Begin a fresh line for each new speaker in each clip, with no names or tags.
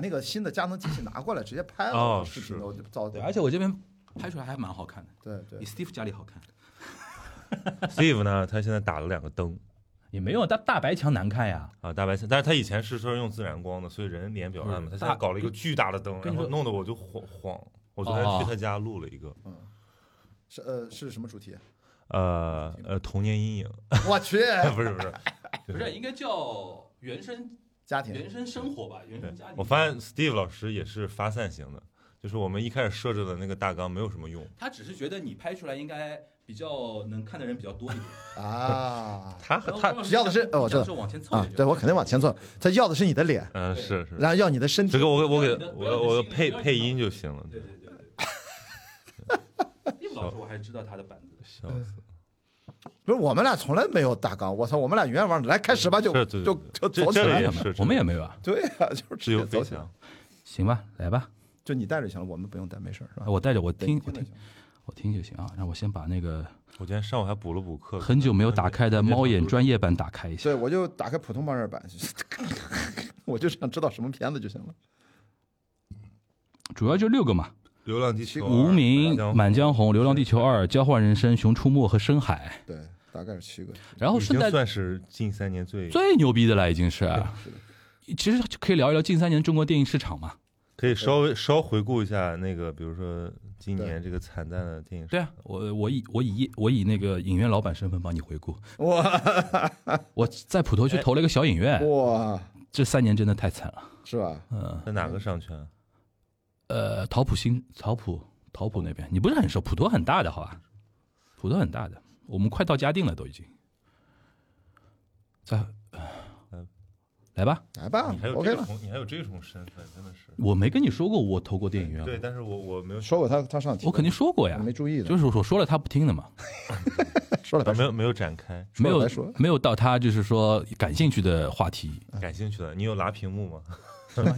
那个新的佳能机器拿过来，直接拍
哦
了视频
是
的，我就早
哦
对，而且我这边拍出来还蛮好看的，
对
比
对
Steve 家里好看。
Steve 呢，他现在打了两个灯
也没有大大白墙难看呀。
啊，大白墙，但是他以前是说用自然光的，所以人脸比较暗嘛，
嗯
他现在搞了一个巨大的灯，
跟
然
你
后
说
弄得我就晃晃。我昨天
哦
去他家录了一个，
嗯是呃是什么主 题？
呃呃，童年阴影，
我去，
不是不 是，
不是，应该叫原生
家庭
原生生活吧，原
对
生家庭。
我发现 Steve 老师也是发散型的，就是我们一开始设置的那个大纲没有什么用，
他只是觉得你拍出来应该比较能看的人比较多一 点。
啊，
他
然后
他
汪老师
要的是哦我知道
是往前凑一
啊
点，就
对我肯定往前凑，他要的是你的脸，
嗯是是，
然后要你的身
这
体。
个我给我
不
给
要你的
我
不要
我
你的
配
信任
配音就行了，
对对对对。Steve 老师，我还知道他的板子。
笑死，
不是我们俩从来没有大纲，我操，我们俩永远往来开始吧，就是
对
就
对
就
这
走起
这
来
个也
了嘛。
是，
我们也没有啊。
对啊，就是
自
直
由
接
飞
走起来
翔。，
行吧，来吧，
就你带着行了，我们不用带，没事儿
啊
是
啊
吧？
我带着我
对
听
你
我
着
听
行
我听就行啊。让我先把那个
我今天上午还补了补课，
很久没有打开的猫眼专业版打开一 下
所以。我就打开普通漫日版， 我就想知道什么片子就行了。
主要就六个嘛：
流浪地球二、
无名、
满
呃满江红、流浪地球二、交换人生、熊出没和深海。
对，大概是七个。
然后
已
哦顺带
经算是近三年最
最牛逼的了，已经啊是。其实就可以聊一聊近三年中国电影市场嘛。
可以稍微稍回顾一下那个，比如说今年这个惨淡的电影，
对啊，我我以我以我以那个影院老板身份帮你回顾。
哇
我在普陀区投了一个小影院，
哇，
这三年真的太惨了。
是吧？
嗯，
在哪个商圈？啊
呃，桃浦新桃浦桃浦那边，你不是很熟？普陀很大的，好吧？普陀很大的，我们快到嘉定了，都已经。在，呃来吧，
来吧
你还有
啊，OK
这
了。
种，你还有这种身份，真的是。
我没跟你说过我投过电影院吗
对，但是我我没有
说过他，他上体
我肯定说过
我
呀，
没注意的，
就是我说了他不听的嘛，
说了白
没
说，
有没有展开，
说
没
了
有
白说。
没有到他就是说感兴趣的话题，
嗯
感兴趣的你有拉屏幕 吗？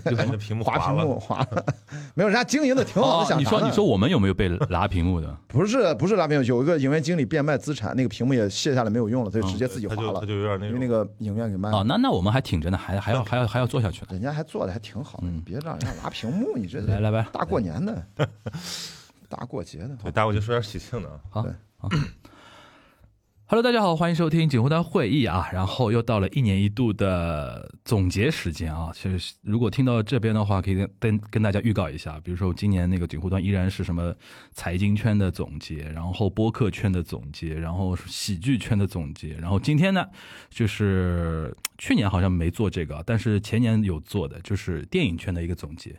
就
把你的屏幕
划
划
屏
了
幕，划了， 没有，人家经营的挺好
哦
的。想啊
你说
啥呢
你说我们有没有被拉屏幕 的？
不是不是拉屏幕，有一个影院经理变卖资产，那个屏幕也卸下来没有
啊
用了，他就直接自己
他
划
就
了
他，就有点那
因
种
为那个影院给卖
哦
了。，
那那我们还挺着呢，还还要还要还要做下去呢。
人家还做的还挺好的，你别让人家拉屏幕，你这
嗯来来吧
大过年 的，大过节的，
对，大我就说点喜庆的啊。
好
对
好，Hello，大家好，欢迎收听锦湖端会议啊，然后又到了一年一度的总结时间啊。其实如果听到这边的话，可以跟跟跟大家预告一下，比如说今年那个锦湖端依然是什么财经圈的总结，然后播客圈的总结，然后喜剧圈的总结，然后今天呢，就是去年好像没做这个，但是前年有做的，就是电影圈的一个总结。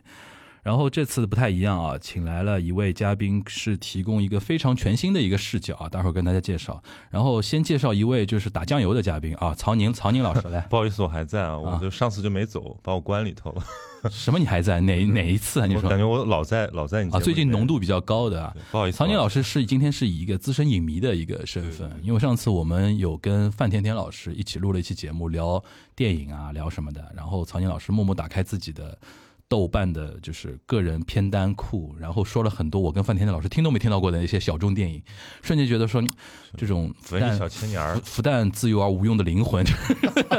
然后这次不太一样啊，请来了一位嘉宾，是提供一个非常全新的一个视角啊，待会儿跟大家介绍。然后先介绍一位就是打酱油的嘉宾啊，曹宁，曹宁老师来。
不好意思，我还在啊，我就上次就没走，把我关里头了。
什么？你还在哪哪一次啊？你
我
说
感觉我老在老在你节
啊，
目
最近
里面
浓度比较高的啊
对。不好意思啊，嗯
曹宁老师是今天是以一个资深影迷的一个身份，因为上次我们有跟范甜甜老师一起录了一期节目，聊电影啊，聊什么的。然后曹宁老师默默打开自己的豆瓣的，就是个人片单库，然后说了很多我跟范甜甜老师听都没听到过的一些小众电影，瞬间觉得说嗯这种复
文艺小
旦
青年儿
呃复，复旦自由而啊无用的灵魂，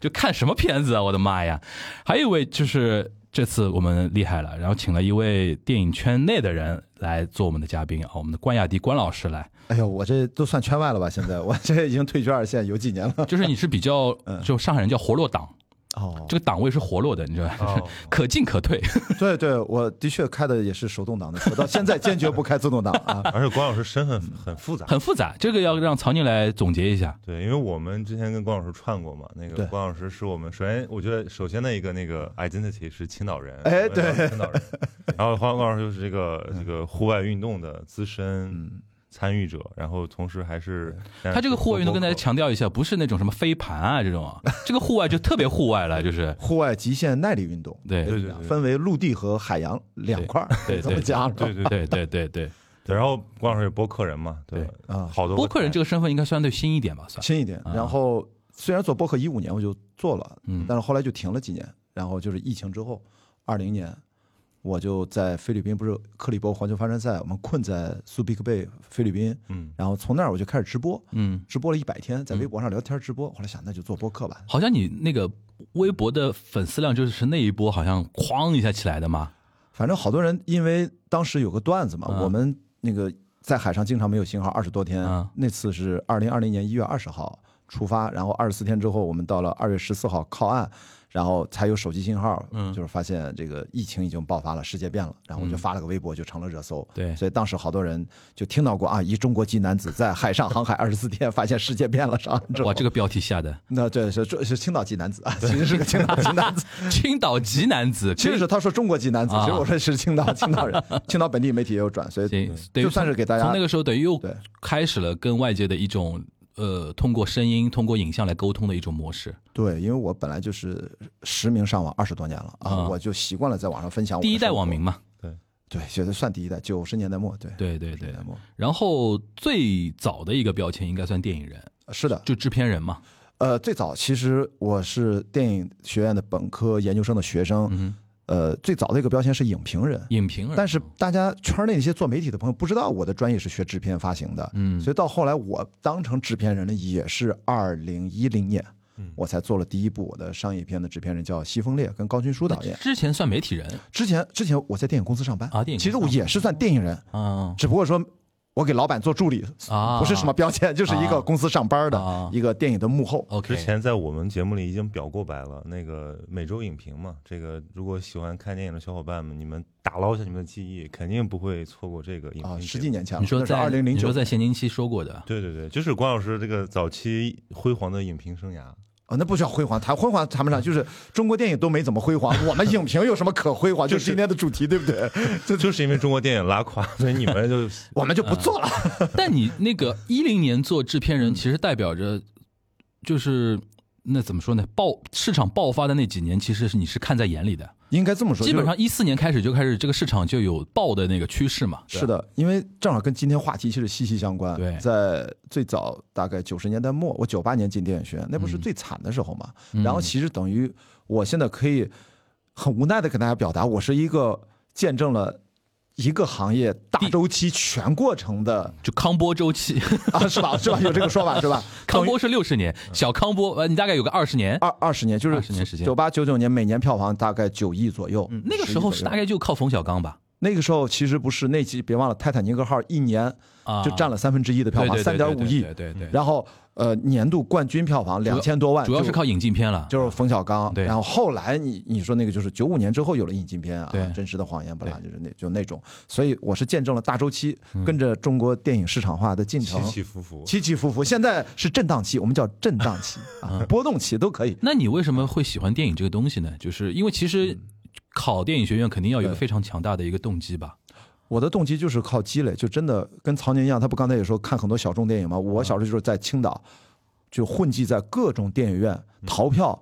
就看什么片子啊！我的妈呀！还有一位就是这次我们厉害了，然后请了一位电影圈内的人来做我们的嘉宾啊，我们的关雅迪关老师来，
哎呦，我这都算圈外了吧？现在 我这已经退居二线有几年了。
就是你是比较就上海人叫活络党，
哦，
这个党位是活络的，你知道吧？
哦
可进可退，
对对，我的确开的也是手动挡的车，到现在坚决不开自动挡啊。
而且关老师身份很复杂。
很复杂。这个要让曹宁来总结一 下。
对，因为我们之前跟关老师串过嘛，那个
对
关老师是我们首先，我觉得首先的一个那个 identity 是青岛人，
哎嗯
我们聊的 青岛人。然后关关老师就是这个这个户外运动的资深参与者，然后同时还是
他这个户外运动跟大家
抢，
强调一下，不是那种什么飞盘啊这 种啊，这个户外就特别户外了，就是
户外极限耐力运动，
对
对对对
分为陆地和海洋两块儿，
对对
这么讲
对对
对对对对。
对。然后关老师也播客人嘛，对吧，
啊
好多
播客人这
个
个身份应该相对新一点吧，算。
轻一点。然后虽然做播客一五年我就做了，
啊嗯
但是后来就停了几年，然后就是疫情之后，二零年我就在菲律宾，不是克里伯环球帆船赛，我们困在苏比克贝菲律宾，
嗯，
然后从那儿我就开始直播，
嗯，
直播了一百天，在微博上聊天直播，后来想那就做播客吧，
好像你那个微博的粉丝量就是那一波好像哐一下起来的嘛。
反正好多人因为当时有个段子嘛，
嗯
我们那个在海上经常没有信号，二十多天。
嗯
那次是二零二零年一月二十号出发，然后二十四天之后，我们到了二月十四号靠岸，然后才有手机信号。
嗯
就是发现这个疫情已经爆发了，世界变了，然后我就
嗯
发了个微博，就成了热搜。
对
所以当时好多人就听到过啊，一中国籍男子在海上航海二十四天，发现世界变了，上岸之后。
哇，这个标题下的
那这是这是青岛籍男子啊，其实是个青岛籍男子。
青岛籍男子，
其 实是他说中国籍男子，
啊
其实我说是青岛青岛 人，青岛本地媒体也有转，所以
行
嗯，
等于
就算是给大
从
家
那个时候等于又
对
开始了跟外界的一种呃，通过声音、通过影像来沟通的一种模式。
对，因为我本来就是实名上网二十多年了啊，
啊
我就习惯了在网上分享我的
第一代
生活
网民，嘛，
对，觉得算第一代，九十年代末，对
对对对
年代。末
然后最早的一个标签应该算电影人，
是的，
就制片人嘛。
呃，最早其实我是电影学院的本科研究生的学生，
嗯哼，
呃，最早的一个标签是影评人，
影评人。
但是大家圈内那些做媒体的朋友不知道我的专业是学制片发行的，
嗯
所以到后来我当成制片人呢，也是二零一零年
嗯，
我才做了第一部我的商业片的制片人，叫西风烈，跟高军书导演。
之前算媒体人
之前之前我在电影公司上班
嗯啊电影公司
其实我也是算电影人，
啊
只不过说。我给老板做助理嗯
啊
不是什么标签，就是一个公司上班
啊
的一个电影的幕后。
，OK，
之前在我们节目里已经表过白了，那个每周影评嘛，这个如果喜欢看电影的小伙伴们，你们打捞一下你们的记忆，肯定不会错过这个影评节目。
啊，十几年前了，
你说
那是
在
二零零
你
九
说在咸宁期说过的，
对对对，就是关老师这个早期辉煌的影评生涯。
啊，那不叫辉煌，谈辉煌谈不上，就是中国电影都没怎么 辉煌，我们影评有什么可辉煌？就是今天的主题，对不对？
就就是因为中国电影拉垮，所以你们就
我们就不做了。
但你那个一零年做制片
嗯
人，其实代表着就是那怎么说呢？爆市场爆发的那几年，其实是你是看在眼里的。
应该这么说，
基本
就是
上一四年开始就开始这个市场就有爆的那个趋势嘛。
是的，因为正好跟今天话题其实息息相关。
对
在最早大概九十年代末，我九八年进电影学院，那不
嗯
是最惨的时候嘛？然后其实等于我现在可以很无奈的跟大家表达，我是一个见证了。一个行业大周期全过程 的
就康波 周期，
啊，是吧？是吧？有这个说 法是吧？
康波是六十年，小康波呃，你大概有个二十年。
嗯二二十年，就是
20年时间
九八九九年，每年票房大概九亿左右。
嗯，那个
10亿
时候是
左右
大概就靠冯小刚吧，
那个时候其实不是那期，别忘了《泰坦尼克号》一年
啊，
就占了三分之一的票
对
房，
对
三
对
点五亿。
对对对对，
然后呃，年度冠军票房两千多万，
主要是
就
靠引进片了，
嗯就是冯小刚。
对
然后后来你你说那个就是九五年之后有了引进片啊，
对
《真实的谎言》不啦，就是那就那种。所以我是见证了大周期，
嗯
跟着中国电影市场化的进
起
程。
起伏伏。
起起伏伏，现在是震荡期，我们叫震荡期啊，
嗯
波动期都可以。
那你为什么会喜欢电影这个东西呢？就是因为其实考电影学院肯定要有一个
嗯对
非常强大的一个动机吧？
我的动机就是靠积累，就真的跟曹宁一样，他不刚才也说看很多小众电影吗？
嗯
我小时候就是在青岛，就混迹在各种电影院
嗯
逃票，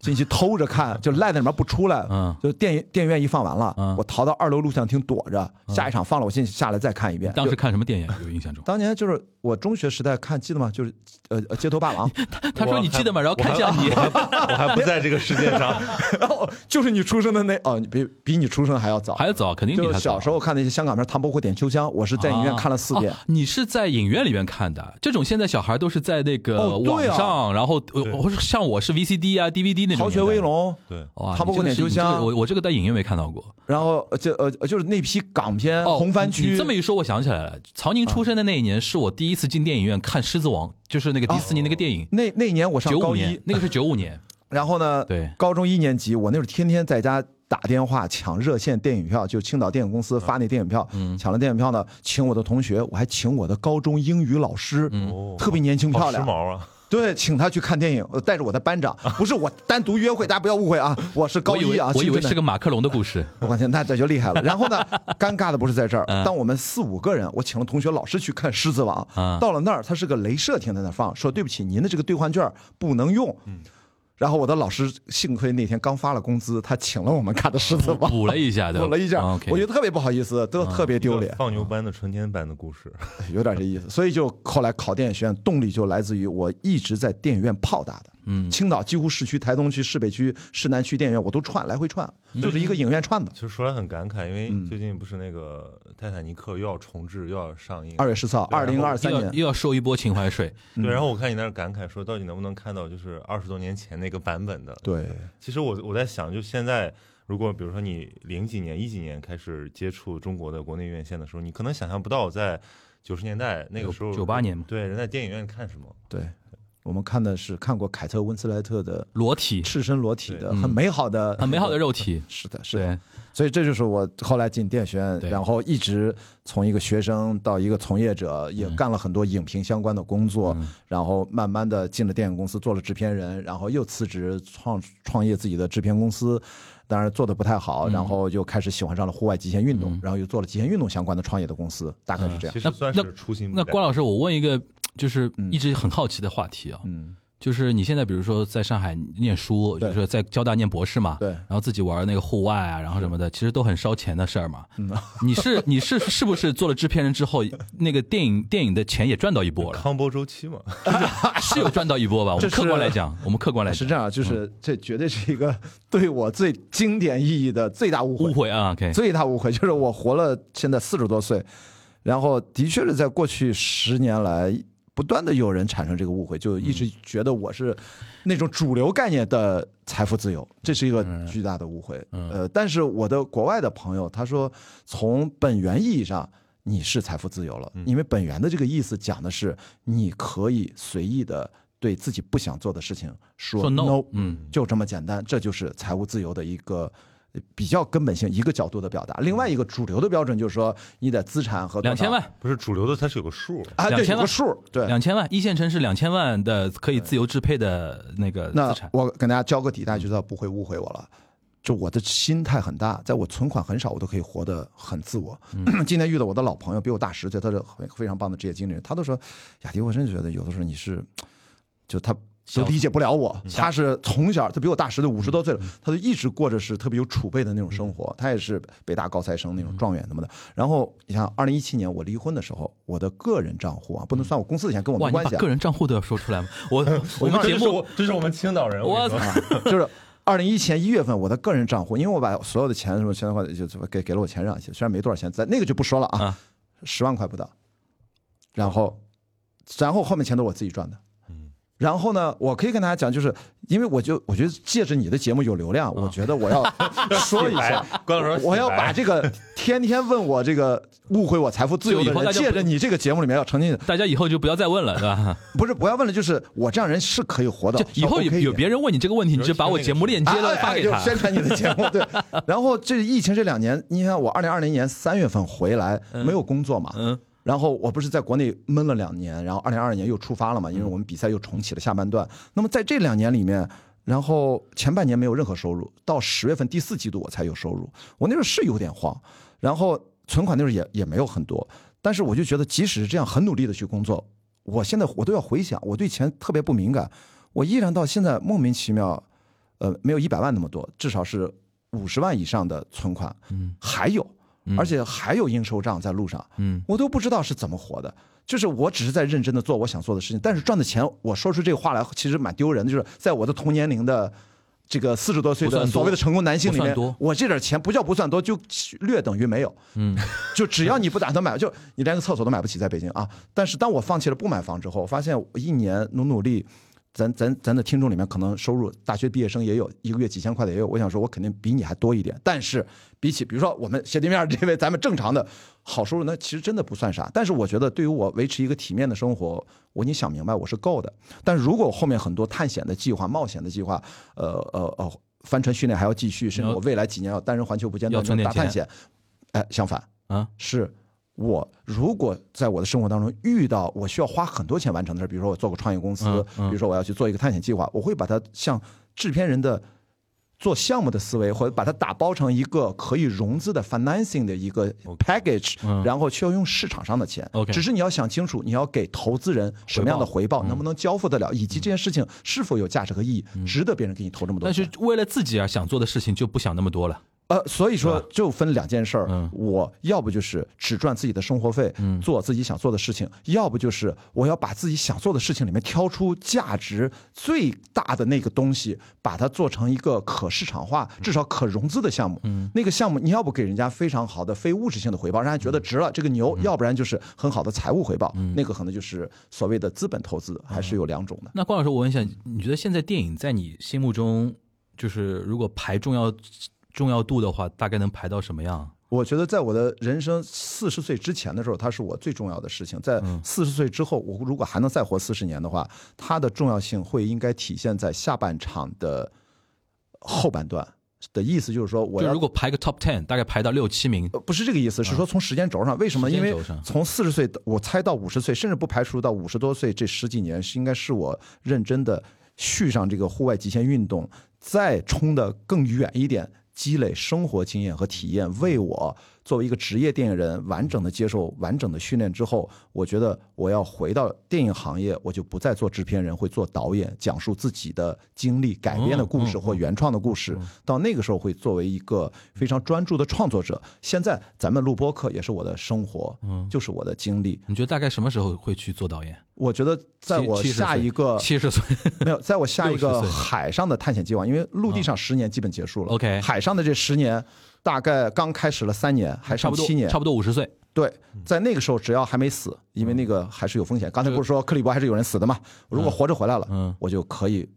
进去偷着看，就赖在里面不出来。
嗯
就电影电影院一放完了，
嗯
我逃到二楼录像厅躲着，下一场放了我进去下来再看一遍。
当时
就
看什么电影有印象中？
当年就是我中学时代看，记得吗？就是呃呃街头霸 王，
他说你记得吗？然后看向你，
我还不在这个世界上，
然后就是你出生的那哦，你比比你出生还要早。
还要早，啊肯定比
就
他
是小时
候
候看那些香港片《唐伯虎点秋香》，我是在影院看了四遍。
哦你是在影院里面看的？这种现在小孩都是在那个
哦
网
对啊
上，然后呃
对
我说像我是 VCD 啊、DVD 那种年代。
逃学威龙，
对，
哇，
唐伯虎点秋香
你这个是你这个我我这个在影院没看到过。
然后呃就呃就是那批港片
哦，
《呃红番
你
区
你》这么一说，我想起来了，曹宁出生的那一年是我第一次进电影院看《狮子王》，就是那个迪士尼那个电影，
那那一年我哦上
九五
高一
年，，那个是九五年，
然后呢，
对
高中一年级，我那会儿天天在家打电话抢热线电影票，就青岛电影公司发那电影票，
嗯
抢了电影票呢，请我的同学，我还请我的高中英语老师，
嗯
嗯
哦
特别年轻漂
好时
亮，
髦啊！
对，请他去看电影，呃带着我的班长，不是我单独约会，大家不要误会啊，我是高
我以
一
为
啊，
我以
青
为
春的
是个马克龙的 故事，
我感觉那这就厉害了。然后 呢，尴尬的不是在这儿，当我们四五个人，我请了同学、老师去看《狮子王
嗯》，
到了那儿，他是个镭射厅在那儿放，说对不起，您的这个兑换券不能用。然后我的老师幸亏那天刚发了工资，他请了我们看的《狮子王》，
补了一下的，
补了一下，
嗯哦 OK 嗯
我觉得特别不好意思，都特别丢脸嗯
一个，放牛班的纯天版的故事，
有点这意思。所以就后来考电影学院，动力就来自于我一直在电影院泡大的。
嗯，
青岛几乎市区、台东区、市北区、市南区电影院我都串，来回串，
嗯
就是一个影院串的。
其实说来很感慨，因为
嗯
最近不是那个《泰坦尼克》又要重置，又要上映。
二月十四号，
对
二零二
然
三
又要
年，
又要收一波情怀税，
嗯
对，然后我看你在那儿感慨说，到底能不能看到就是二十多年前那个版本的？
对，
其实我我在想，就现在，如果比如说你零几年、一几年开始接触中国的国内院线的时候，你可能想象不到，在九十年代那个时候，
九八年嘛，
对人在电影院看什么？
对，我们看的是看过凯特温斯莱特的
裸 体，
赤身裸体的，
对嗯
很美好的，
很美好的肉体，
是的， 是的。
对，
所以这就是我后来进电学院，
对
然后一直从一个学生到一个从业者，也
嗯
干了很多影评相关的工作，
嗯
然后慢慢的进了电影公司，做了制片人，然后又辞职创创业自己的制片公司，当然做的不太好，
嗯
然后又开始喜欢上了户外极限运动，然后又做了极限运动相关的创业的公司，大概是这样。
其实算
那
是初心不
那
改
郭老师，我问一个就是一直很好奇的话题啊，
嗯，
就是你现在比如说在上海念书，就
对
是说在交大念博士嘛，
对
然后自己玩那个户外啊，然后什么的，其实都很烧钱的事儿嘛。
嗯
你是你是是不是做了制片人之后，那个电影电影的钱也赚到一 波了？
康波周期嘛，
是有赚到一波吧？我
这
们
是
客观来讲，我们客观来
是
讲
这样，啊就是这绝对是一个对我最经典意义的最大误会
误。会啊，OK，
最大误会就是我活了现在四十多岁，然后的确是在过去十年来，不断的有人产生这个误会，就一直
嗯
觉得我是那种主流概念的财富自由，这是一个
嗯
巨大的误会。呃，但是我的国外的朋友他说，从本源意义上。你是财富自由
嗯
了，因为本源的这个意思讲的是，你可以随意的对自己不想做的事情说
说
no，,
no，嗯，
就这么简单，这就是财务自由的一个呃比较根本性一个角度的表达。另外一个主流的标准就是说，你的资产和多
两
少
千万，
不是主流的，它是有个数。
啊，对，
2000
有
万
个数，对。
两千万，一线城市两千万的可以自由支配的那个
那
资产，
我跟大家交个底，大家就知道不会误会我了。就我的心态很大，在我存款很少，我都可以活得很自我。
嗯
今天遇到我的老朋友，比我大十岁，他是很非常棒的职业经理人，他都说：“雅迪，我真觉得有的时候你是，就他都理解不了我。
嗯
他是从小，他比我大十岁，五十多岁了，他就一直过着是特别有储备的那种生
嗯
活。他也是北大高材生那种状元什么的。然后你像二零一七年我离婚的时候，我的个人账户啊，不能算我公司的钱，跟我
嗯哇，
没
你
关
把
系啊。
个人账户都要说出来吗？我我们节
这是
目，
我这是我们青岛人，
我
跟你说
操，
就是二零一前一月份我的个人账户，因为我把所有的钱什么钱的话就就给给了我前任，虽然没多少钱，咱那个就不说了啊
啊，
十、万块不到。然后，然后后面钱都是我自己赚的。
嗯
然后呢，我可以跟大家讲，就是因为我就我觉得借着你的节目有流量，
啊
我觉得我 要说一下，
关老师洗白
我要把这个天天问我这个误会我财富自由
就
的
以后大
人，
家
借
不
着你这个节目里面要澄清，
大家以后就不要再问了，对吧？
不是不要问了，就是我这样人是可以活的
就，以后
也
有有别人问你这个问题，
比
你
如
就把我节目链接了
啊
发给
哎
他
哎就。宣传你的节目。对， 然后这疫情这两年，你看我二零二零年三月份回来没有工作嘛，
嗯，
然后我不是在国内闷了两年，然后二零二二年又出发了嘛，因为我们比赛又重启了下半段。那么在这两年里面。然后前半年没有任何收入，到十月份第四季度我才有收入。我那时候是有点慌，然后存款那时候也也没有很多，但是我就觉得即使是这样很努力的去工作，我现在我都要回想，我对钱特别不敏感，我依然到现在莫名其妙，呃，没有一百万那么多，至少是五十万以上的存款，
嗯，
还有，
嗯
而且还有应收账在路上，
嗯，
我都不知道是怎么活的。就是我只是在认真的做我想做的事情，但是赚的钱，我说出这个话来其实蛮丢人的，就是在我的同年龄的。这个四十多岁
不
的
算多
所谓的成功男性里
不
面
算多，
我这点钱不叫不算多，就略等于没有。
嗯，
就只要你不打算买，就你连个厕所都买不起，在北京啊。但是当我放弃了不买房之后，我发现我一年努努力，咱咱咱的听众里面可能收入大学毕业生也有一个月几千块的也有，我想说我肯定比你还多一点，但是比起比如说我们斜对面这位咱们正常的好收入，那其实真的不算啥。但是我觉得对于我维持一个体面的生活，我已经想明白我是够的。但如果我后面很多探险的计划、冒险的计划，呃呃呃，帆船训练还要继续，甚至我未来几年要单人环球不间
要
断
存
这种
点
大探
钱
险，哎，相反。
啊，
是我如果在我的生活当中遇到我需要花很多钱完成的事儿，比如说我做个创业公司，
嗯嗯
比如说我要去做一个探险计划，我会把它像制片人的做项目的思维，或者把它打包成一个可以融资的 financing 的一个 package，、
嗯
然后需要用市场上的钱。
OK 嗯
只是你要想清楚，你要给投资人什么样的回报，能不能交付得了，以及这件事情是否有价值和意义，值得别人给你投这么多
但
钱
是。为了自己而想做的事情就不想那么多了。
呃，所以说
是吧
就分两件事儿，
嗯
我要不就是只赚自己的生活费，
嗯
做自己想做的事情；要不就是我要把自己想做的事情里面挑出价值最大的那个东西，把它做成一个可市场化、至少可融资的项目。
嗯
那个项目你要不给人家非常好的非物质性的回报，让人家觉得值了，这个牛；
嗯
要不然就是很好的财务回报，那个可能就是所谓的资本投资，还
嗯
是有两种的。
那关老师，我问一下，你觉得现在电影在你心目中，就是如果排重要重要度的话，大概能排到什么样？
我觉得在我的人生四十岁之前的时候，它是我最重要的事情。在
嗯
四十岁之后，我如果还能再活四十年的话，它的重要性会应该体现在下半场的后半段。的意思就是说，我
就
要
如果排个 top ten，大概排到六七名，
呃，不是这个意思，是说从时间轴上，为什么？
嗯时
因
间
为
轴上
从四十岁到，我猜到五十岁，甚至不排除到五十多岁这十几年，是应该是我认真的续上这个户外极限运动，再冲的更远一点，积累生活经验和体验，为我作为一个职业电影人完整的接受完整的训练之后，我觉得我要回到电影行业，我就不再做制片人，会做导演，讲述自己的经历、改编的故事
嗯嗯
或原创的故事。到那个时候会作为一个非常专注的创作者。现在咱们录播课也是我的生活，
嗯
就是我的经历。
你觉得大概什么时候会去做导演？
我觉得在
七
我
70
下
岁
一个
七十岁，
没有，在我下一
60
个
岁嗯
海上的探险计划，因为陆地上十年基本结束了。
OK
海上的这十年大概刚开始了三年，还
差
上
不多
七年
差，不多五十岁。
对，
嗯
在那个时候只要还没死，因为那个还是有风险。刚才不是说克里伯还是有人死的嘛？如果活着回来了，
嗯
我就可以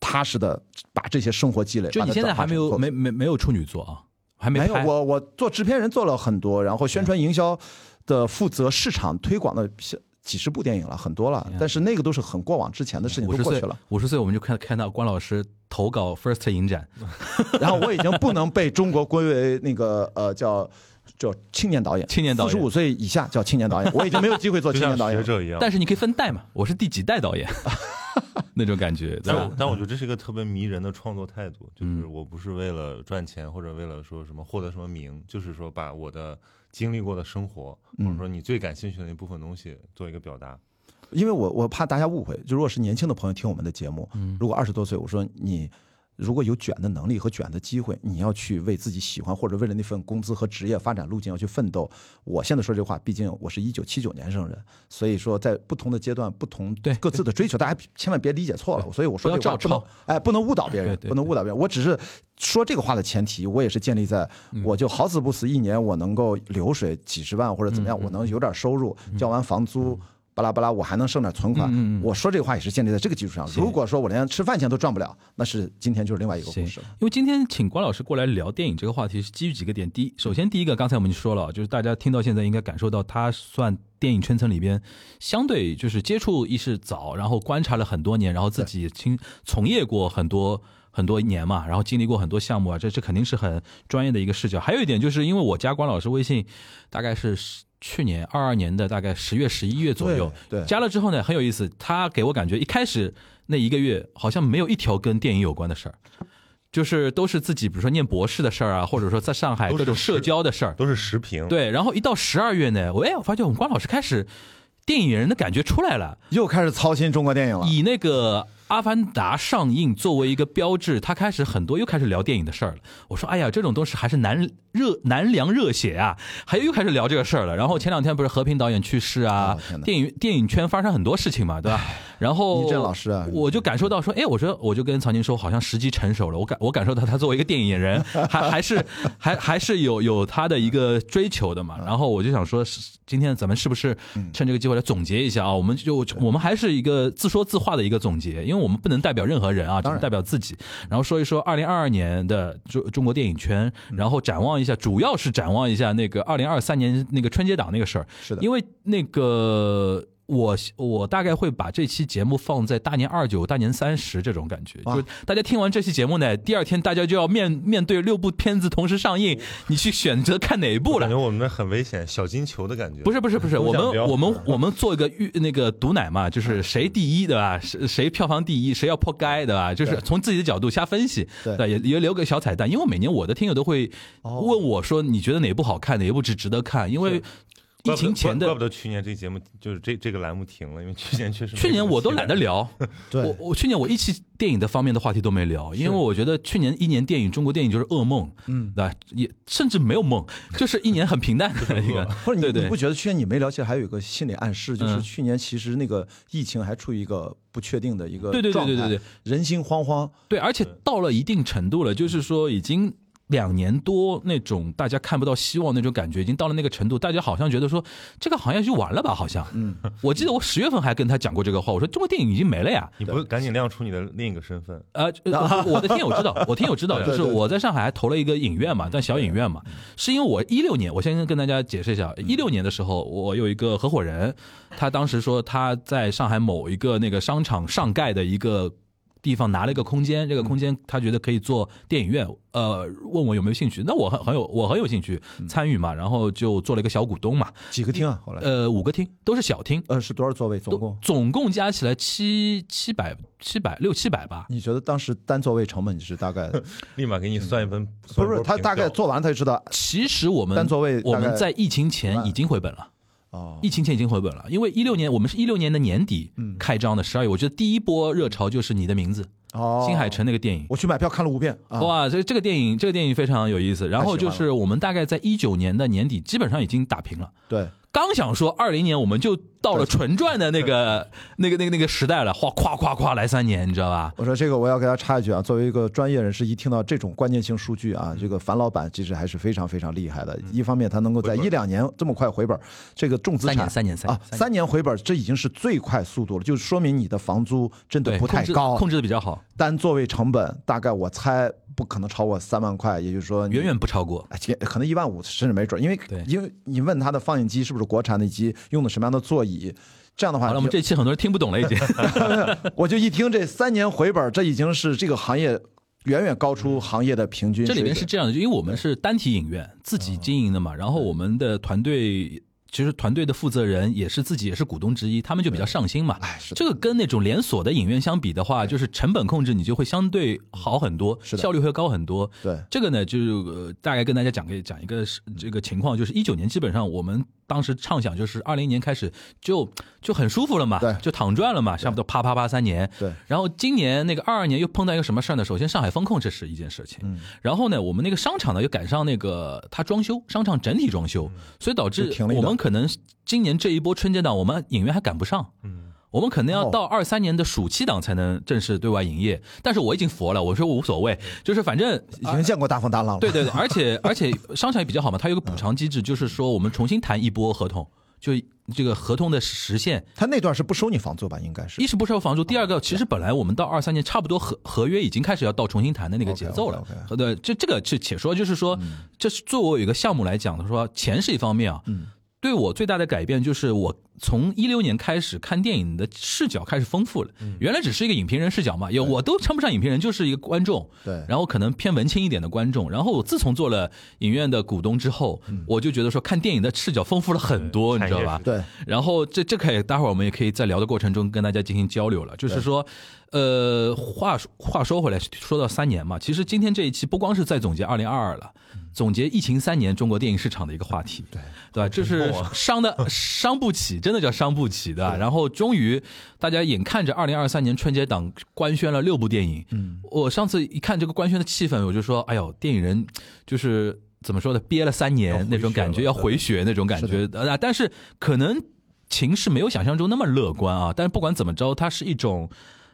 踏实的把这些生活积累。
就
把
你
它
现在
转化
还没
成
有
作品
没没没有处女座啊，还
没有
拍。嗯
我我做制片人做了很多，然后宣传营销的负责市场推广的几十部电影了，很多了，但是那个都是很过往之前的事情，
嗯五
都
十
过
岁
去了。，
五十岁我们就看看到关老师投稿 First 影展，
然后我已经不能被中国归为那个呃叫叫青年导演，
青年导演
四十五岁以下叫青年导演，我已经没有机会做
就
青
像
年导
学
演了。
者一样。
但是你可以分代嘛，我是第几代导演，那种感觉。对
但我
吧？嗯
但我觉得这是一个特别迷人的创作态度，就是我不是为了赚钱或者为了说什么获得什么名，就是说把我的经历过的生活，或
嗯
者说你最感兴趣的那部分东西做一个表达。
因为我我怕大家误会，就如果是年轻的朋友听我们的节目，
嗯
如果二十多岁，我说你如果有卷的能力和卷的机会，你要去为自己喜欢或者为了那份工资和职业发展路径要去奋斗。我现在说这话，毕竟我是一九七九年生人，所以说在不同的阶段、不同
对
各自的追求，大家千万别理解错了。所以我说
不要
这话不
照
能
抄
哎，不能误导别人
对，对
不能误导别人。我只是说这个话的前提，我也是建立在
嗯
我就好死不死一年我能够流水几十万或者怎么
嗯
样，我能有点收入，交完房租。巴拉巴拉，我还能剩点存款。
嗯嗯嗯
我说这话也是建立在这个基础上。如果说我连吃饭钱都赚不了，那是今天就是另外一个故
行
事了。，
因为今天请关老师过来聊电影这个话题，是基于几个点。
嗯
第一，首先第一个，刚才我们就说了，就是大家听到现在应该感受到，他算电影圈层里边相对就是接触意识早，然后观察了很多年，然后自己亲从业过很多。 很多年嘛，然后经历过很多项目啊，这这肯定是很专业的一个视角。还有一点就是，因为我加关老师微信，大概是十去年二二年的大概十月、十一月左右，
对对
加了之后呢，很有意思。他给我感觉一开始那一个月好像没有一条跟电影有关的事儿，就是都是自己，比如说念博士的事儿啊，或者说在上海
都是
各种
是
社交的事儿。
都是时评，
对，然后一到十二月呢，我哎，我发现我们关老师开始电影人的感觉出来了，
又开始操心中国电影了。
以那个《阿凡达》上映作为一个标志，他开始很多又开始聊电影的事儿了。我说，哎呀，这种东西还是难热难凉热血啊！还有又开始聊这个事儿了。然后前两天不是和平导演去世啊
哦天，哪
电影电影圈发生很多事情嘛，对吧？然后
倪震老师啊
我就感受到说，哎，我说我就跟曹宁说，好像时机成熟了。我感我感受到他作为一个电影人，还还是还还是有有他的一个追求的嘛。然后我就想说，是今天咱们是不是
嗯
趁这个机会来总结一下啊？我们就我们还是一个自说自话的一个总结，因为我们不能代表任何人啊，只
当
能
然
代表自己。然后说一说二零二二年的中中国电影圈，
嗯
然后展望一下，主要是展望一下那个二零二三年那个春节档那个事儿，
是的，
因为那个我我大概会把这期节目放在大年二九、大年三十这种感觉，
哇
就大家听完这期节目呢，第二天大家就要面面对六部片子同时上映，你去选择看哪一部
哦我感
了
觉。我们那很危险，小金球的感觉。
不是不是不是，我
想
们
聊
我们我们做一个预那个毒奶嘛，就是谁第一对吧？谁谁票房第一，谁要破街对吧？就是从自己的角度瞎分析，
对
吧也也留个小彩
哦
蛋，因为每年我的听友都会问我说，你觉得哪部好看，哪一部只值得看？因为疫情前
怪
的
不得去年这节目就是这这个栏目停了，因为去年确实没
去年我都懒得聊，我
对，
我去年我一期电影的方面的话题都没聊，因为我觉得去年一年电影中国电影就是噩梦，
嗯，
对吧？也甚至没有梦，就是一年很平淡的一个，
或者
对
你
对
你不觉得去年你没聊，其实还有一个心理暗示，就是
嗯
去年其实那个疫情还处于一个不确定的一个
对对对对对对
状态，人心惶惶，
对，而且
对
到了一定程度了，就是说已经两年多那种大家看不到希望那种感觉，已经到了那个程度，大家好像觉得说这个行业就完了吧？好像，
嗯，
我记得我十月份还跟他讲过这个话，我说中国电影已经没了呀。
你不赶紧亮出你的另一个身份，
呃， 呃我我的听友知道，我听友知道，就是我在上海还投了一个影院嘛，但小影院嘛，
嗯
是因为我一六年，我先跟大家解释一下，一六年的时候，我有一个合伙人，他当时说他在上海某一个那个商场上盖的一个地方拿了一个空间，这个空间他觉得可以做电影院，呃，问我有没有兴趣，那我很很有我很有兴趣
嗯
参与嘛，然后就做了一个小股东嘛，
几个厅啊？后来
呃，五个厅都是小厅，
呃是多少座位总共？
总共加起来七七百七百六七百吧，
你觉得当时单座位成本你是大 概
立马
嗯
给你算一分，算一
不
波
是？他
评
大概
票
做完他就知道
其实我们
单座呃位大概
我们在疫情前已经回本了，
哦，嗯
疫情前已经回本了，因为一六年我们是一六年的年底开张的十二月，我觉得第一波热潮就是你的名字，
哦，
新海诚那个电影。
我去买票看了五遍啊，
哇，这这个电影，这个电影非常有意思。然后就
太喜欢
是我们大概在一九年的年底，基本上已经打平了。
对，
刚想说二零年我们就到了纯赚的 那个、那个、那个、那个时代了，哗夸夸夸来三年，你知道吧？
我说这个我要给他插一句啊，作为一个专业人士，一听到这种关键性数据
嗯
啊，这个樊老板其实还是非常非常厉害的。一方面，他能够在一两年这么快回本，这个重资
三
产
年、三年、三
啊
年，
三年回本，这已经是最快速度了，就说明你的房租真的
对，
不太
控制
高，
控制的比较好，
单座位成本大概我猜不可能超过三万块，也就是说你
远远不超过。
哎这可能一万五甚至没准，因为
对
因为你问他的放映机是不是国产的机，用的什么样的座椅，这样的话
好了，我们这期很多人听不懂了，已经。
我就一听这三年回本，这已经是这个行业远远高出行业的啊平均
这
水
里
准。
边是这样的，因为我们是单体影院自己经营的嘛，然后我们的团队其实团队的负责人也是自己也是股东之一，他们就比较上心嘛。
哎，是的
这个跟那种连锁的影院相比的话，就是成本控制你就会相对好很多，
是的
效率会高很多。
对，
这个呢，就是、呃、大概跟大家讲个讲一个是这个情况，就是一九年基本上我们当时畅想就是二零年开始就就很舒服了嘛
对，
就躺赚了嘛，差不多啪啪啪三年。
对，
然后今年那个二二年又碰到一个什么事儿呢？首先上海封控这是一件事情，
嗯
然后呢，我们那个商场呢又赶上那个它装修，商场整体装修，所以导
嗯就
致
停了一
我
段
们可能今年这一波春节档，我们影院还赶不上。
嗯，
我们可能要
哦
到二三年的暑期档才能正式对外营业，但是我已经佛了，我说无所
嗯
谓，就是反正
已经见过大风大浪了。
啊对对对，而且而且商场也比较好嘛，它有个补偿机制，就是说我们重新谈一波合同，就这个合同的实现，
他那段是不收你房租吧？应该是啊
一是不收房租，第二个其实本来我们到二三年差不多合合约已经开始要到重新谈的那个节奏了
OK，OK，OK。
呃对，这这个是且说，就是说，
嗯
这是作为一个项目来讲的说，钱是一方面啊，
嗯
对我最大的改变就是我从一六年开始看电影的视角开始丰富了，
嗯
原来只是一个影评人视角嘛，也我都称不上影评人，就是一个观众，
对
然后可能偏文青一点的观众。然后我自从做了影院的股东之后，
嗯
我就觉得说看电影的视角丰富了很多，你知道吧？
对，
然后这这可以，待会儿我们也可以在聊的过程中跟大家进行交流了。就是说，呃，话说话说回来，说到三年嘛，其实今天这一期不光是在总结二零二二了，总结疫情三年中国电影市场的一个话题，对对吧？就是伤的伤不起，真的叫伤不起的。然后终于，大家眼看着二零二三年春节档官宣了六部电影，嗯，我上次一看这个官宣的气氛，我就说，哎呦，电影人就是。怎么说呢？憋了三
要
年
回
那种
血
感觉，
了
要回血那种感觉，呃，但是可能情势没有想象中那么乐观啊。但是不管怎么着，它是一种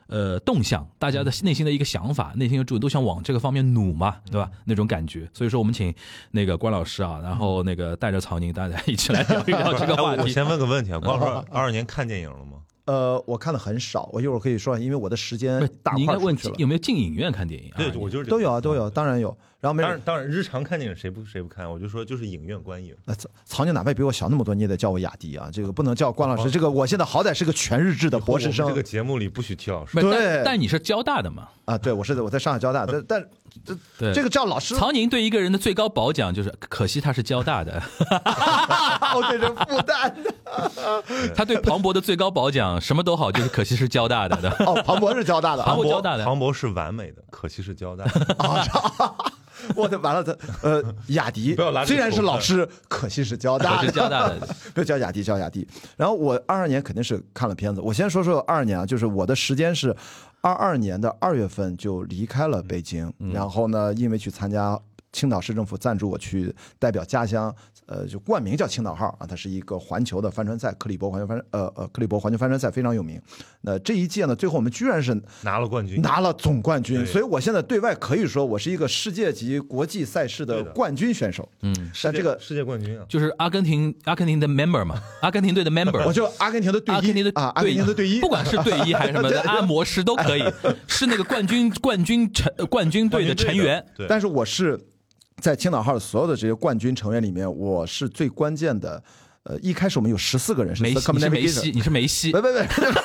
呃动向，大家的内心的一个想法，内心的主都想往这个方面努嘛，对吧？那种感觉。所以说，我们请那个关老师啊，然后那个带着曹宁，大家一起来聊一 聊这个话
哎我我
题。
先问个问题 啊，光说二二年看电影了吗？
呃，我看的很少，我一会儿可以说，因为我的时间
不
大
你应该
块
问
出去了。
有没有进影院看电影啊？
对，我就是这个
都有啊，都有，。当然有。然后没
当然
人，
当然，日常看电影谁不谁不看？我就说就是影院观影，
呃曹曹宁哪怕比我小那么多，你也得叫我雅迪啊，这个不能叫关老师。这个我现在好歹是个全日制的博士
我们
生
这个节目里不许提老师
不。是
对
但但你是交大的嘛？
啊，对我是我在上海交大，但但
对，
这个叫老师
曹宁对一个人的最高褒奖就是，可惜他是交大的。
哦，这是负担的。
他对庞博的最高褒奖什么都好，就是可惜是交大的 的。
哦，庞博是交大的啊
庞
庞
博
博
交大的
庞博是完美的，可惜是交大。
啊 我的完了，他呃，雅迪
不要拉这
虽然是
口
老
饭
师，可惜是交大
我
的，
是交大的，
不叫雅迪，叫雅迪。然后我二二年肯定是看了片子。我先说说二二年啊，就是我的时间是二二年的二月份就离开了北京，然后呢，因为去参加青岛市政府赞助我去代表家乡，呃，就冠名叫青岛号啊，它是一个环球的帆船赛，克里伯环球帆呃呃克里伯环球帆船赛非常有名。那这一届呢，最后我们居然是
拿了 冠军，
拿了总冠军，
对
所以我现在对外可以说我是一个世界级国际赛事的
对的
冠军选手。
嗯，
但这个
世界冠军啊，
就是阿根廷阿根廷的 member 嘛，阿根廷队的 member，
我就阿根廷的队
阿根
医
廷的
啊，阿根廷的队医，
不管是队医还是什么的，按摩师都可以，是那个冠军冠军成冠军队的成员，
对，
但是我是在青岛号所有的这些冠军成员里面，我是最关键的。呃，一开始我们有十四个人是
梅西，你是
circumnavigation
梅西，你是梅西
不，不不，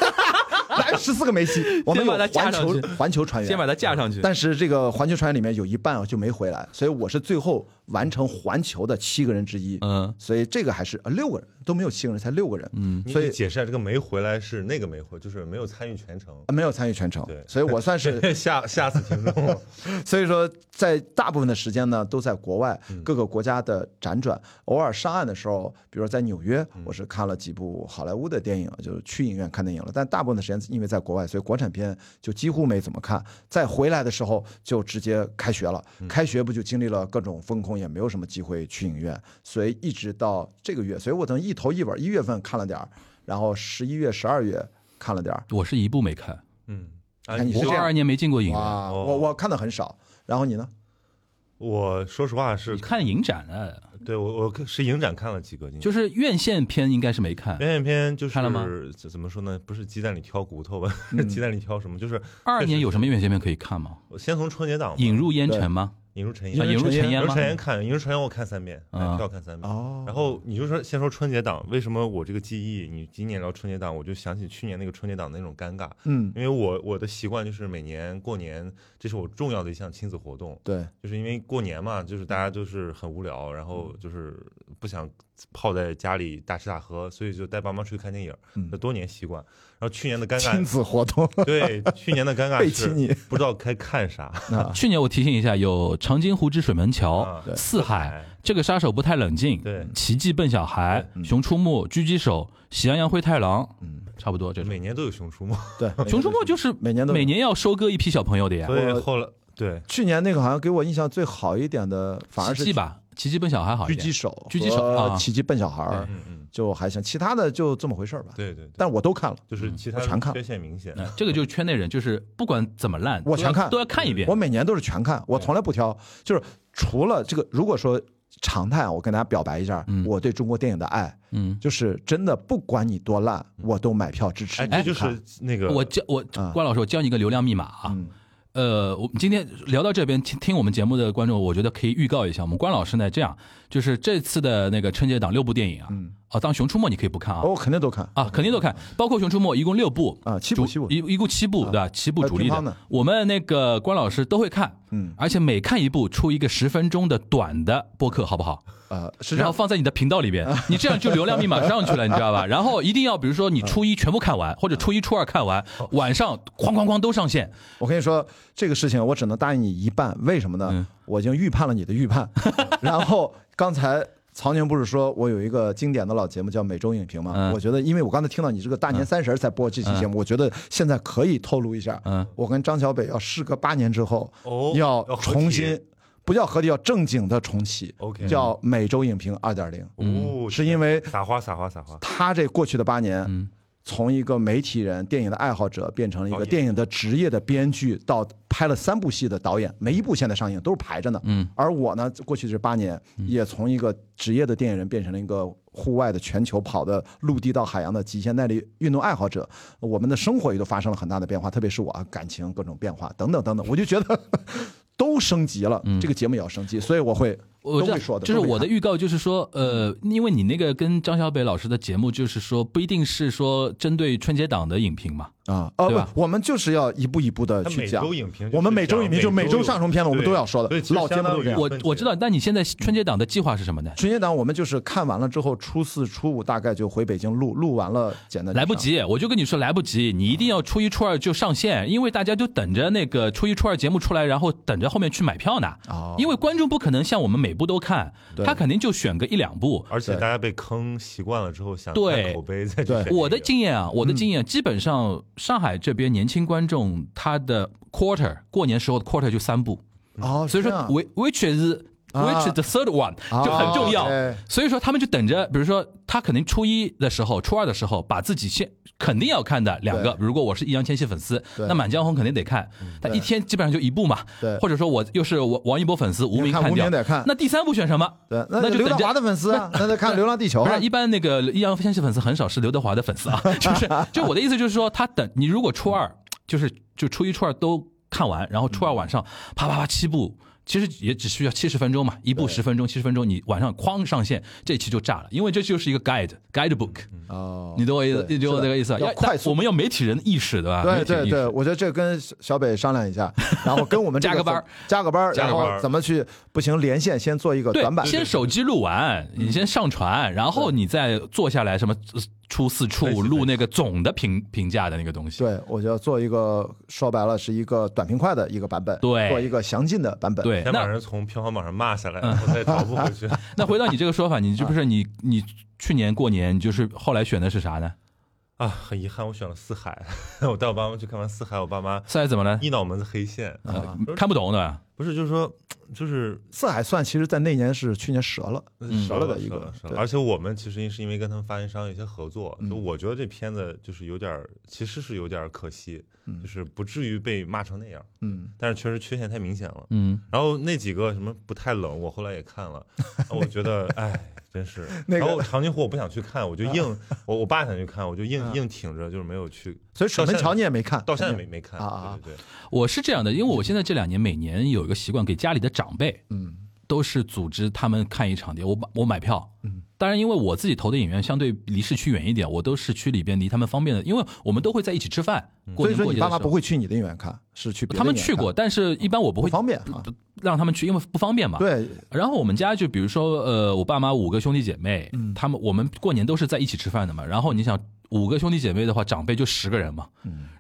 来十四个梅西，我们有
先把他架
环
上
球
去
环球船员，
先把它架上去。
但是这个环球船员里面有一半啊就没回来，所以我是最后完成环球的七个人之一。
嗯，
所以这个还是呃六个人都没有七个人，才六个人。嗯，
你
所以
你解释一下这个没回来是那个没回，就是没有参与全程。
呃没有参与全程
对，
所以我算是
吓吓死听 众了，
所以说，在大部分的时间呢，都在国外
嗯
各个国家的辗转。偶尔上岸的时候，比如在纽约，
嗯
我是看了几部好莱坞的电影，就是去影院看电影了。但大部分的时间因为在国外，所以国产片就几乎没怎么看。再回来的时候，就直接开学了。
嗯
开学不就经历了各种风控，也没有什么机会去影院，所以一直到这个月，所以我等于一头一尾，一月份看了点儿，然后十一月、十二月看了点儿。
我是一部没看，
嗯，
哎
啊，
你是
这
这
我
样
二二年没进过影院，
哇，
哦
我我看的很少。然后你呢？
我说实话是
你看影展了。
对我我是影展看了几个，
就是院线片应该是没看，
表演片就是
看了吗嗯
怎怎么说呢？不是鸡蛋里挑骨头吧？是 鸡蛋里挑什么？就是
二二年有什么院线片可以看吗？
我先从春节档吧
引入烟尘吗？
引入陈
啊
岩，
引入尘
引
烟
入
吗
陈？岩看，引入陈岩我看三遍，
啊
买票看三遍。
哦
然后你就说先说春节档，为什么我这个记忆？你今年聊春节档，我就想起去年那个春节档的那种尴尬，
嗯，
因为我我的习惯就是每年过年，这是我重要的一项亲子活动，
对。
就是因为过年嘛，就是大家就是很无聊，然后
嗯
就是不想泡在家里大吃大喝，所以就带爸妈出去看电影
嗯。
那多年习惯，然后去年的尴
亲
尬，
子活动
对去年的 尴尬
背弃
是
你
不知道该看啥。
啊，
去年我提醒一下，有长津湖之水门桥
啊、对
四海、这个杀手不太冷静、
对，
奇迹笨小孩、熊出没、狙击手、喜羊羊灰太狼，
嗯，
差不多这种。
每年都有熊出没，
对，
啊熊出没就是
每年都有
每年要收割一批小朋友的呀，
所以后来对
去年那个好像给我印象最好一点的，反而
奇
是
迹吧，奇迹笨小孩好一
狙
点
击。手、
狙击手啊
奇迹笨小孩儿
对
嗯嗯，
就还行，其他的就这么回事儿吧。
对对对，
但我都看了，
就是其他
我全看
的缺陷明显。
哎这个就是圈内人，就是不管怎么烂，
我全
都要
看
都要看一遍
我。每年都是全看，我从来不挑，就是除了这个，如果说常态啊，我跟大家表白一下
嗯，
我对中国电影的爱，
嗯，
就是真的不管你多烂，我都买票支持
哎，
你。
这就是那个
我教我
啊
关老师，我教你一个流量密码啊。
嗯
呃，我们今天聊到这边，听听我们节目的观众，我觉得可以预告一下，我们关老师呢，这样就是这次的那个春节档六部电影啊，
嗯，哦
啊，当《熊出没》你可以不看啊，
我肯定都看
啊，肯定都看，包括《熊出没》一共六部
啊，七
主
部七部啊
一，一共七部对吧？七部
还有
主力
乒乓呢
我们那个关老师都会看，
嗯
而且每看一部出一个十分钟的短的播客，好不好？
呃，是这
然
样，
后
啊
放在你的频道里边，你这样就流量密码上去了，你知道 吧？然后一定要比如说你初一全部看完，或者初一初二看完，
哦
晚上哐哐哐都上线，
我跟你说这个事情，我只能答应你一半，为什么呢？
嗯
我已经预判了你的预判。 然后刚才曹宁不是说我有一个经典的老节目叫《每周影评》吗？
嗯
我觉得，因为我刚才听到你这个大年三十儿才播这期节目，我觉得现在可以透露一下，
嗯
我跟张小北要事隔八年之后，
哦
要
要合
重
体
新不叫合体，要正经的重启，
哦
OK
叫《每周影评二点零》，
哦，
是因为
撒花撒花撒花，
他这过去的八年，
嗯
从一个媒体人、电影的爱好者，变成了一
导
个
演
电影的职业的编剧，到拍了三部戏的导演，每一部现在上映都是排着呢。
嗯，
而我呢，过去这八年也从一个职业的电影人变成了一个户外的全球跑的陆地到海洋的极限耐力运动爱好者。我们的生活也都发生了很大的变化，特别是我啊感 情各种变化等等等等，我就觉得都升级了，这个节目也要升级，所以我会
嗯我
都
知道
会说的
就是
都会
我的
看
预告就是说，呃，因为你那个跟张小北老师的节目，就是说不一定是说针对春节档的影评嘛，
啊，哦
对吧
不，我们就是要一步一步的
他
去
每
讲
周。影评就是这样，
我们每周影评就每周
有
上什么片子，我们
对
都要说的
对其实
啊老节目都这样
相当于
我我知道。那你现在春节档的计划是什么呢？
春节档我们就是看完了之后，初四、初五大概就回北京录，录完了简单就
来不
上。
及，我就跟你说来不及，你一定要初一初二就上线，因为大家就等着那个初一初二节目出来，然后等着后面去买票呢。
哦
因为观众不可能像我们每部都看，
对
他肯定就选个一两部。
而且
对
大家被坑习惯了之后，想
对
看口碑再去
对嗯
选这个。
我的经验啊，我的经验基本上上海这边年轻观众他的 quarter 过年时候的 quarter 就三部，
哦，
所以说
这样
which which is
啊
which is the third one
啊
就很重要
对。
所以说他们就等着，比如说他肯定初一的时候、初二的时候，把自己先肯定要看的两个，
对
如果我是易烊千玺粉丝，
对嗯
那《满江红》肯定得看，但一天基本上就一部嘛。
对
或者说我又是王王一博粉丝，无名
看无
掉
名得看
那第三部选什么？
对，
那
那
就
刘
等
德
着
华的粉丝啊，那得看《流浪地球》
不
啊
是，。一般那个易烊千玺粉丝很少是刘德华的粉 丝啊，就是就我的意思就是说，他等 你如果初二就是就初一初二都看完，然后初二晚上啪啪啪七部。其实也只需要七十分钟嘛，一部十分钟，七十分钟，你晚上哐上线，这期就炸了，因为这就是一个 guide guide book，
哦，
你懂啊我意思，
对
你懂我
是的
这个意思吧？
要
要
快
但
速
我们要媒体人的意识，对吧？
对
媒体人
对
意识
对，，我觉得这跟小小北商量一 下，然后跟我们这
加个班儿
怎么加个班儿，
加
然
个班儿
后怎么去不行连线，先做一个
对
短，版。
先手机录完，你先上传，然后你再坐下来什么呃初四、初
分析
五
分析
录那个总的评评价的那个东西。
对，我就要做一个说白了是一个短平快的一个版本，
对
做一个详尽的版本。，
对，
先
那嗯
把人从票房榜上骂下来，然后再倒不回 去。
那回到你这个说法，你就不是你
啊
你去年过年，你就是后来选的是啥呢？
啊，很遗憾，我选了四海。 我带我爸妈去看完四海，我爸妈
赛怎么了？
一脑门子黑线。
呃看不懂的，
不是，就是说，就是
四海算其实在那年是去年折了，
嗯
折了的一
折
个
了折，了
对嗯
而且我们其实是因为跟他们发行商有一些合作，就我觉得这片子就是有点儿，其实是有点儿可惜，就是不至于被骂成那样，
嗯，
但是确实缺陷太明显了。
嗯，
然后那几个什么不太冷，我后来也看 了，我觉得哎，真是。
那个啊
然后长津湖我不想去看，我就 硬，我我爸想去看，我就
嗯
硬硬挺着，就是没有去。
所以水门桥你也没看，
到现在没没看
啊啊
对对对，
我是这样的，因为我现在这两年每年有一个习惯，给家里的长辈，
嗯，
都是组织他们看一场碟，我买我买票，嗯，当然因为我自己投的影院相对离市区远一点，我都市区里边离他们方便的，因为我们都会在一起吃饭，过
嗯所以
年
说
过
你
节的
爸
时
妈不
候。
会去你的影院看，是去别的
他们
影院
去过，
看
但是一般我
不
不会
方便啊。
让他们去，因为不方便嘛。
对，
然后我们家就比如说，呃，我爸妈五个兄弟姐妹，他们我们过年都是在一起吃饭的嘛。然后你想，五个兄弟姐妹的话，长辈就十个人嘛。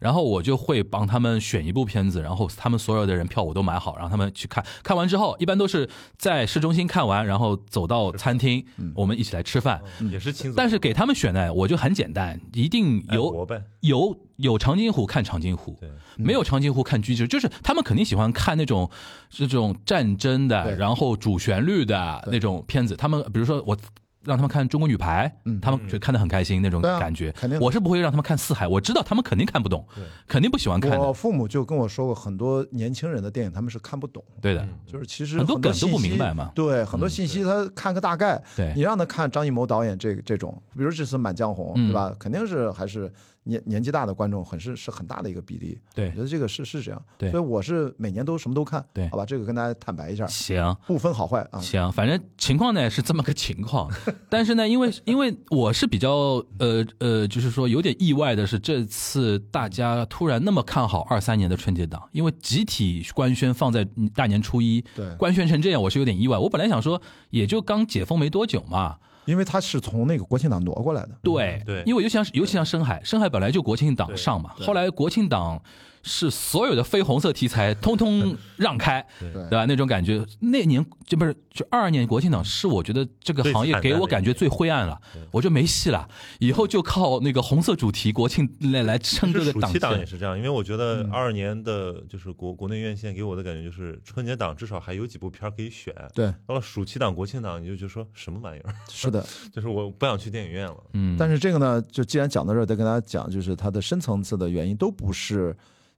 然后我就会帮他们选一部片子，然后他们所有的人票我都买好，让他们去看。看完之后，一般都是在市中心看完，然后走到餐厅，我们一起来吃饭。
嗯
也是亲子。
但是给他们选呢，我就很简单，一定
爱
有
国呗，
有有长津湖看长津湖，
对
嗯
没有长津湖看狙击手，就是他们肯定喜欢看那种这种战争的，
对
然后主旋律的那种片子。他们比如说我。让他们看中国女排，他们就看得很开心那
嗯
种
对啊
感觉。
肯定的
我是不会让他们看四海，我知道他们肯定看不懂，肯定不喜欢看
我
的。
父母就跟我说过，很多年轻人的电影他们是看不懂，
对
嗯
的，
就是其实
嗯很多梗都
信
不
息
明白嘛嗯
对，很多信息他看个大概。
对
你让他看张艺谋导演这这种，比如这次《满江
嗯
红》，对吧？肯定是还是年年纪大的观众，很是是很大的一个比例。
对
我觉得这个是是这样。
对
所以我是每年都什么都看。
对
好吧，这个跟大家坦白一下，
行，
不分好坏啊。
行，反正情况呢是这么个情况，但是呢，因为因为我是比较呃呃，就是说有点意外的是，这次大家突然那么看好二三年的春节档，因为集体官宣放在嗯大年初一，
对
官宣成这样，我是有点意外。我本来想说，也就刚解封没多久嘛，
因为他是从那个国庆档挪过来的。
对
嗯对
因为尤其像尤其像深海，深海本来就国庆档上嘛，后来国庆档是所有的非红色题材 通通让开，对吧？那种感觉，那年就不是就二二年国庆档是我觉得这个
最
行业
惨
给
淡
我
的一
感觉
年
最灰暗了，我就没戏了，以后就靠那个红色主题国庆来来撑这
是
个
暑
档
期档也
次。
是这样，因为我觉得
嗯
二二年的就是国国内院线给我的感觉就是春节档至少还有几部片儿可以选，
对，
到了暑期档、国庆档你就觉得说什么玩意儿，
是的。
就是我不想去电影院了。
嗯，
但是这个呢，就既然讲到这儿，再跟大家讲，就是它的深层次的原因都不是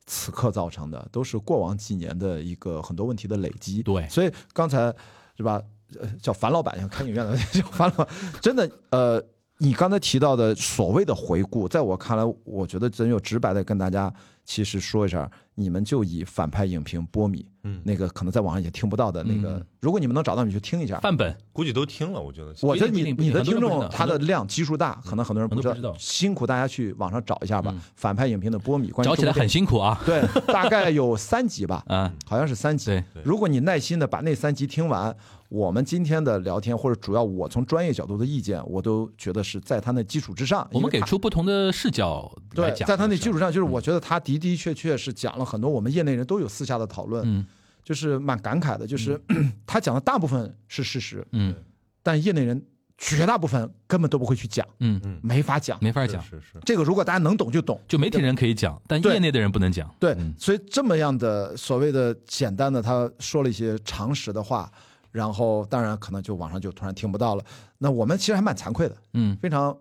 此刻造成的，都是过往几年的一个很多问题的累积。
对
所以 刚才是吧，呃叫樊老板，像开影院的叫樊老板，真的呃。你刚才提到的所谓的回顾，在我看来，我觉得真有直白的跟大家其实说一下，你们就以反派影评波米，
嗯
那个可能在网上也听不到的那个
嗯，
如果你们能找到，你去听一下。
范本，
估计都听了，我觉得。
我觉得
不一
你
定不一
你
定
的
很多
听
人不知
众
道
他的量基数大，可能很多人不知
很多人
道
不，知
辛苦大家去网上找一下吧
嗯。
反派影评的波米，关于
找起来
中国
很辛苦啊，
电影对，大概有三集 吧，
嗯
啊，
好像是三集。
对，
对
如果你耐心的把那三集听完，我们今天的聊天或者主要我从专业角度的意见，我都觉得是在他那基础之上。
我们
因为
给
他
出不同的视角来
对，
讲，
在他那基础
上，
上，就是我觉得他的的确确是讲了很多我们业内人都有私下的讨论，
嗯
就是蛮感慨的，就是、 他讲的大部分是事实，
嗯
但业内人绝大部分根本都不会去讲，
嗯，
嗯，
没法讲。
没法
是
讲，
是是，
这个如果大家能懂就懂，
就媒体人可以讲，但
对
业内的人不能讲，
对
嗯，
所以这么样的所谓的简单的，他说了一些常识的话，然后当然可能就网上就突然听不到了。那我们其实还蛮惭愧的，
嗯
非常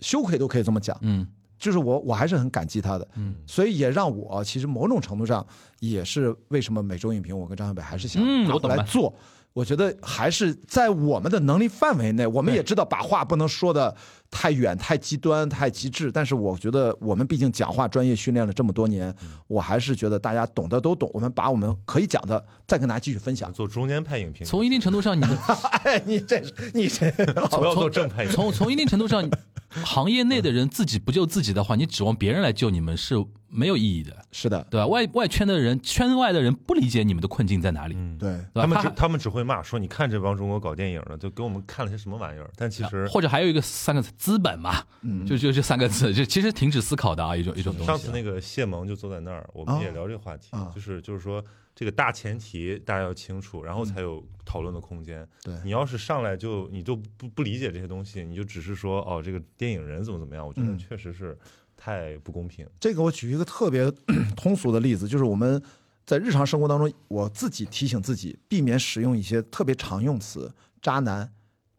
羞愧都可以这么讲，
嗯
就是我我还是很感激他的，
嗯，
所以也让我其实某种程度上也是为什么每周影评我跟张小北还是想
嗯
拿
我
回
懂
来
了
做。我觉得还是在我们的能力范围内，我们
对
也知道把话不能说的太远、太极端、太极致。但是我觉得我们毕竟讲话专业训练了这么多年，我还是觉得大家懂的都懂，我们把我们可以讲的再跟大家继续分享。
做中间派影评，
从一定程度上，你们
哎，你这你这，
不要做正派影评。
从从一定程度上，行业内的人自己不救自己的话，你指望别人来救你们是没有意义的，
是的，
对吧？外外圈的人，圈外的人不理解你们的困境在哪里，
嗯，
对，
对吧
他们只
还
他们只会骂说，你看这帮中国搞电影的，就给我们看了些什么玩意儿。但其实
或者还有一个三个字资本嘛，就就这三个字，就其实停止思考的啊，一种一种东西啊。
上次那个谢萌就坐在那儿，我们也聊这个话题
啊，
就是就是说这个大前提大家要清楚，然后才有讨论的空间。
嗯对
你要是上来就你就不不理解这些东西，你就只是说哦这个电影人怎么怎么样，我觉得
嗯
确实是太不公平。
这个我举一个特别通俗的例子，就是我们在日常生活当中，我自己提醒自己避免使用一些特别常用词，渣男、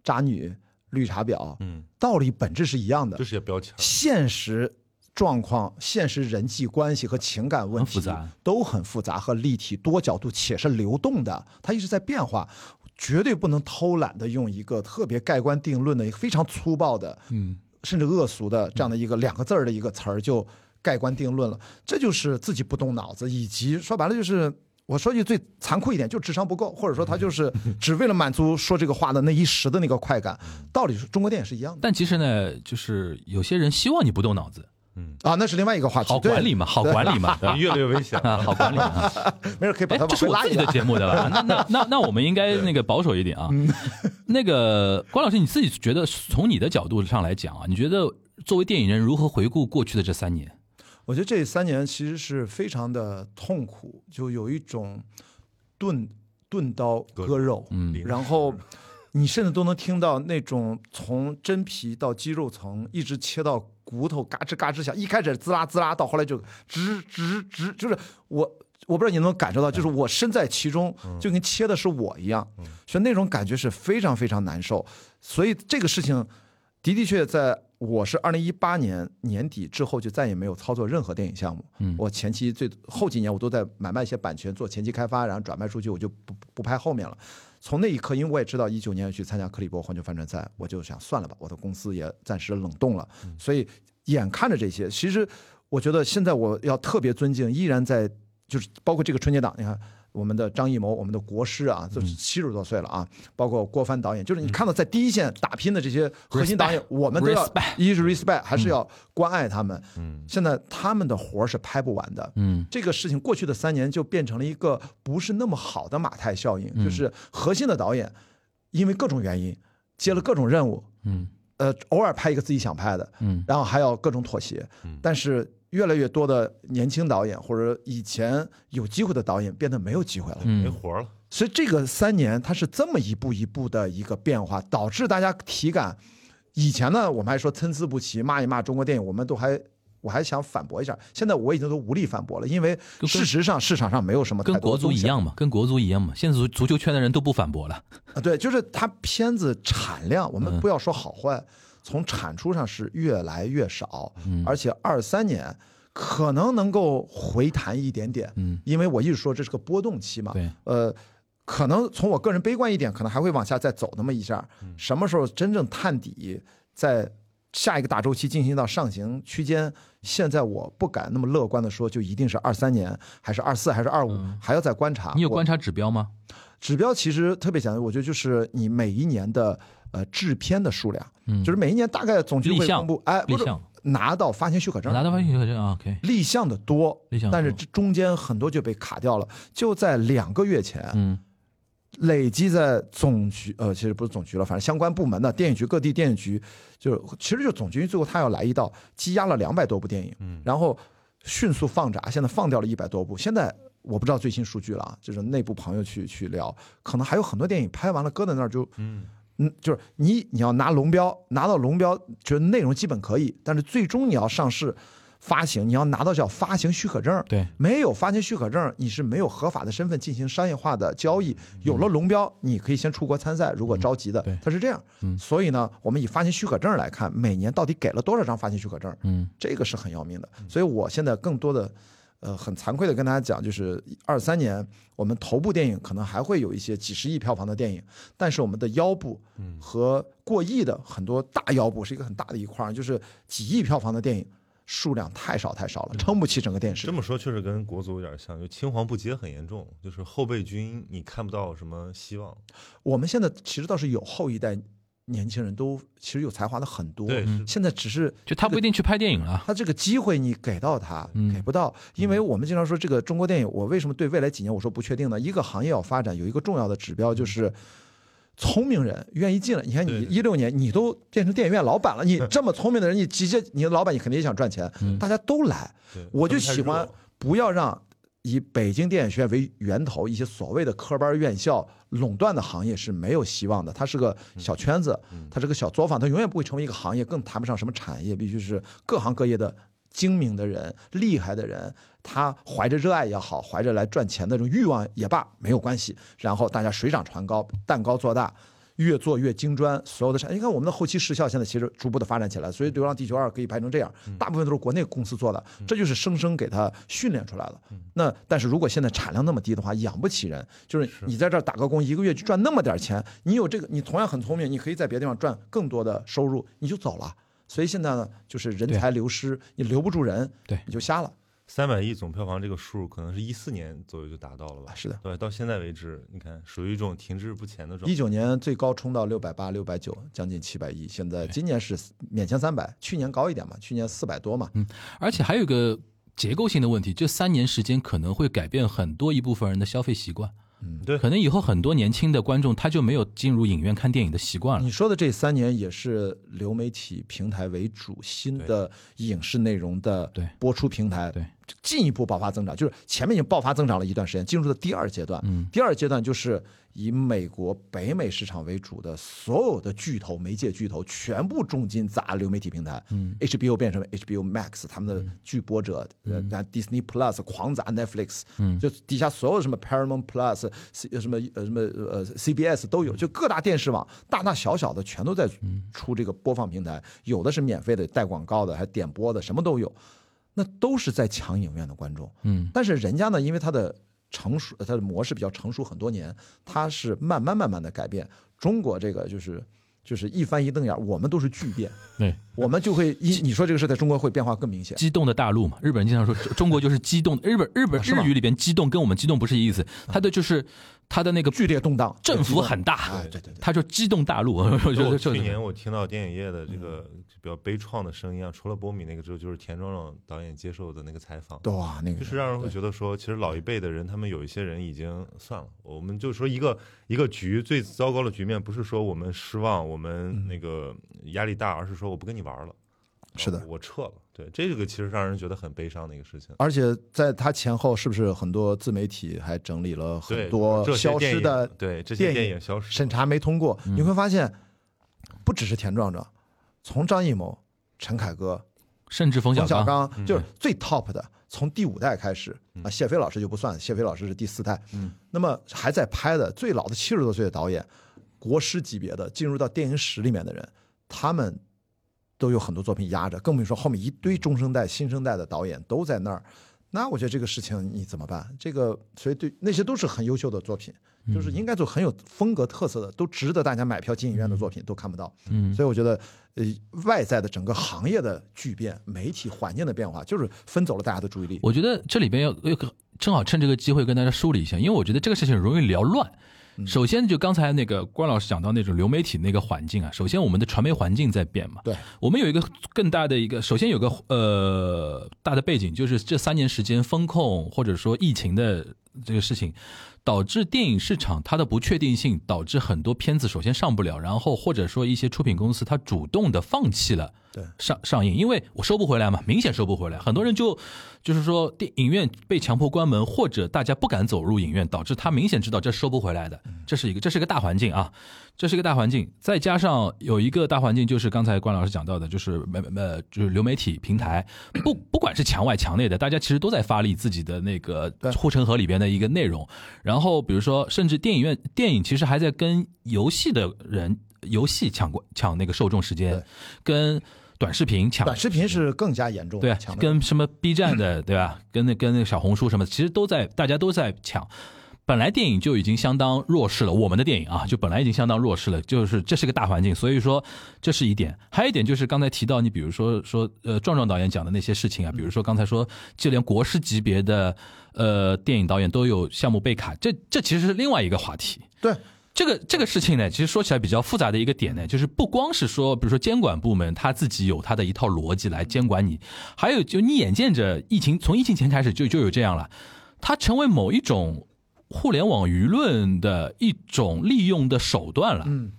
渣女、绿茶婊，
嗯，
道理本质是一样的
这，是些标 签儿。
现实状况、现实人际关系和情感问题
很复杂
都很复杂和立体、多角度且是流动的，它一直在变化。绝对不能偷懒的用一个特别盖棺定论的、一个非常粗暴的，
嗯，
甚至恶俗的这样的一个两个字儿的一个词儿就盖棺定论了，这就是自己不动脑子，以及说白了就是我说句最残酷一点，就智商不够，或者说他就是 只为了满足说这个话的那一时的那个快感。道理是中国电影是一样的
但其实呢，就是有些人希望你不动脑子，
啊，那是另外一个话题，
好
对
管理嘛，好管 理嘛，对吧？
越来越危险了。
啊，好管理啊！
没事可以把
哎
它，
这
往
是
回
我
拉
自
一
己的
下。
节目 对吧？那那那那我们应该那个保守一点啊。
嗯
那个关老师，你自己觉得从你的角度上来讲啊，你觉得作为电影人如何回顾过去的这三年？
我觉得这三年其实是非常的痛苦，就有一种钝钝刀割肉，
嗯
零
然后你甚至都能听到那种从真皮到肌肉层，一直切到骨头，嘎吱嘎吱响。一开始滋啦滋啦，到后来就吱吱吱，就是我我不知道你能不能感受到，就是我身在其中，就跟切的是我一样，所以那种感觉是非常非常难受。所以这个事情的的确确在我是二零一八年年底之后就再也没有操作任何电影项目。
嗯
我前期最后几年我都在买卖一些版权做前期开发，然后转卖出去，我就不不不拍后面了。从那一刻，因为我也知道一九年去参加克里伯环球帆船赛，我就想算了吧，我的公司也暂时冷冻了，
嗯
所以眼看着这些，其实我觉得现在我要特别尊敬，依然在就是包括这个春节档，你看我们的张艺谋，我们的国师啊，
嗯
就是七十多岁了啊，包括郭帆导演，就是你看到在第一线打拼的这些核心导演
Respect，
我们都要
respect 嗯
一是 respect，还是要关爱他们。
嗯，
现在他们的活儿是拍不完的，
嗯
这个事情过去的三年就变成了一个不是那么好的马太效
嗯
应，就是核心的导演因为各种原因接了各种任务，
嗯
呃，偶尔拍一个自己想拍的，
嗯
然后还要各种妥协
嗯。
但是越来越多的年轻导演或者以前有机会的导演变得没有机会了，
没
嗯，
活儿了。
所以这个三年它是这么一步一步的一个变化，导致大家体感。以前呢，我们还说参差不齐，骂一骂中国电影，我们都还我还想反驳一下。现在我已经都无力反驳了，因为
跟
事实上市场上没有什么
跟
太多
国
的
足
东
一
西
样嘛，跟国足一样嘛。现在足足球圈的人都不反驳了。
啊，对，就是它片子产量，我
嗯
们不要说好坏，从产出上是越来越少，
嗯
而且二三年可能能够回弹一点点，
嗯，
因为我一直说这是个波动期嘛，
对，
呃，可能从我
嗯
个人悲观一点，可能还会往下再走那么一下。什么时候真正探底，再下一个大周期进行到上行区间，现在我不敢那么乐观的说，就一定是二三年，还是二四，还是二五，还要再观察。
嗯啊你有观
察
察指标吗？
指标？其实特别简单，我觉得就是你每一年的呃制片的数量，
嗯，
就是每一年大概总局
立
会
项
公布，哎，
立
不是
项，
拿到发行许可证，
拿到发行许可证啊，OK，
立项的多，
立项的
但是
多
这中间很多就被卡掉了。就在两个月前，
嗯
累积在总局，呃，其实不是总局了，反正相关部门的电影局、各地电影局，就是其实就总局最后他要来一道，积压了两百多部电影，
嗯
然后迅速放闸，现在放掉了一百多部，现在。我不知道最新数据了啊，就是内部朋友去去聊，可能还有很多电影拍完了搁在那儿就
嗯
嗯，就是你你要拿龙标，拿到龙标，觉得内容基本可以，但是最终你要上市发行，你要拿到叫发行许可证。
对，
没有发行许可证，你是没有合法的身份进行商业化的交易。有了龙标，你可以先出国参赛，如果着急的
对，
它是这样。
嗯嗯
所以呢，我们以发行许可证来看，每年到底给了多少张发行许可证，
嗯
这个是很要命的。所以我现在更多的，呃，很惭愧的跟大家讲，就是二三年我们头部电影可能还会有一些几十亿票房的电影，但是我们的腰部
嗯
和过亿的很多大腰部是一个很大的一块儿，就是几亿票房的电影数量太少太少了，撑不起整个电视
这。么说确实跟国足有点像，就青黄不接很严重，就是后备军你看不到什么希望。
我们现在其实倒是有后一代年轻人都其实有才华的很多，
对，是
现在只是
就他不一定去拍电影了，啊
他这个机会你给到他
嗯，
给不到，因为我们经常说这个中国电影，我为什么对未来几年我说不确定呢？一个行业要发展，有一个重要的指标就是。聪明人愿意进来，你看你
嗯对
一六年你都变成电影院老板了， 你这么聪明的人，你直接你的老板你肯定也想赚钱，
嗯
大家都来，
对
我
他
就
们太
喜欢
弱
不要让以北京电影学院为源头一些所谓的科班院校垄断的行业是没有希望的。它是个
嗯
小圈子，它是个小作坊，它永远不会成为一个行业，更谈不上什么产业。必须是各行各业的精明的人、厉害的人，他怀着热爱也好，怀着来赚钱的这种欲望也罢，没有关系。然后大家水涨船高，蛋糕做大。越做越精专，所有的产，你看我们的后期视效现在其实逐步的发展起来，所以《流浪地球二》可以拍成这样，大部分都是国内公司做的，这就是生生给它训练出来了。那但是如果现在产量那么低的话，养不起人，就是你在这儿打个工，一个月就赚那么点儿钱，你有这个，你同样很聪明，你可以在别的地方赚更多的收入，你就走了。所以现在呢，就是人才流失，你留不住人，
对
你就瞎了。
三百亿总票房这个数，可能是一四年左右就达到了吧
啊？是的，
对，到现在为止，你看属于一种停滞不前的状
一
态。
九年最高冲到六百八、六百九，将近七百亿，现在今年是勉强三百，去年高一点嘛，去年四百多嘛。
而且还有一个结构性的问题，这三年时间可能会改变很多一部分人的消费习惯，
嗯
对，
可能以后很多年轻的观众他就没有进入影院看电影的习惯了
你，说的这三年也是流媒体平台为主新的影视内容的
对
播出平台，
对，
进一步爆发增长，就是前面已经爆发增长了一段时间，进入了第二阶段。
嗯，
第二阶段就是以美国北美市场为主的所有的巨头、媒介巨头全部重金砸流媒体平台，
嗯
，HBO 变成 HBO Max 他们的巨波者，呃，那 Disney Plus 狂砸 Netflix，
嗯
就底下所有什么 Paramount Plus、C- 什么呃什么呃 CBS 都
嗯
有，就各大电视网大大小小的全都在出这个播放平台，有的是免费的，带广告的，还点播的，什么都有，那都是在抢影院的观众。
嗯
但是人家呢，因为它的成熟，它的模式比较成熟很多年，它是慢慢慢慢的改变。中国这个就是就是一翻一瞪眼，我们都是巨变，
对，
我们就会一你说这个事在中国会变化更明 显。
激动的大陆嘛，日本人经常说中中国就是激动，日本日本
是吗
日语里边激动跟我们激动不是一意思，他的就是他的那个
剧烈动荡，
振幅很大
哎，，对对对，
他就激动大陆， 我觉
我
得
哦去
这
年我听到电影业的
嗯
这个比较悲怆的声音啊，除了波米那个之后，就是田壮壮导演接受的那个采访，
哇，那个
就是让人会
对
觉得说，其实老一辈的人，他们有一些人已经算了。我们就说一个一个局最糟糕的局面，不是说我们失望，我
嗯
们那个压力大，而是说我不跟你玩了，
是的
我我撤了。对，这个其实让人觉得很悲伤的一个事情。
而且在他前后，是不是很多自媒体还整理了
对，
很多
这些
消
电
失
影嗯
的
对这些
电
电
影
影消失
审查没通过？你会发现，不只是田壮壮，从张艺谋、陈凯歌、
甚至冯
冯小
小刚，
刚就是最 top 的，从第五代开始啊，谢飞老师就不算，谢飞老师是第四代。那么还在拍的最老的七十多岁的导演，国师级别的，进入到电影史里面的人，他们都有很多作品压着，更不用说后面一堆中生代、新生代的导演都在那儿。那我觉得这个事情你怎么办？这个所以对那些都是很优秀的作品，就是应该做很有风格特色的，都值得大家买票进影院的作品都看不到。
嗯
所以我觉得，呃，外在的整个行业的巨变、媒体环境的变化，就是分走了大家的注意力。
我觉得这里边要要正好趁这个机会跟大家梳理一下，因为我觉得这个事情容易聊乱。
嗯
首先，就刚才那个关老师讲到那种流媒体那个环境啊，首先我们的传媒环境在变嘛，
对，
我们有一个更大的一个，首先有个呃大的背景，就是这三年时间风控或者说疫情的这个事情，导致电影市场它的不确定性，导致很多片子首先上不了，然后或者说一些出品公司它主动的放弃了。
对
上上映，因为我收不回来嘛，明显收不回来。很多人就就是说，电影院被强迫关门，或者大家不敢走入影院，导致他明显知道这收不回来的。
嗯
这是一个，这是一个大环境啊，这是一个大环境。再加上有一个大环境，就是刚才关老师讲到的，就是媒呃就是流媒体平台，不不管是墙外墙内的，大家其实都在发力自己的那个
对
护城河里边的一个内容。然后比如说，甚至电影院电影其实还在跟游戏的人。游戏抢过抢那个受众时间
对，
跟短视频抢
短视频是更加严重，
对啊
强，的
跟什么 B 站的对吧？跟那跟那个小红书什么的，其实都在大家都在抢。本来电影就已经相当弱势了，我们的电影啊，就本来已经相当弱势了，就是这是个大环境，所以说这是一点。还有一点就是刚才提到，你比如说说呃，壮壮导演讲的那些事情啊，比如说刚才说，就连国师级别的呃电影导演都有项目被卡，这这其实是另外一个话题。
对
这个这个事情呢，其实说起来比较复杂的一个点呢，就是不光是说，比如说监管部门他自己有他的一套逻辑来监管你，还有就你眼见着疫情从疫情前开始就就有这样了，它成为某一种互联网舆论的一种利用的手段了。
嗯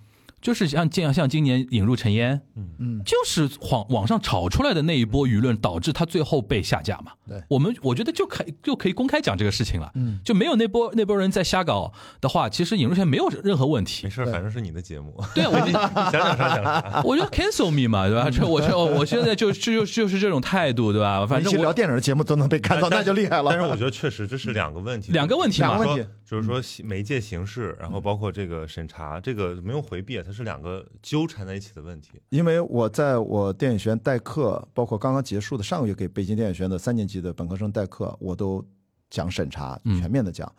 就是像像像今年引入陈烟，
嗯，
就是网网上炒出来的那一波舆论，导致他最后被下架嘛。
对
我们我觉得就可以就可以公开讲这个事情了。
嗯，
就没有那波那波人在瞎搞的话，其实引入前没有任何问题
没。事儿，反正是你的节目，
对啊，我 就
想 讲啥讲啥。
我觉得 cancel me 嘛，对吧？这我这我现在就就就是这种态度，对吧？反
一期
正
聊
我
电影的节目都能被看到，
但
那就厉害了。
但是我觉得确实这是两个问题，
两个问题
两
嘛
个，
说
问题嗯
就是说形媒介形式，然后包括这个审查，这个没有回避，啊它是两个纠缠在一起的问题。
因为我在我电影学院代课，包括刚刚结束的上个月给北京电影学院的三年级的本科生代课，我都讲审查，
嗯
全面的讲，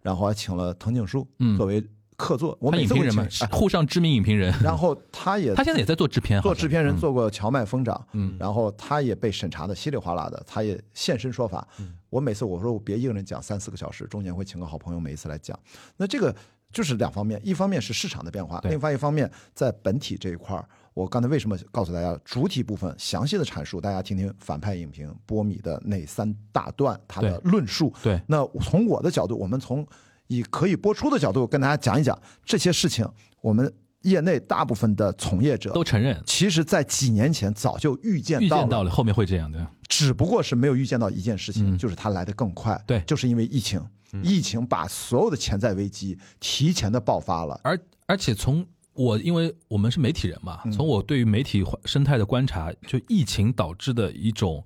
然后还请了藤井树
嗯
作为客座，我
他
每
影
次
评
会
人嘛
请， 哎，
沪上知名影 评人，
然后他也
他现在也在做制片，
做制片人，做过荞麦疯长，
嗯
然后他也被审查的稀里哗啦的，他也现身说法。
嗯
我每次我说我别一个人讲三四个小时，中间会请个好朋友每一次来讲。那这个就是两方面，一方面是市场的变化，
对
另外一方面在本体这一块儿，我刚才为什么告诉大家主体部分详细的阐述，大家听听反派影评波米的那三大段他的论述。
对
那从我的角度，我们从以可以播出的角度跟大家讲一讲这些事情，我们。业内大部分的从业者
都承认，
其实，在几年前早就预见
预
到
见
了，
到了后面会这样的。
只不过是没有预见到一件事情，
嗯
就是它来得更快。
对嗯
就是因为疫情，疫情把所有的潜在危机提前的爆发了。
而而且从我，因为我们是媒体人嘛，
嗯
从我对于媒体环生态的观察，就疫情导致的一种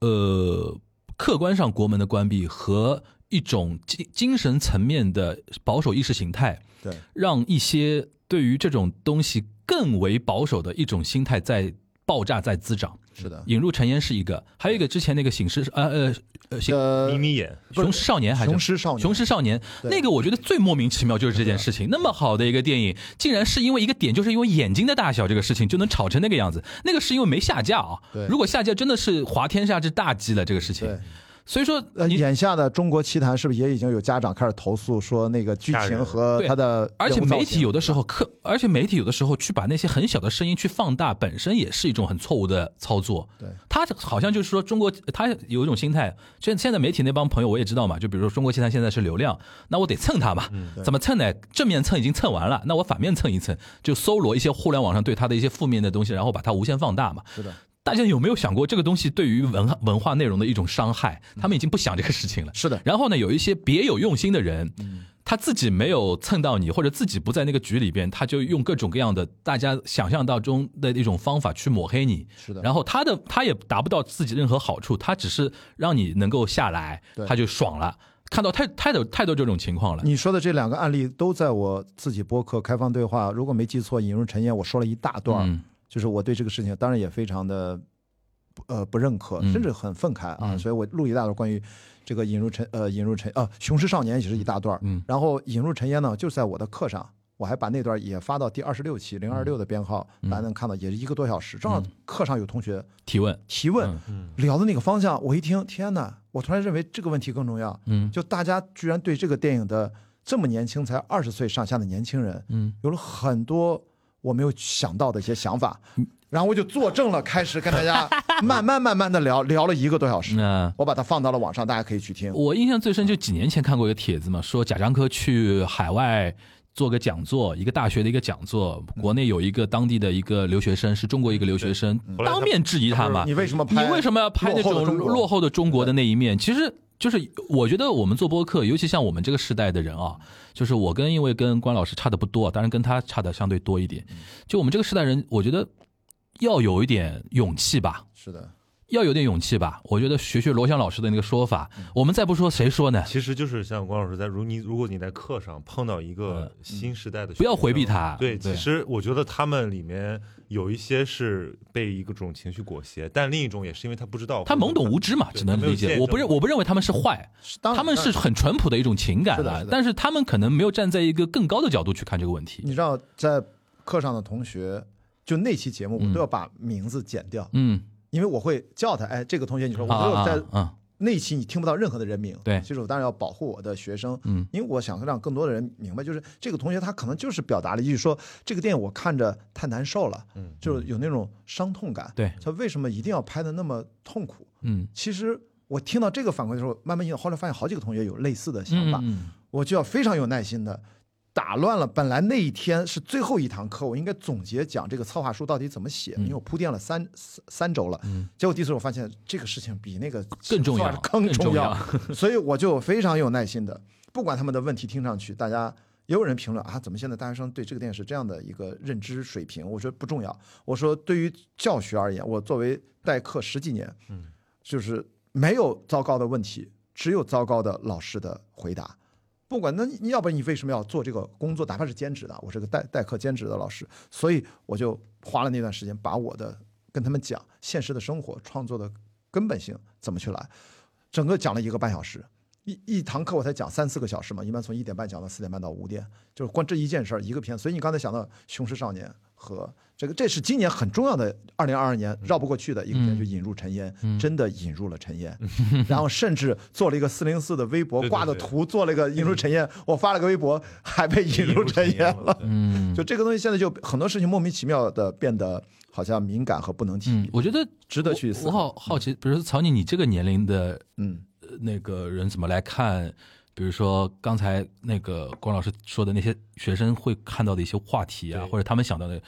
呃客观上国门的关闭和一种精精神层面的保守意识形态，
对，
让一些对于这种东西更为保守的一种心态在爆炸在滋长。
是的。
引入陈烟是一个，还有一个之前那个醒狮呃呃呃醒
呃
眯，眯眼，
雄狮少年还是
雄狮少年
雄狮少年
对
那个我觉得最莫名其妙就是这件事情，那么好的一个电影，竟然是因为一个点，就是因为眼睛的大小这个事情就能吵成那个样子，那个是因为没下架啊
对。
如果下架，真的是滑天下之大稽了这个事
对
情。，所以说
呃，
你
眼下的中国奇谭是不是也已经有家长开始投诉说那个剧
吓人
情和
对
它的
而且
人物造
媒体
型
有的时候刻，而且媒体有的时候去把那些很小的声音去放大，本身也是一种很错误的操作。
对，
他好像就是说中国，他有一种心态，现现在媒体那帮朋友我也知道嘛，就比如说中国现在现在是流量，那我得蹭他嘛，
嗯
怎么蹭呢？正面蹭已经蹭完了，那我反面蹭一蹭，就搜罗一些互联网上对他的一些负面的东西，然后把它无限放大嘛。
是的，
大家有没有想过这个东西对于文文化内容的一种伤害？他们已经不想这个事情了。
是的，
然后呢，有一些别有用心的人，
嗯
他自己没有蹭到你，或者自己不在那个局里边，他就用各种各样的大家想象到中的一种方法去抹黑你。
是的
然后他的他也达不到自己任何好处，他只是让你能够下来
对，
他就爽了。看到太太多太多这种情况了。
你说的这两个案例都在我自己播客开放对话，如果没记错，引入陈烟，我说了一大段儿，
嗯
就是我对这个事情，当然也非常的呃不认可，
嗯
甚至很愤慨啊。
嗯
所以我录一大段关于这个引入尘呃引入尘啊《雄狮少年》也是一大段儿，
嗯
然后引入尘烟呢，就是在我的课上。我还把那段也发到第二十六期零二六的编号，
嗯
大家能看到，也是一个多小时。正好课上有同学
提问，
提问，
嗯
嗯
聊的那个方向，我一听，天哪！我突然认为这个问题更重要。
嗯
就大家居然对这个电影的这么年轻，才二十岁上下的年轻人，
嗯，
有了很多我没有想到的一些想法。
嗯
然后我就作证了，开始跟大 家慢慢慢慢的聊，聊了一个多小时。
那。
我把它放到了网上，大家可以去听。
嗯我印象最深就几年前看过一个帖子嘛，说贾樟柯去海外做个讲座，一个大学的一个讲座，国内有一个当地的一个留学生，是中国一个留学生，
后来他
当面质疑他嘛，
你为什么
你
拍？
为什么要拍那种落后的中国的那一面？其实就是我觉得我们做播客，尤其像我们这个时代的人啊，就是我跟因为跟关老师差的不多，当然跟他差的相对多一点。就我们这个时代人，我觉得要有一点勇气吧。
是的，
要有点勇气吧，我觉得学学罗翔老师的那个说法，
嗯
我们再不说谁说呢？
其实就是像关老师在，如你如果你在课上碰到一个新时代的学生，
嗯不要回避他嗯
对，
对
其实我觉得他们里面有一些是被一个种情绪裹挟，但另一种也是因为他不知道，
他懵懂无知嘛，
对
只能理
他没
解。
有见
我不认，
证
我不认为他们是坏，
当然
他们是很淳朴的一种情感
是的
啊
是，的
但是他们可能没有站在一个更高的角度去看这个问题。
你知道，在课上的同学，就那期节目，我都要把名字剪掉，
嗯，
因为我会叫他。哎，这个同学，你说我
啊
都
啊
有在
啊啊，
那一期你听不到任何的人名，
对
其实我当然要保护我的学生，
嗯，
因为我想让更多的人明白，就是这个同学他可能就是表达了一句说这个电影我看着太难受了，
嗯，
就是有那种伤痛感，
对
他为什么一定要拍的那么痛苦？
嗯，
其实我听到这个反馈的时候，慢慢意识到后来发现好几个同学有类似的想
嗯
法，
嗯
我就要非常有耐心的。打乱了，本来那一天是最后一堂课，我应该总结讲这个策划书到底怎么写，因为我铺垫了三三三周了。
嗯
结果第四周我发现这个事情比那个
更重要
策划书更
更重要
所以我就非常有耐心的，不管他们的问题听上去，大家也有人评论啊，怎么现在大学生对这个电影是这样的一个认知水平？我说不重要，我说对于教学而言，我作为代课十几年，
嗯，
就是没有糟糕的问题，只有糟糕的老师的回答。不管那你要不然你为什么要做这个工作，哪怕是兼职的，我是个代代课兼职的老师，所以我就花了那段时间把我的跟他们讲现实的生活创作的根本性怎么去来，整个讲了一个半小时，一一堂课我才讲三四个小时嘛，一般从一点半讲到四点半到五点，就是光这一件事儿一个片，所以你刚才想到《雄狮少年》和这个，这是今年很重要的二零二二年绕不过去的一个片，就引入尘烟，真的引入了尘烟，然后甚至做了一个四零四的微博
对对
挂的
对
图，做了一个引入尘烟，我发了个微博还被引入尘烟了。
了，对
嗯，
就这个东西，现在就很多事情莫名其妙的变得好像敏感和不能
嗯
提，，
我觉得
值得去思
我
考。
好好奇，比如说曹宁，你这个年龄的
嗯，
呃那个人怎么来看？比如说刚才那个光老师说的那些学生会看到的一些话题啊，
对
或者他们想到的，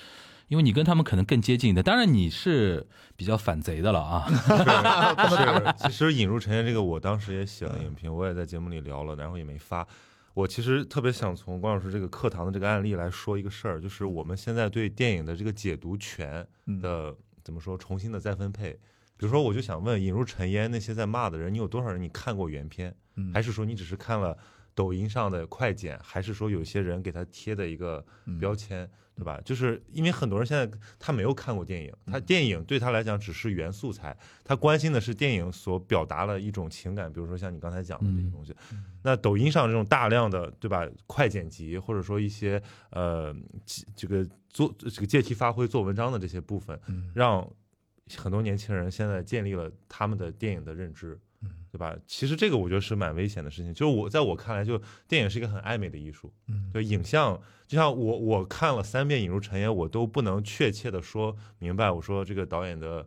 因为你跟他们可能更接近的。当然你是比较反贼的了啊，
是，其实引入陈烟这个，我当时也写了影评，我也在节目里聊了，然后也没发。我其实特别想从关老师这个课堂的这个案例来说一个事儿，就是我们现在对电影的这个解读权
嗯
的怎么说，重新的再分配。比如说，我就想问，引入尘烟那些在骂的人，你有多少人你看过原片？
嗯
还是说你只是看了抖音上的快剪？还是说有些人给他贴的一个
嗯
标签，对吧？就是因为很多人现在他没有看过电影，他电影对他来讲只是原素材，他关心的是电影所表达了一种情感，比如说像你刚才讲的这些东西。那抖音上这种大量的，对吧？快剪辑或者说一些呃这这个做这个借题发挥做文章的这些部分，
嗯
让很多年轻人现在建立了他们的电影的认知，对吧？其实这个我觉得是蛮危险的事情。就是我在我看来，就电影是一个很暧昧的艺术，
嗯
对影像，就像我我看了三遍《引入尘烟》，我都不能确切的说明白，我说这个导演的。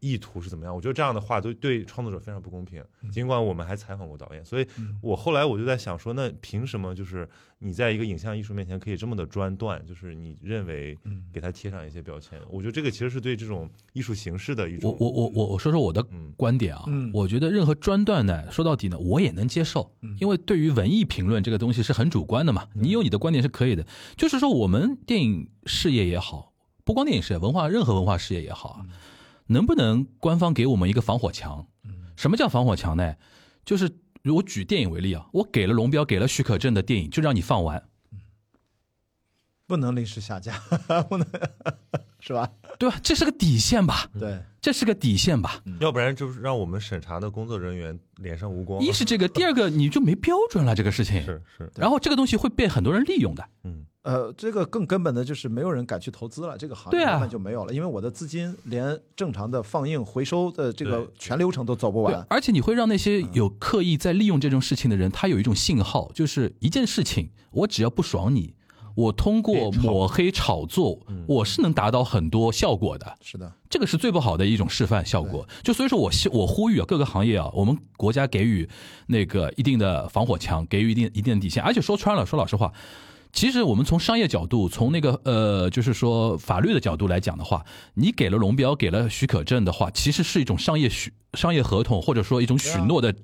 意图是怎么样？我觉得这样的话对对创作者非常不公平。尽管我们还采访过导演，所以我后来我就在想说，那凭什么就是你在一个影像艺术面前可以这么的专断？就是你认为给它贴上一些标签，我觉得这个其实是对这种艺术形式的一
我
种
我我我我说说我的
嗯
观点啊，
嗯
我觉得任何专断呢，说到底呢，我也能接受，因为对于文艺评论这个东西是很主观的嘛，你有你的观点是可以的。就是说，我们电影事业也好，不光电影事业，文化任何文化事业也好啊，能不能官方给我们一个防火墙？什么叫防火墙呢？就是我举电影为例啊，我给了龙标，给了许可证的电影，就让你放完，
不能临时下架，不能是吧？
对吧？这是个底线吧？
对，
这是个底线吧？
要不然就是让我们审查的工作人员脸上无光。啊
一是这个，第二个你就没标准了这个事情。
是是，
然后这个东西会被很多人利用的。
嗯，
呃，这个更根本的就是没有人敢去投资了，这个行
对
业
啊
慢慢就没有了，因为我的资金连正常的放映、回收的这个全流程都走不
对嗯
完，。
而且你会让那些有刻意在利用这种事情的人，他有一种信号，就是一件事情，我只要不爽你，我通过抹黑炒嗯作，我是能达到很多效果的。
是的，
这个是最不好的一种示范效果。就所以说我希我呼吁啊，各个行业啊，我们国家给予那个一定的防火墙，给予一定一定的底线。而且说穿了，说老实话。其实我们从商业角度，从那个呃，就是说法律的角度来讲的话，你给了龙标，给了许可证的话，其实是一种商业许商业合同，或者说一种许诺的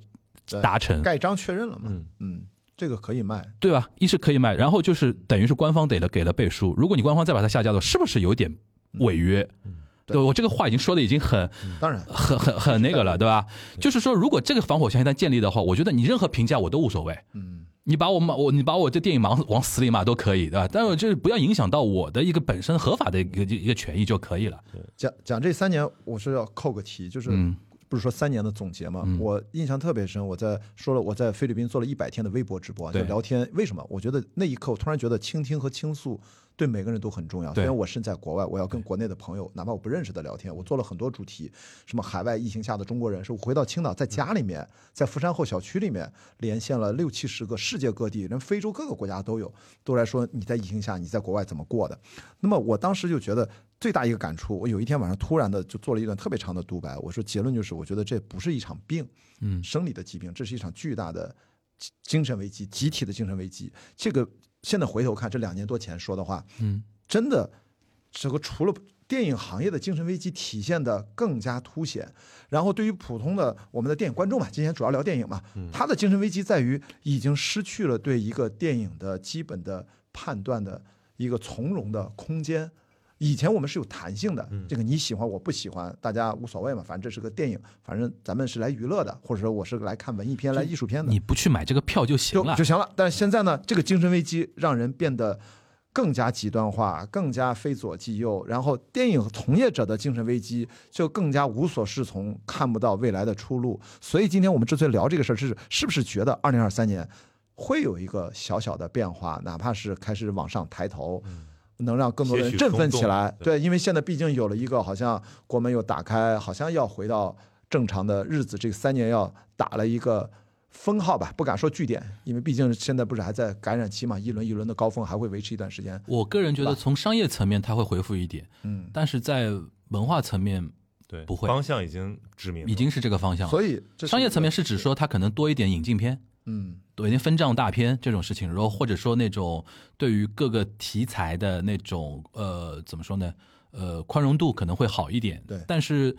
对
达成，
盖章确认了嘛？
嗯
嗯，这个可以卖，
对吧？一是可以卖，然后就是等于是官方给了给了背书。如果你官方再把它下架的话，是不是有点违约？
嗯
对我这个话已经说的已经很
当然
很很很那个了，对吧？就是说，如果这个防火墙一旦建立的话，我觉得你任何评价我都无所谓。
嗯，
你把我骂我，你把我这电影往往死里骂都可以，对吧？但我就是不要影响到我的一个本身合法的一个一个权益就可以了。
讲讲这三年，我是要扣个题，就是
嗯
不是说三年的总结嘛？我印象特别深，我在说了我在菲律宾做了一百天的微博直播啊，就
对
聊天。为什么？我觉得那一刻，我突然觉得倾听和倾诉对每个人都很重要。虽
对
然我身在国外，我要跟国内的朋友，哪怕我不认识的聊天，我做了很多主题，什么海外疫情下的中国人，是我回到青岛，在家里面，在福山后小区里面连线了六七十个世界各地，连非洲各个国家都有，都来说你在疫情下你在国外怎么过的。那么我当时就觉得最大一个感触，我有一天晚上突然的就做了一段特别长的独白，我说结论就是，我觉得这不是一场病，
嗯
生理的疾病，这是一场巨大的精精神危机，集体的精神危机。这个现在回头看，这两年多前说的话，
嗯，
真的，这个除了电影行业的精神危机体现的更加凸显。然后对于普通的我们的电影观众嘛，今天主要聊电影嘛，
嗯
他的精神危机在于已经失去了对一个电影的基本的判断的一个从容的空间。以前我们是有弹性的，
嗯
这个你喜欢我不喜欢，大家无所谓嘛，反正这是个电影，反正咱们是来娱乐的，或者说我是来看文艺片、来艺术片的
你。不去买这个票就行
嗯就
了
就。行了。但是现在呢，这个精神危机让人变得更加极端化，更加非左即右，然后电影从业者的精神危机就更加无所适从，看不到未来的出路。所以今天我们之所以聊这个事儿，是是不是觉得二零二三年会有一个小小的变化，哪怕是开始往上抬头。
嗯
能让更多
些
人
许
振奋
松
起
动
来，对，因为现在毕竟有了一个好像国门又打开，好像要回到正常的日子，这三年要打了一个封号吧，不敢说据点，因为毕竟现在不是还在感染期嘛，一轮一轮的高峰还会维持一段时间。
我个人觉得，从商业层面它会回复一点，
嗯，
但是在文化层面
对，
不会
方向已经指明了，
已经是这个方向了。
所以这是
商业层面
一
是指说它可能多一点引进片，
个，嗯，
多一点分账大片这种事情，然后或者说那种对于各个题材的那种呃怎么说呢呃宽容度可能会好一点。
对
但是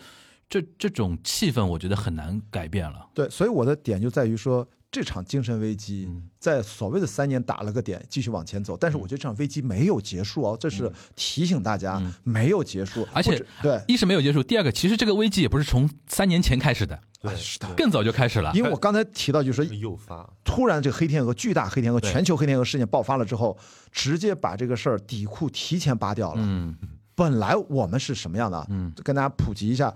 这这种气氛我觉得很难改变了。
对，所以我的点就在于说，这场精神危机
嗯
在所谓的三年打了个点，继续往前走，但是我觉得这场危机没有结束哦，这是提醒大家没有结束，
嗯而且
不
啊
止对，
一是没有结束，第二个其实这个危机也不是从三年前开始啊的，
哎是的。
更早就开始了。
因为我刚才提到，就是说
诱发。
突然这个黑天鹅巨大黑天鹅
嗯对
全球黑天鹅事件爆发了之后，直接把这个事儿底裤提前扒掉了。
嗯
本来我们是什么样的啊？
嗯
跟大家普及一下，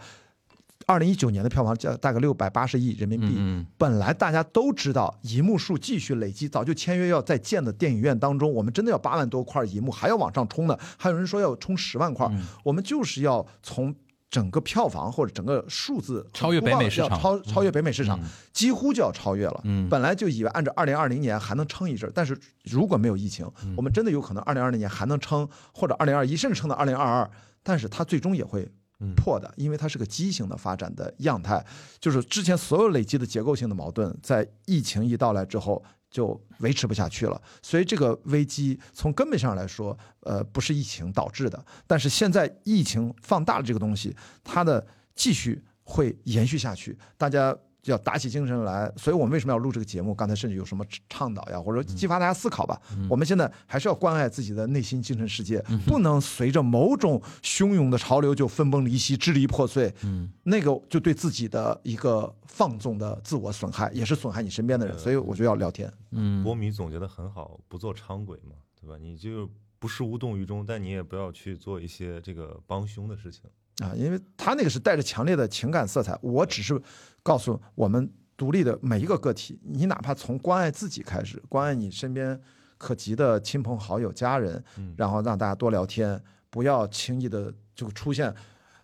二零一九年的票房价大概六百八十亿人民币。
嗯
本来大家都知道，银幕数继续累积，早就签约要再建的电影院当中，我们真的要八万多块银幕，还要往上冲呢。还有人说要冲十万块，我们就是要从。整个票房或者整个数字
超越北美市场
要超超越北美市场，几乎就要超越了。
嗯
本来就以为按照二零二零年还能撑一阵儿，但是如果没有疫情，我们真的有可能二零二零年还能撑，或者二零二一，甚至撑到二零二二，但是它最终也会破的，因为它是个畸形的发展的样态，就是之前所有累积的结构性的矛盾，在疫情一到来之后。就维持不下去了，所以这个危机从根本上来说，呃，不是疫情导致的，但是现在疫情放大了这个东西，它的继续会延续下去，大家要打起精神来。所以我们为什么要录这个节目？刚才甚至有什么倡导呀，或者激发大家思考吧。我们现在还是要关爱自己的内心精神世界，不能随着某种汹涌的潮流就分崩离析、支离破碎。
嗯，
那个就对自己的一个放纵的自我损害，也是损害你身边的人。所以我就要聊天。
嗯
波米总结的很好，不做伥鬼嘛，对吧？你就不是无动于衷，但你也不要去做一些这个帮凶的事情。
啊，因为他那个是带着强烈的情感色彩，我只是告诉我们独立的每一个个体，你哪怕从关爱自己开始，关爱你身边可及的亲朋好友、家人，
嗯
然后让大家多聊天，不要轻易的就出现。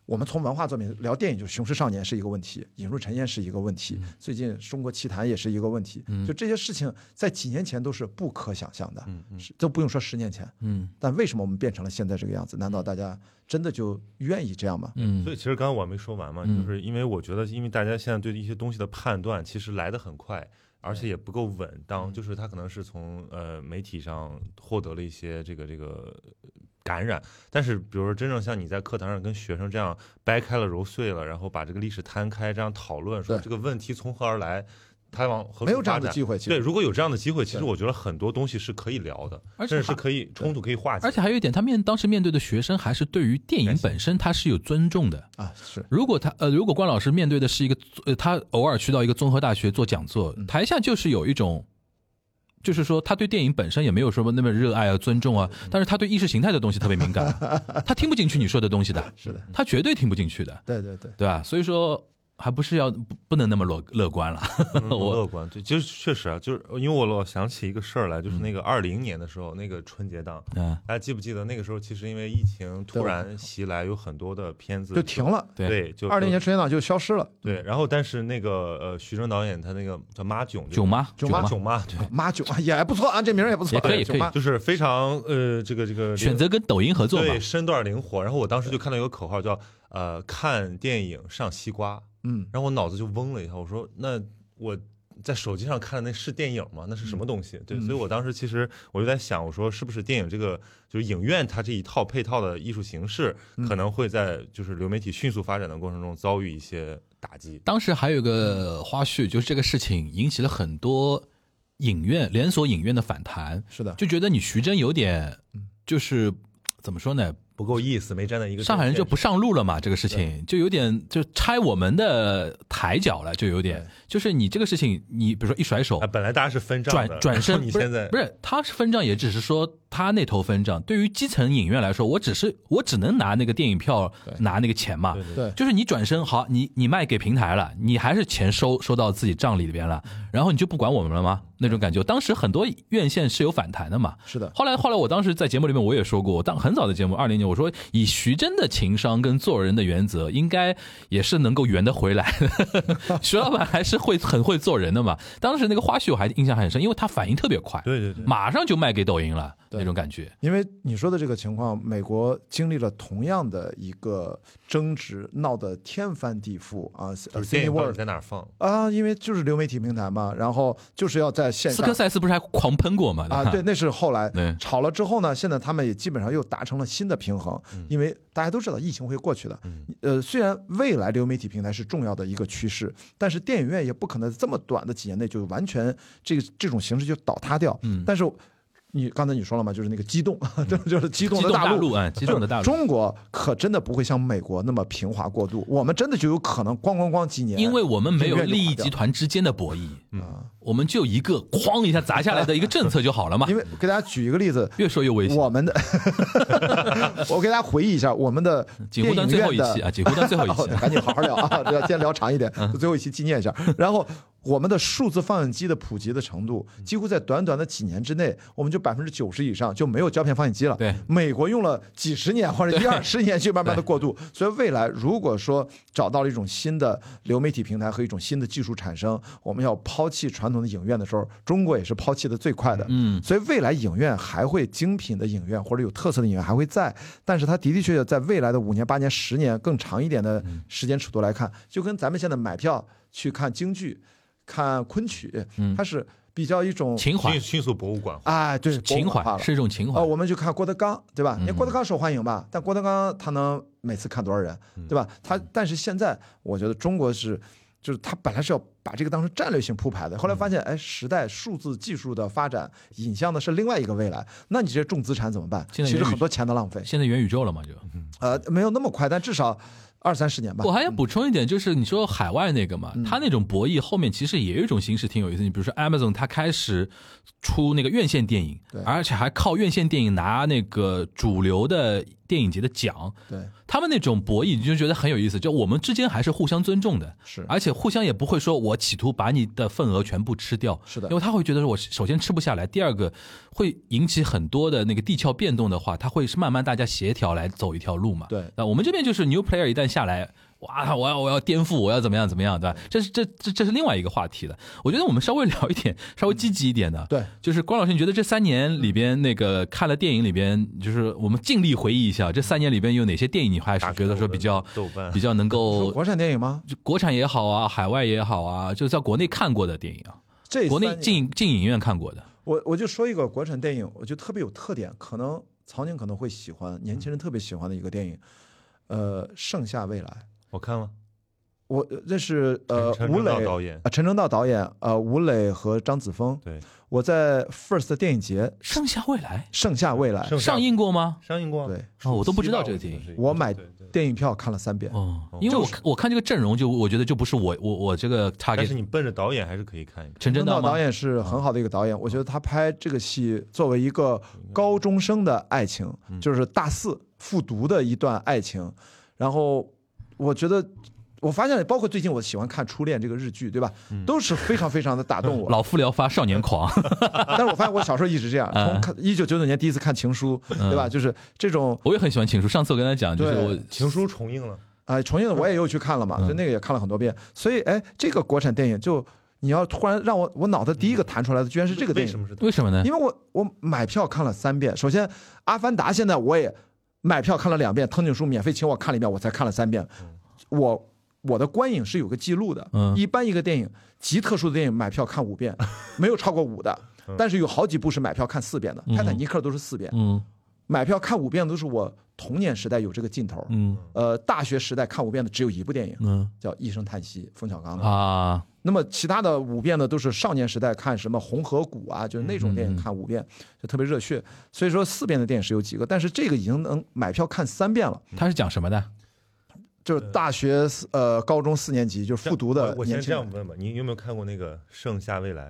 我们从文化作品聊电影，就《雄狮少年》是一个问题，《引入尘烟》是一个问题，
嗯
最近《中国奇谭》也是一个问题。就这些事情，在几年前都是不可想象的，
嗯嗯
是都不用说十年前。
嗯
但为什么我们变成了现在这个样子？难道大家真的就愿意这样吗？
嗯
所以其实刚刚我还没说完嘛，
嗯
就是因为我觉得，因为大家现在对一些东西的判断其实来得很快，而且也不够稳
嗯
当，就是他可能是从呃媒体上获得了一些这个这个呃感染，但是比如说真正像你在课堂上跟学生这样掰开了揉碎了，然后把这个历史摊开这样讨论，说
对
这个问题从何而来，它往何处
没有这样
发
的
展
机会，其
对，
实
如果有这样的机会，其实
对
我觉得很多东西是可以聊的，
而且
甚至是
还
可以冲突可以化解
而。且还有一点，他面当时面对的学生还是对于电影本身他是有尊重的。
啊，是
如果他呃，如果关老师面对的是一个呃，他偶尔去到一个综合大学做讲座，台下就是有一种，就是说他对电影本身也没有什么那么热爱啊、尊重啊，但是他对意识形态的东西特别敏感，啊他听不进去你说的东西的，
是
嗯
的，
他绝对听不进去的，
对对对，
对吧？所以说还不是要不不能那么乐乐观了，
嗯不
我
乐观，对，就是确实啊，就是因为我老想起一个事儿来，就是那个二零年的时候，那个春节档，
嗯，
大家记不记得那个时候，其实因为疫情突
对
然袭来，有很多的片子
就停了。
对
对，就
二零年春节档就消失了，
对，然后但是那个呃，徐峥导演他那个叫妈囧，
囧妈，
囧妈
囧妈，对，
妈囧啊 也不错啊，这名儿也不错，
也可
对
以
囧妈
就是非常呃，这个这个
选择跟抖音合作嘛
对，身段灵活。然后我当时就看到有个口号叫呃，看电影上西瓜，
嗯，
然后我脑子就嗡了一下，我说那我在手机上看的那是电影吗？那是
嗯
什么东西？对，所以我当时其实我就在想，我说是不是电影这个就是影院它这一套配套的艺术形式，
嗯
可能会在就是流媒体迅速发展的过程中遭遇一些打击。
当时还有一个花絮，就是这个事情引起了很多影院连锁影院的反弹，
是的，
就觉得你徐峥有点
嗯
就是怎么说呢？
不够意思，没站在一个
上海人就不
是
上路了嘛，这个事情就有点就拆我们的台脚了，就有点
对
就是你这个事情，你比如说一甩手
啊，，本来大家是分账
转
的
转
然
身，
后你
不是
现在
不是他是分账，也只是说他那头分账。对于基层影院来说，我只是我只能拿那个电影票拿那个钱嘛，
对对
对
就是你转身好，你你卖给平台了，你还是钱收收到自己账里边了，
嗯
然后你就不管我们了吗？那种感觉，当时很多院线是有反弹的嘛。
是的，
后来后来，我当时在节目里面我也说过，我当很早的节目二零年，我说以徐峥的情商跟做人的原则，应该也是能够圆得回来的。 徐老板还是会很会做人的嘛。当时那个花絮我还印象很深，因为他反应特别快，
对对对
马上就卖给抖音了
对
那种感觉。
因为你说的这个情况，美国经历了同样的一个争执，闹得天翻地覆啊
就
呃
是电
，Cine
影到底
World
在哪儿放？
啊，因为就是流媒体平台嘛，然后就是要在线
斯
上
科塞斯不是还狂喷过嘛？
啊，
吧
对，，那是后来
对
吵了之后呢，现在他们也基本上又达成了新的平衡，
嗯
因为大家都知道疫情会过去的。呃，虽然未来流媒体平台是重要的一个趋势，但是电影院也不可能这么短的几年内就完全这个这种形式就倒塌掉。
嗯
但是你刚才你说了嘛，就是那个激动，这 就是激动
激
的
嗯动大
陆
陆。啊，激动的大陆。
中国可真的不会像美国那么平滑过渡，我们真的就有可能咣咣咣几年，
因为我们没有
这个院就
利益
垮掉嗯
集团之间的博弈，我们就一个哐一下砸下来的一个政策就好了嘛
因。为给大家举一个例 子，
越说越危险。
我们的， 我给大家回忆一下我们的
锦湖
电
端
影
最后
院
一期
的，
啊，锦湖端最后一
哦
期，嗯
赶紧好好聊 啊，这先聊长一点，最后一期纪念一下。然后我们的数字放映机的普及的程度，几乎在短短的几年之内，我们就百分之九十以上就没有胶片放映机了。
对
美国用了几十年或者一二十年去慢慢的过渡，所以未来如果说找到了一种新的流媒体平台和一种新的技术产生，我们要抛弃传统的影院的时候，中国也是抛弃的最快的。
嗯，
所以未来影院还会精品的影院或者有特色的影院还会在，但是它的的确确在未来的五年、八年、十年更长一点的
嗯
时间尺度来看，就跟咱们现在买票去看京剧、看昆曲，它是比较一种
嗯情怀
迅，迅速博物馆化，
哎，对
情
博物馆化
怀
了
是一种情怀
哦，。我们去看郭德纲，对
嗯
吧？你看郭德纲受欢迎吧，但郭德纲他能每次看多少人，
嗯
对吧？他但是现在我觉得中国是，就是他本来是要把这个当成战略性铺排
嗯
的，后来发现，哎，时代数字技术的发展引向的是另外一个未来，那你这些重资产怎么办？
现
其
在
实
元宇
很多钱的浪费，嗯
现在元宇宙了嘛，就
呃，没有那么快，但至少。二三十年吧
我。还要补充一点，就是你说海外那个嘛，
嗯
它那种博弈后面其实也有一种形式挺有意思。你比如说 Amazon，它开始出那个院线电影
对，
而且还靠院线电影拿那个主流的电影节的奖。
对，
他们那种博弈，你就觉得很有意思，就我们之间还是互相尊重的，
是
而且互相也不会说我企图把你的份额全部吃掉，
是的
因为他会觉得说我首先吃不下来，第二个会引起很多的那个地壳变动的话，他会是慢慢大家协调来走一条路嘛。
对
那我们这边就是 new player 一旦下来，哇，我要我要颠覆，我要怎么样怎么样，对吧？这是这这这是另外一个话题了。我觉得我们稍微聊一点，稍微积极一点的，
对，
就是关老师，你觉得这三年里边那个看了电影里边，就是我们尽力回忆一下，这三年里边有哪些电影你还是觉得说比
嗯
较
豆瓣
比较能够
说国产电影吗？
就国产也好啊，海外也好啊，就在国内看过的电影啊，
这
国内
三年
进进影院看过的，
我我就说一个国产电影，我觉得特别有特点，可能曹宁可能会喜欢，年
嗯
轻人特别喜欢的一个电影，呃，《盛夏未来》。
我看了，
我认识呃
陈
吴
陈正道
磊
导演
啊，陈正道导演，呃，吴磊和张子枫。
对，
我在 First 电影节《
《盛夏未来
盛夏未来》
盛》夏
上映过吗？
上映过，
对
哦我都不知道
暑期吧
这个电影
我记得是
我买
对对
电影票看了三遍，
哦
哦，
因为我看我看这个阵容就我觉得就不是我我我这个
但是
target
你奔着导演还是可以看一看。
陈
陈正
正道
吗
导？演是很好的一个导演，我觉得他拍这个戏作为一个高中生的爱情，
嗯
就是大四复读的一段爱情，然后我觉得。我发现，包括最近我喜欢看《初恋》这个日剧，对吧？都是非常非常的打动我。
嗯老夫聊发少年狂，
但是我发现我小时候一直这样，
嗯
从看一九九九年第一次看《情书》，对吧？就是这种
我也很喜欢情书。上次我跟他讲，就是
对
我
情书重映了，
啊、重庆的我也又去看了嘛，
嗯
所以那个也看了很多遍。所以哎，这个国产电影就你要突然让我我脑袋第一个弹出来的居然是这个
为
电
什
影，
么是它？
为什么呢
因？为我我买票看了三遍。首先，《阿凡达》现在我也买票看了两遍，藤井树免费请我看了一遍，我才看了三遍。我我的观影是有个记录的，
嗯
一般一个电影极特殊的电影买票看五 遍，没有超过五的。但是有好几部是买票看四遍的，《泰坦尼克》都是四遍，
嗯
买票看五遍都是我童年时代有这个劲头儿。
嗯
呃，大学时代看五遍的只有一部电影，
嗯
叫《一声叹息》，冯小刚的。
啊，
那么其他的五遍呢，都是少年时代看什么《红河谷》啊，就是那种电影看五遍就特别热血。所以说四遍的电影是有几个，但是这个已经能买票看三遍了。
他是讲什么的？
就是大学四呃高中四年级就是复读的
我我
年
先
轻
这样
人，
问吧，你有没有看过那个《盛夏未来》？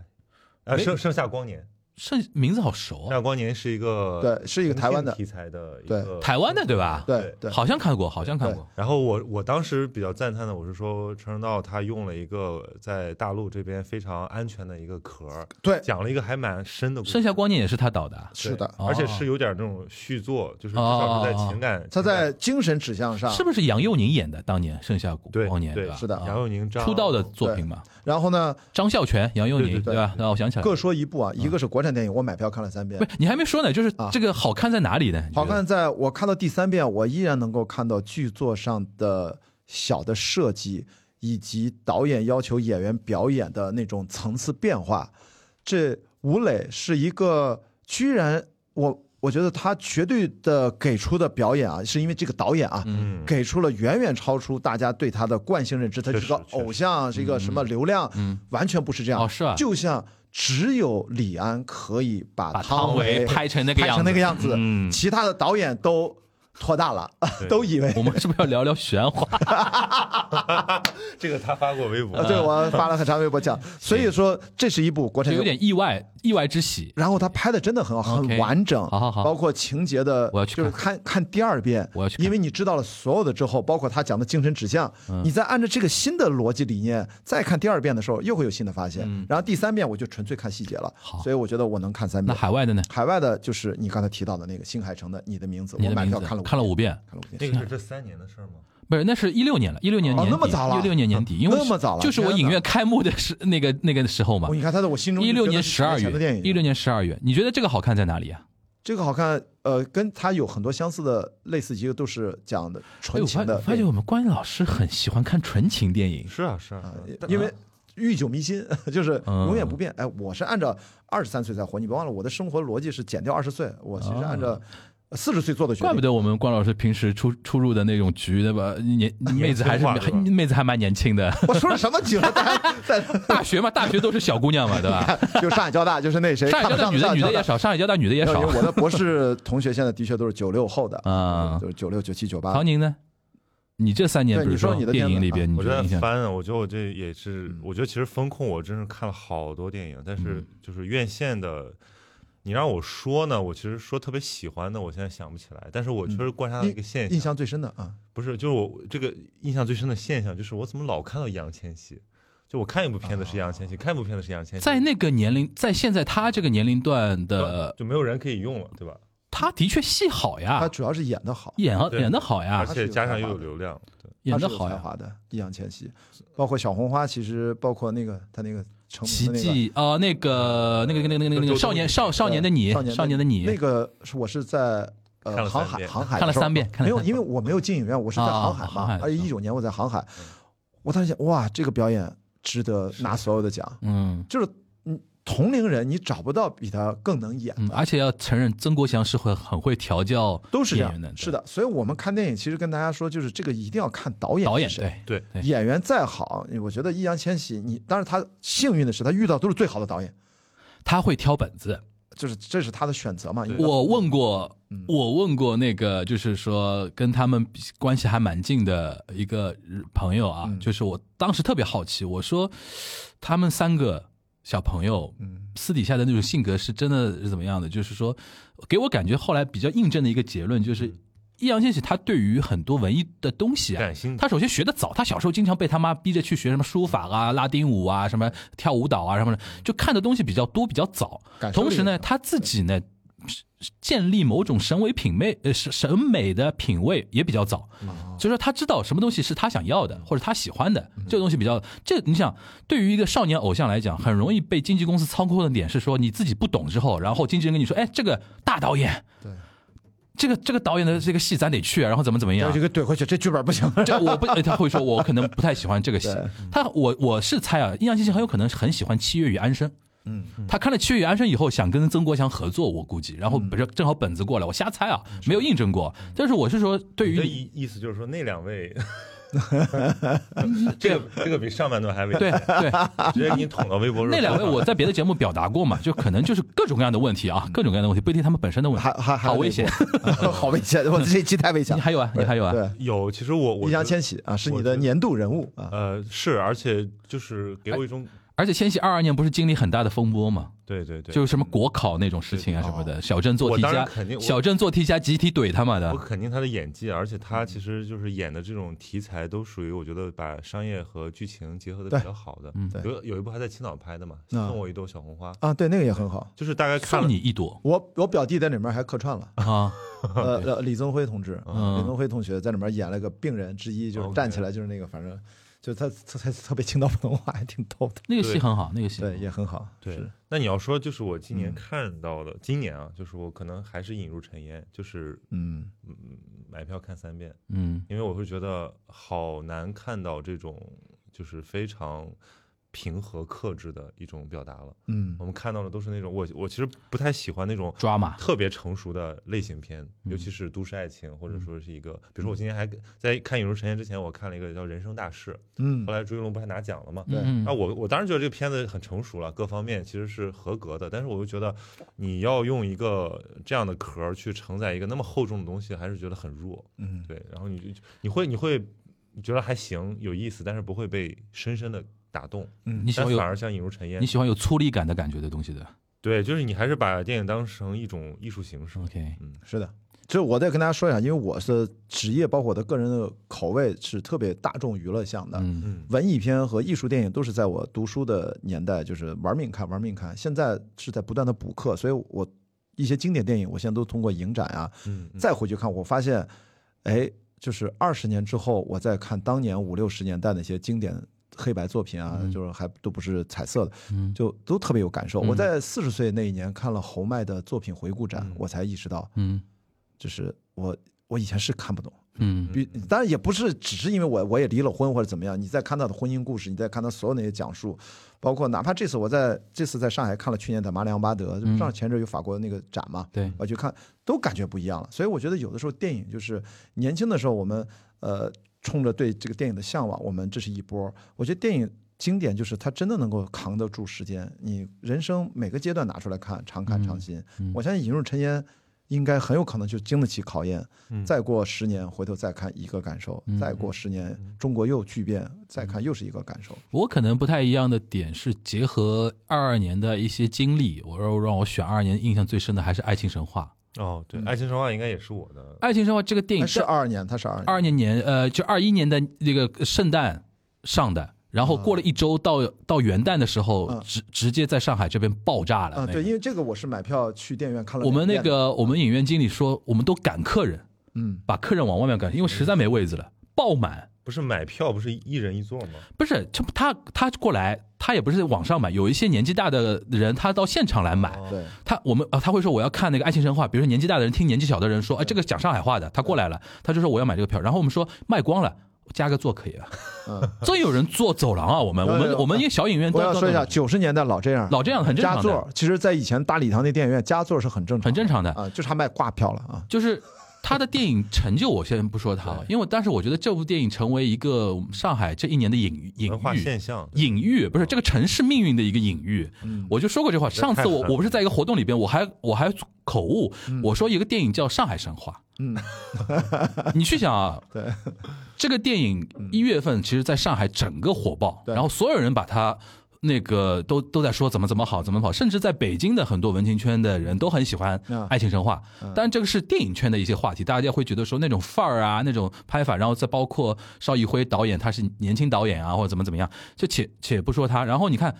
啊，
没
盛盛夏光年，
这名字好熟
《盛
啊，
夏光年》是一个
对是一个台湾的
重庆题材的一
对
个
台湾的对吧？
对对
好像看过，好像看过。
然后我我当时比较赞叹的，我是说陈正道他用了一个在大陆这边非常安全的一个壳儿，
对
讲了一个还蛮深的故事。
盛夏光年也是他导的啊，
对
是的，
哦
而且是有点那种续作，就是至少是在情感，
他在
情
精神指向上
是。不是杨佑宁演的？当年盛夏
对
光年
对
吧？
是的
感
啊
杨佑宁张
出道的作品嘛，
然后呢，
张孝全、杨佑宁，
对对对
吧？那我想起来了，
各说一部啊，一个是国产电影，我买票看了三遍
不。是你还没说呢，就是
啊
这个好看在哪里呢？
好看，在我看到第三遍，我依然能够看到剧作上的小的设计，以及导演要求演员表演的那种层次变化。这吴磊是一个，居然我我觉得他绝对的给出的表演啊，是因为这个导演啊，
嗯
给出了远远超出大家对他的惯性认知，他
确
是
实
个
确
偶像，是一个什么流量，完全不是这样。
哦是啊
就像只有李安可以把
把汤唯
唯
拍成那个
拍
样
成那
子
个样子，
嗯
其他的导演都脱大了，
对
都以为
我。们是不是要聊聊许 鞍华？
感这个他发过微博
呃，对 我发了很长微博讲，所以说这是一部国产
就
电
有
影，
点意外，意外之喜。
然后他拍的真的很好，
OK
很完整，
好好好
包括情节的，
我要去
就是看看第二遍，
我要去看嗯
因为你知道了所有的之后，包括他讲的精神指向，你再按照这个新的逻辑理念再看第二遍的时候，又会有新的发现，然后第三遍我就纯粹看细节了，
嗯好
所以我觉得我能看三
那
遍。
海外的呢？
海外的就是你刚才提到的那个新海诚的《你的名字》，
你
我
的
买
名
票
字
看了
看了
五
五遍，
看了五遍。
那个是这三年的事儿吗？
不是，那是一六年了，一六年
哦
年底，
那么早了
一六年年底，因为
那么早了
就是我
天哪
影院开幕的时 那个那个时候嘛
哦，，你看他在我心中
一
就
六
觉得
年
是
十二
以前的电
月，
影，
一六年十二月，你觉得这个好看在哪里啊？
这个好看，呃，跟他有很多相似的类似，一个都是讲的
哎，
纯
我
情
发
的
我发
电
现
影，
我们关老师很喜欢看纯情电影，
是啊，是啊，
啊
是啊
因为。历久弥新，就是
嗯
永远不变。哎，我是按照二十三岁才活，你别忘了我的生活逻辑是减掉二十岁，我其实按照四十岁做的决
哦怪不
定。
得我们关老师平时出出入的那种局对吧？年妹子还是
年轻化对吧
妹子还蛮年轻的，
我说的什么酒了？大家在
大学嘛，大学都是小姑娘嘛，对吧？
就上海交大，就是 那谁，
上海交
看
大
不上
女
上
的
海
女
交
的
大
也少，上海交大女的也
没有
少
因为我的博士同学现在的确都是九六后的，
啊
就是九六、九七、九八
唐。宁呢？你这三年，
对
比如
你说你的
电
片
影
子
里边，你
我
觉得
在
嗯印象
翻啊，我觉得我这也是，
嗯
我觉得其实风控我真是看了好多电影，但
嗯
是就是院线的，你让我说呢，我其实说特别喜欢的，我现在想不起来。但是我确实观察到一个现
嗯印
象，
象最深的啊，
不是就是我这个印象最深的现象，就是我怎么老看到易烊千玺，就我看一部片
啊
子是易烊千玺，看一部片子是易烊千玺，
在那个年龄，在现在他这个年龄段
呃
的，
就没有人可以用了，对吧？
他的确戏好
他
呀，
主要是演的好，
演
对
演的好
而
呀，
且加上又有流量，对，
演
他
的
是有
好
才
呀，
华的易烊千玺，包括小红花，其实包括那个他那个成
奇
名的那个。
迹啊，那个那个那个那个那个那个
周
少
冬
年
雨
少少年的你，
呃
少
少
年的你，
那个是我是在
看
呃
了
航
三
海
遍
航海
看了
的时候
三遍看了
没有，
三
因为我没有进影院，我是在
啊啊
航海
航海
嘛
的，
而且一九年我在航海，
嗯
我当时想哇，这个表演值得拿所有的奖，
嗯
就是嗯，同龄人你找不到比他更能演
嗯，
的，
而且要承认曾国祥是会很会调教
都是这
演员的
样，是的，所以我们看电影其实跟大家说，就是这个一定要看导演
导演
是谁
对对
演员再好，我觉得易烊千玺，你但是他幸运的是，他遇到都是最好的导演，
他会挑本子。
就是这是他的选择嘛。因为
我问过，我问过那个，就是说跟他们比关系还蛮近的一个朋友啊，就是我当时特别好奇，我说他们三个小朋友，
嗯
私底下的那种性格是真的是怎么样的？就是说，给我感觉后来比较印证的一个结论就是。易烊千玺他对于很多文艺的东西啊
感，兴趣
他首先学的早，他小时候经常被他妈逼着去学什么书法啊、拉丁舞啊、什么跳舞蹈啊什么的，就看的东西比较多，比较早。
感受力
同时呢，他自己呢是是建立某种审美品味，呃，审审美的品味也比较早，
啊
所以说他知道什么东西是他想要的，或者他喜欢的，这个东西比较。这你想，对于一个少年偶像来讲，很容易被经纪公司操控的点是说你自己不懂之后，然后经纪人跟你说，哎，这个大导演，
对，
这个这个导演的这个戏咱得去啊，然后怎么怎么样
要，这个怼回去，这剧本不行。
这我不，呃他会说，我可能不太喜欢这个戏
对。
他我我是猜啊，印象千玺很有可能很喜欢《七月与安生》。嗯，他看了《七月与安生》以后，想跟曾国祥合作，我估计，然
嗯
后不是正好本子过来，我瞎猜啊，没有印证过。但是我是说，对
你的
于
意意思就是说那两位，这个这个比上半段还危
对
险，
对
直接给你捅到微博热搜
那两位，我在别的节目表达过嘛，就可能就是各种各样的问题
嗯
啊，各种各样的问题，不一定他们本身的问题
还。还还
好危险，
好危险！我这一期太危险
你
了。
还有啊，你还有啊，
对，
有，其实我我
易烊
觉得
千玺啊，是
我
你
觉
的
得
年度人物啊。
呃是，而且就是给我一种
而且千玺二二年不是经历很大的风波嘛，
对对对，
就是什么国考那种事情啊什么的，小镇做
我
题
当然
家
肯定，我哦
小镇做题家集体怼他妈的
我，肯定他的演技，而且他其实就是演的这种题材都属于我觉得把商业和剧情结合的
对
比较好的
嗯，
对
有有一部还在青岛拍的嘛，
嗯
送我一朵小红花，
啊，对，那个也很好。
就是大概看
送
了
你一朵
我我表弟在里面还客 串了，
啊。
呃，呃李增辉同志，啊
嗯
李增辉同学在里面演了个病人之一，就是
哦 OK
站起来就是那个，反正就他特特特别青岛普通话，还挺逗的。
那个
对
戏很好，那个戏
对，也很好。
对
是，嗯
那你要说就是我今年看到的，今年啊，就是我可能还是引入尘烟，就是
嗯，
买票看三遍，
嗯
因为我会觉得好难看到这种就是非常平和克制的一种表达了。
嗯
我们看到的都是那种我我其实不太喜欢那种
，drama，
特别成熟的类型片，尤其是都市爱情，或者说是一个，比如说我今天还在看《引入尘烟》之前，我看了一个叫《人生大事》，
嗯
后来朱一龙不还拿奖了吗？
对
嗯
啊，我我当然觉得这个片子很成熟了，各方面其实是合格的，但是我就觉得你要用一个这样的壳儿去承载一个那么厚重的东西，还是觉得很弱。
嗯，
对，然后你就你会你会觉得还行，有意思，但是不会被深深的打动，
嗯
你喜
但
欢
反
有
而像引入尘烟
你，喜欢有粗粝感的感觉的东西的
对，就是你还是把电影当成一种艺术形式。嗯
，OK，
是的。就我再跟大家说一下，因为我的职业包括我的个人的口味是特别大众娱乐向的，
嗯
嗯，
文艺片和艺术电影都是在我读书的年代，就是玩命看，玩命看。现在是在不断的补课，所以我一些经典电影，我现在都通过影展啊，
嗯
再回去看，我发现，哎，就是二十年之后，我再看当年五六十年代那些经典黑白作品啊，就是还都不是彩色的，
嗯
就都特别有感受。我在四十岁那一年看了侯麦的作品回顾展，我才意识到，
嗯
就是我我以前是看不懂。
嗯
比当然也不是只是因为我我也离了婚或者怎么样，你再看他的婚姻故事，你再看他所有那些讲述，包括哪怕这次我在这次在上海看了去年的马里昂巴德，
嗯
上前阵有法国那个展嘛，
对
我去看都感觉不一样了。所以我觉得有的时候电影就是年轻的时候我们呃冲着对这个电影的向往，我们这是一波。我觉得电影。经典就是它真的能够扛
嗯
得住时间，你人生每个阶段拿出来看，常看常新。我相信《引入尘烟》应该很有可能就经得起考验。
嗯
再过十年回头再看一个感受，
嗯
再过十年中国又巨变，再看又是一个感受。
我可能不太一样的点是，结合二二年的一些经历，我让让我选二二年印象最深的还是《爱情神话
哦，对，
嗯
爱情神话应该也是我》。
《
的，
爱情神话》这个电
它
影
啊是二二年，它是二
哎二二年年呃，就二一年的那个圣诞上的，然后过了一周到、到元旦的时候，
嗯
直直接在上海这边爆炸了。
啊，
那
对，
个
因为这个我是买票去电影院看了
我
两遍的。
们那个我们影院经理说，我们都赶客人，
嗯，
把客人往外面赶，因为实在没位子了，爆满。
不是买票不是一人一座吗？
不是，就他他过来，他也不是网上买，有一些年纪大的人，他到现场来买。
哦
对，
他我们啊，他会说我要看那个《爱情神话》，比如说年纪大的人听年纪小的人说，哎，这个讲上海话的，他过来了，他就说我要买这个票，然后我们说卖光了。加个座可以了，
嗯，
真有人坐走廊啊！我们
有
我
有
们
有
我们一个小影院都
我要说一下，
都
九十年代老这样，
老这样很正常
加
的
座。其实，在以前大礼堂那电影院加座是很正常的，
很正常的，
啊，就差卖挂票了啊。
就是他的电影成就，我先不说他，因为但是我觉得这部电影成为一个上海这一年的隐隐
文化
喻，
现象，
隐喻不是这个城市命运的一个隐喻。我就说过这话。上次
太
我
狠
我不是在一个活动里边，我还我还口误，我说一个电影叫《上海神话》。
嗯，
你去想啊，
对，
这个电影一月份其实在上海整个火爆，
对
然后所有人把它。那个都都在说怎么怎么好怎么好，甚至在北京的很多文青圈的人都很喜欢
嗯
《爱情神话》但这个是电影圈的一些话题，大家会觉得说那种范儿啊，那种拍法，然后再包括邵艺辉导演，他是年轻导演啊，或者怎么怎么样，就且且不说他，然后你看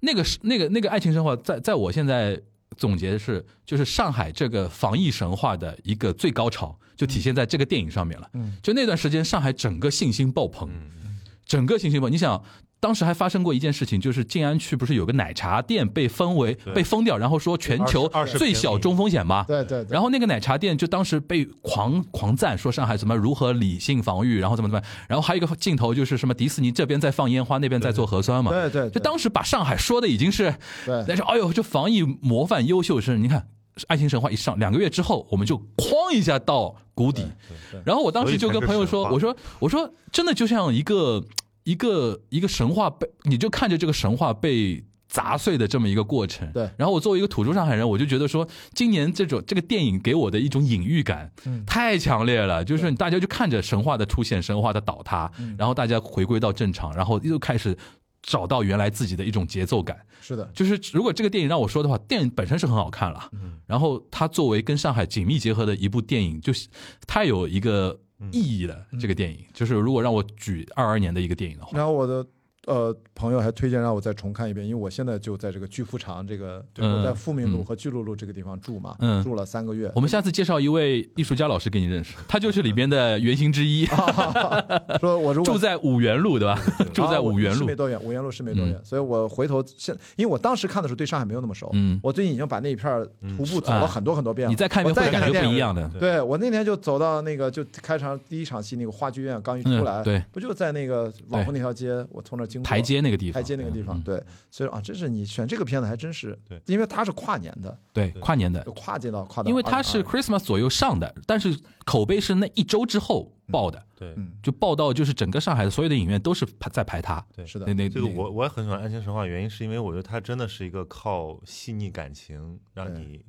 那个是那个那个《爱情神话》，在在我现在总结的是，就是上海这个防疫神话的一个最高潮，就体现在这个电影上面了。
嗯，
就那段时间，上海整个信心爆棚，
嗯，
整个信心爆棚。你想，当时还发生过一件事情，就是静安区不是有个奶茶店被封为
对
被封掉，然后说全球
二十
最小中风险嘛。
对对对。
然后那个奶茶店就当时被狂狂赞，说上海怎么如何理性防御，然后怎么怎么样，然后还有一个镜头就是什么迪士尼这边在放烟花，那边在做核酸嘛，
对对，
就
对
当时把上海说的已经是
对
但是哎呦，这防疫模范优秀生，你看《爱情神话》一上两个月之后，我们就哐一下到谷底。然后我当时就跟朋
所以才
友说，
是神话
我说我说真的就像一个一个一个神话被，你就看着这个神话被。砸碎的这么一个过程，
对
然后我作为一个土著上海人，我就觉得说，今年这种这个电影给我的一种隐喻感
嗯
太强烈了，就是大家就看着神话的出现，神话的倒塌，
嗯
然后大家回归到正常，然后又开始找到原来自己的一种节奏感。
是的，
就是如果这个电影让我说的话，电影本身是很好看了，
嗯
然后它作为跟上海紧密结合的一部电影，就是太有一个意义了。这个电
嗯
影就是如果让我举二二年的一个电影的话，
然后我的呃朋友还推荐让我再重看一遍，因为我现在就在这个巨富长这个，
对
我在
嗯
富民路
嗯
和巨鹿路这个地方住嘛，
嗯
住了三个月
我。们下次介绍一位艺术家老师给你认识，他就是里边的原型之 一，
说啊我如果
住在五原路对吧？ 住在
啊我
五原
是
路
没，多远，五原路是没多远，所以我回头现，因为我当时看的时候对上海没有那么熟，
嗯
我最近已经把那一片儿徒步走
啊
了很多很多遍了。
你再看一
我
遍
再
会感觉
看
不一
遍
样的。
对我那天就走到那个就开场第一场戏那个话剧院刚一出来，
嗯对
不就在那个网红那条街，我从那儿经过
台阶那个地方，
台阶那个地方，
嗯，
对，所以啊，这是你选这个片子还真是，
对
因为它是跨年的，
对，跨年的
就，跨界到跨到，
因为它是 Christmas 左右上的，但是口碑是那一周之后爆的，
对
嗯
就报道，就是整个上海的所有的影院都是排在排他。
对
是的
那，那
这个
那
我我也很喜欢《爱情神话》，原因是因为我觉得它真的是一个靠细腻感情让你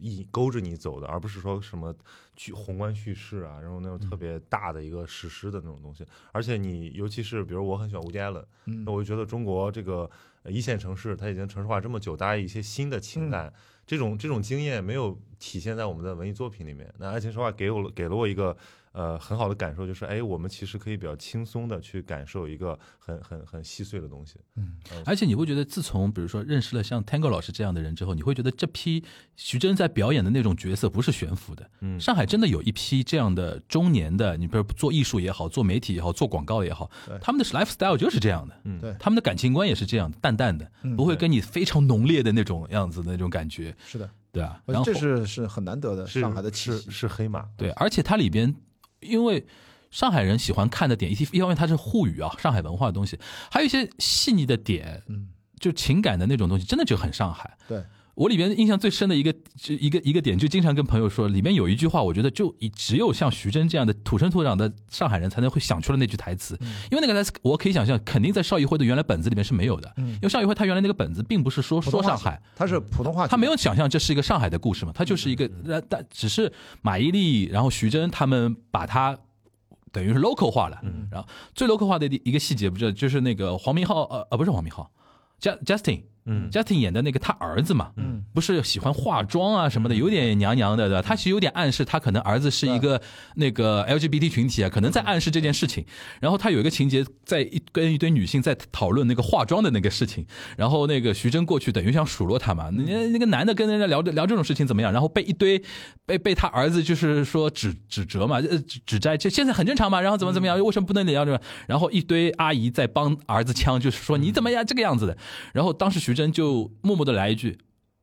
一勾着你走的，而不是说什么剧宏观叙事啊，然后那种特别大的一个史诗的那种东西。而且你尤其是比如我很喜欢吴迪艾伦，
嗯
那我就觉得中国这个呃一线城市它已经城市化这么久，大家一些新的
嗯
情感。这种这种经验没有体现在我们的文艺作品里面。那《爱情神话》给我了给了我一个呃很好的感受，就是哎，我们其实可以比较轻松的去感受一个很很很细碎的东西。
而且你会觉得，自从比如说认识了像 Tango 老师这样的人之后，你会觉得这批徐峥在表演的那种角色不是悬浮的。
嗯
上海真的有一批这样的中年的，你比如做艺术也好，做媒体也好，做广告也好
对，
他们的 lifestyle 就是这样的。
嗯
对
他们的感情观也是这样的，淡淡的，不会跟你非常浓烈的那种样子的那种感觉，
是的，
对啊。
我
然
觉
后
得这是是很难得的
是
上海的气
是
息，
是黑马，
对，而且它里边，因为上海人喜欢看的点，一一方面它是沪语啊，上海文化的东西，还有一些细腻的点，
嗯，
就情感的那种东西，真的就很上海。
对，
我里边印象最深的一个就一个一个点，就经常跟朋友说，里面有一句话，我觉得就以只有像徐峥这样的土生土长的上海人才能会想出来那句台词，
嗯
因为那个台词我可以想象，肯定在邵艺辉的原来本子里面是没有的，因为邵艺辉他原来那个本子并不是说
嗯普
说
通话
上海，
他是普通话，嗯
他没有想象这是一个上海的故事嘛，他就是一个，呃但只是马伊琍，然后徐峥他们把他等于是 local 化了，
嗯
然后最 local 化的一个细节，不是就是那个黄明昊，呃呃，不是黄明昊，Ju-，Justin，
嗯
Justin 演的那个他儿子嘛，
嗯，
不是喜欢化妆啊什么的，有点娘娘的，对吧？他其实有点暗示他可能儿子是一个那个 LGBT 群体啊，可能在暗示这件事情。然后他有一个情节，在一跟一堆女性在讨论那个化妆的那个事情，然后那个徐峥过去等于想数落他嘛，那那个男的跟人家聊聊这种事情怎么样，然后被一堆被被他儿子就是说指指责嘛，呃指指摘这现在很正常嘛，然后怎么怎么样，为什么不能聊这个？然后一堆阿姨在帮儿子呛，就是说你怎么呀这个样子的，然后当时徐峥就默默的来一句。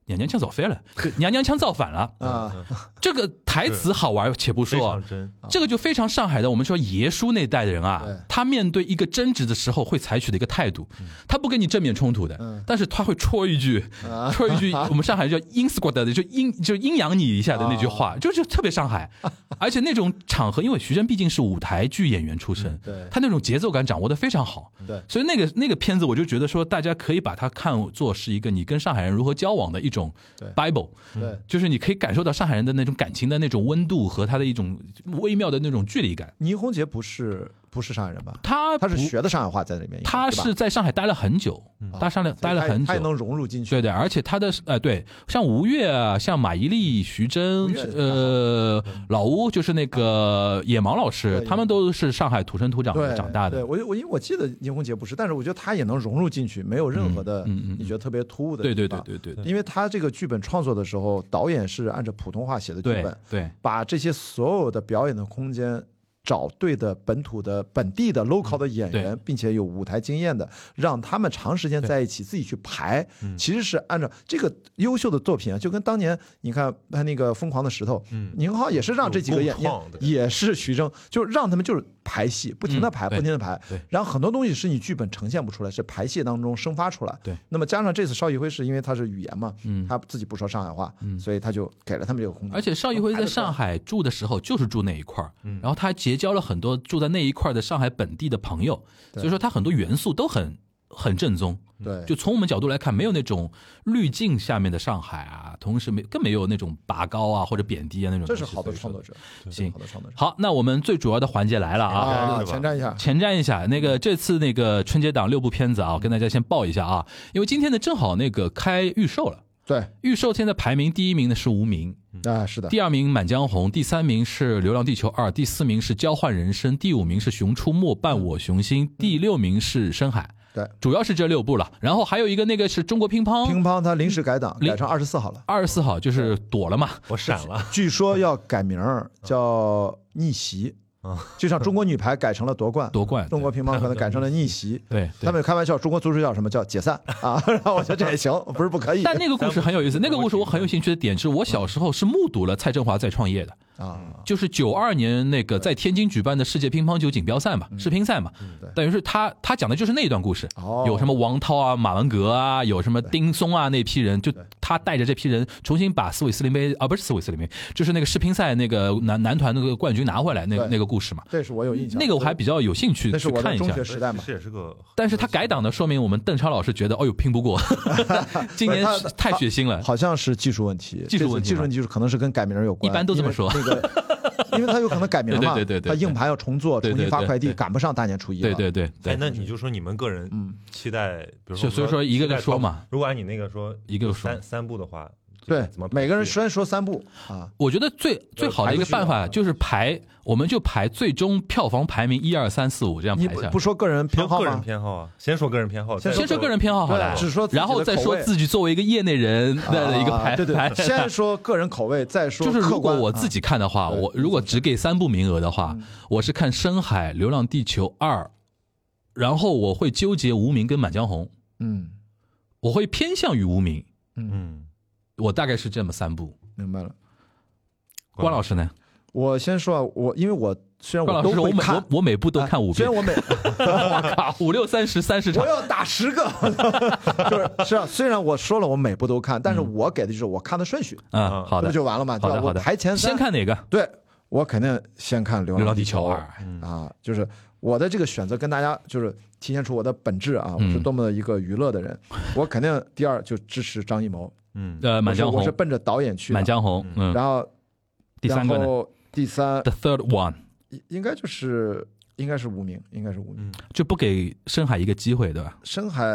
娘娘腔造反了，就娘娘腔造反了。
啊，
这个台词好玩，且不
非
说啊
常，真，
这个就非常上海的，我们说爷叔那代的人啊
对，
他面对一个争执的时候会采取的一个态度，他不跟你正面冲突的
嗯，
但是他会戳 一句，戳一句我们上海叫阴死过的，就阴就阴阳你一下的那句
啊
话，就就特别 上海，而且那种场合，因为徐峥毕竟是舞台剧演员出 身，
嗯 对
他那种节奏感掌握的非常好，
对
所以那个那个片子，我就觉得说，大家可以把它看作是一个你跟上海人如何交往的一种
对
Bible。
对。
就是你可以感受到上海人的那种感情的那种温度和他的一种微妙的那种距离感。
倪虹洁不是不是上海人吧？
他
他是
不
学的上海话在里面应该，
他
对吧嗯
是在上海待了很久，他上海待了
所以他也
很
他也
久。
能融入进去。
对对，而且他的呃，对，像吴越啊，像马伊琍、徐峥
吴越，
呃，老吴就是那个野芒老师，
对
他们都是上海土生土长
对，
的长大
对
的。
我就我因为我记得倪虹洁不是，但是我觉得她也能融入进去，没有任何的
嗯嗯嗯嗯
你觉得特别突兀的
对
地
对
方。嗯
对对对
因为她这个剧本创作的时候，导演是按照普通话写的剧
对
本，
对
把这些所有的表演的空间。找对的本土的本地
嗯
的 local 的演员，并且有舞台经验的，让他们长时间在一起自己去排，
嗯
其实是按照这个优秀的作品啊，就跟当年你看拍那个《疯狂的石头》，
嗯，
宁浩也是让这几个演
有共创的
也是徐峥，就是让他们就是排戏，不停的排，
嗯
不
对
停的排
对。
然后很多东西是你剧本呈现不出来，是排戏当中生发出来。
对。
那么加上这次邵艺辉是因为他是语言嘛，
嗯
他自己不说上海话，
嗯
所以他就给了他们这个空间。
而且邵艺
哦
辉在上海住的时候就是住那一块儿，
嗯
然后他结交了很多住在那一块儿的上海本地的朋友，
对
所以说他很多元素都很很正宗。
对，
就从我们角度来看，没有那种滤镜下面的上海啊，同时没更没有那种拔高啊或者贬低啊那种
这
东西。
是好的创作
所以
者，
说。行
好的创作者
好，那我们最主要的环节来了啊，
啊！
是吧
前瞻一下，
前瞻一下，那个这次那个春节档六部片子啊，我跟大家先报一下啊，因为今天呢正好那个开预售了，
对
预售现在排名第一名的是《无名》，
啊，是的，
嗯第二名《满江红》，第三名是《流浪地球二》，第四名是《交换人生》，第五名是《熊出没伴我熊心》，第六名是《深海》。
嗯对，
主要是这六部了。然后还有一个那个是中国乒
乒
乓，
乓他临时改档，
临
改成二十四号了，
二十四号就是躲了嘛。
我闪了，
据说要改名儿
嗯
叫逆袭
啊，
就像中国女排改成了夺冠，
夺冠
中国乒乓可能改成了逆袭。
对，对
他们开玩笑，中国足球叫什么叫解 散啊？然后我说这也行，不是不可以
但那个故事很有意思，那个故事我很有兴趣的点是，我小时候是目睹了蔡振华在创业的。
啊。
就是九二年那个在天津举办的世界乒乓球锦标赛嘛，世乒赛嘛
嗯对，
等于是他他讲的就是那一段故事
哦，
有什么王涛啊、马文革啊，有什么丁松啊那批人，就他带着这批人重新把斯韦斯林杯啊，不是斯韦斯林杯，就是那个世乒赛那个男男团那个冠军拿回来那
对
那个故事嘛，
这是我有印象。
那个我还比较有兴趣
那是我
去看
的
一
中
下
学。时代嘛
其。实也是个，
但是他改档呢，说明我们邓超老师觉得，哦呦拼不 过，今年
不是他
太血 腥了。
好像是技术问题，
技术问题
这
吗
次技术问题就是可能是跟改名儿有关，
一般都这么说
因为 那个，因为他有可能改名嘛，
对对对对对
他硬盘要重做，
对
重
对
新发
对
快递，
对
赶不上大年初一
对
了。
对对
哎
对，，
那你就说你们个人
嗯
期待，比如
是
说，
所以说一个个说嘛，
如果按你那个说
一个个说
三三部的话，
对
怎么，
每个人
排序
先说三部啊，
我觉得最最好的一个办法就是排，我们就排最终票房排名一二三四五这样
你
排
不
下
不。说个人偏 好
个人
吗？
偏好啊，先说个啊人偏好，
先
先说个人偏好好了，
对啊只说自己的
然后再
口
说
味
自己作为一个业内人的一个排
啊对
排
对，。先说个人口味，再说
就是
客
如果
观。啊
我自己看的话，
对嗯
我如果只给三部名额的话，我是看《深海》《流浪地球二》，然后我会纠结《无名》跟《满江红》，
嗯，
我会偏向于《无名》，
嗯，
我大概是这么三部。
明白了。
关老师呢？
我先说啊，我因为我虽然
关
我
老
都
师，我
会
每
看
我，我每部都
啊
看五
虽
遍
然，我 每
我靠，五六三十三十场
我，要打十个， 就是是啊。虽然我说了我每部都看，但是我给的就是我看的顺序，
嗯，好
这
的
不，就完了嘛？
好
对
的
吧？
好
我
的
排前
先
三，
看哪个？《
对我肯定先看《流
流
浪
浪地
地
球二》
嗯
啊，就是我的这个选择跟大家就是体现出我的本质啊，我
嗯
是多么的一个娱乐的 人。我肯定第二就支持张艺谋，
嗯，
呃，《
我
满
是
江红
我是》，奔着导演去
《
的。
满江红》，嗯，
然后
第三个
然
呢，《
后第三
The Third One》
应应该就是应该是无名，应该是无名。
就不给深海一个机会，对吧？
深海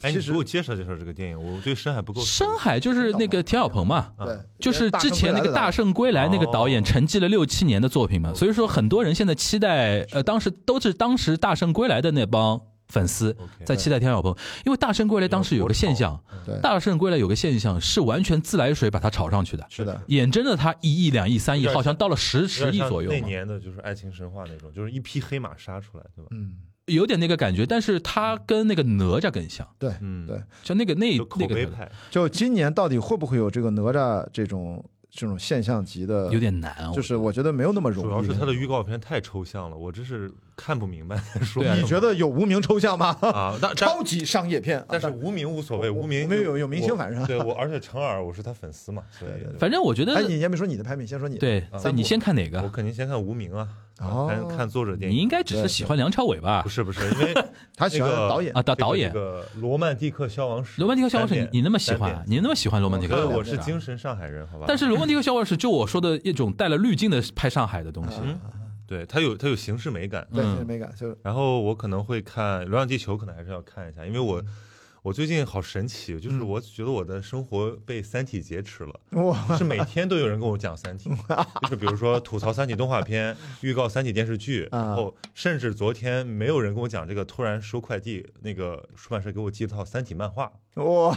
哎，
其
你
实
给我介绍介绍这个电影，我对深海不够熟。
深海就是那个田小鹏嘛，
啊
对，
就是之前那个《大
大圣
圣归来》那个导
哦
演沉寂了六七年的作品嘛，所以说很多人现在期待，呃，当时都是当时《大圣归来》的那帮粉丝
OK
在期待田小鹏，因为《大圣归来》当时有个现象，
归来
《
的，对，
大圣归来》有个现象是完全自来水把它炒上去的，
是的，
眼睁着它一亿、两亿、三亿，
有点像
好像到了十十亿左右
那
嘛，
年的就是爱情神话那种，就是一匹黑马杀出来，对吧？
嗯，
有点那个感觉，但是它跟那个哪吒更像，
对，
嗯，
对
就那个那
就口
那
碑
个
派，
就今年到底会不会有这个哪吒这种这种现象级的？
有，点难啊，
就是我觉得没有那么容易。
主要是它的预告片太抽象了，我真是看不明白在说
对啊
什
你
么
觉得有无名抽象吗？
啊？但但
超级商业片，
但是
啊
无名无所谓，无名
无名有有明星反正
我对我，而且成尔我是他粉丝嘛，所以
反正我觉得
哎，你也没说你的排名，先说你的。
对，
啊
所以你先看哪
我
个？
肯定先看无名啊，
哦
啊看看作者电
你应
影。
该只是喜欢梁朝伟吧
不？是不是，因为
他喜欢导演
啊，导导演
这。个《罗曼蒂克消亡史》。
罗曼蒂克消亡史，你你那么喜欢啊
三，遍
你那么喜欢罗曼蒂克
所
消
以
亡史啊，
我是精神上海人，好吧？
但是罗曼蒂克消亡史就我说的一种带了滤镜的拍上海的东西，
嗯，对，它有它有形式美感。
对，
嗯
对没感，就是
然后我可能会看《流浪地球》，可能还是要看一下，因为
嗯
我我最近好神奇，就是我觉得我的生活被《三体》劫持了。
哇，
是每天都有人跟我讲《三体》， 就是比如说吐槽《三体》动画片，预告《三体》电视剧，
嗯
啊
然后甚至昨天没有人跟我讲这个，突然收快递，那个出版社给我寄了套《三体》漫画，
哇，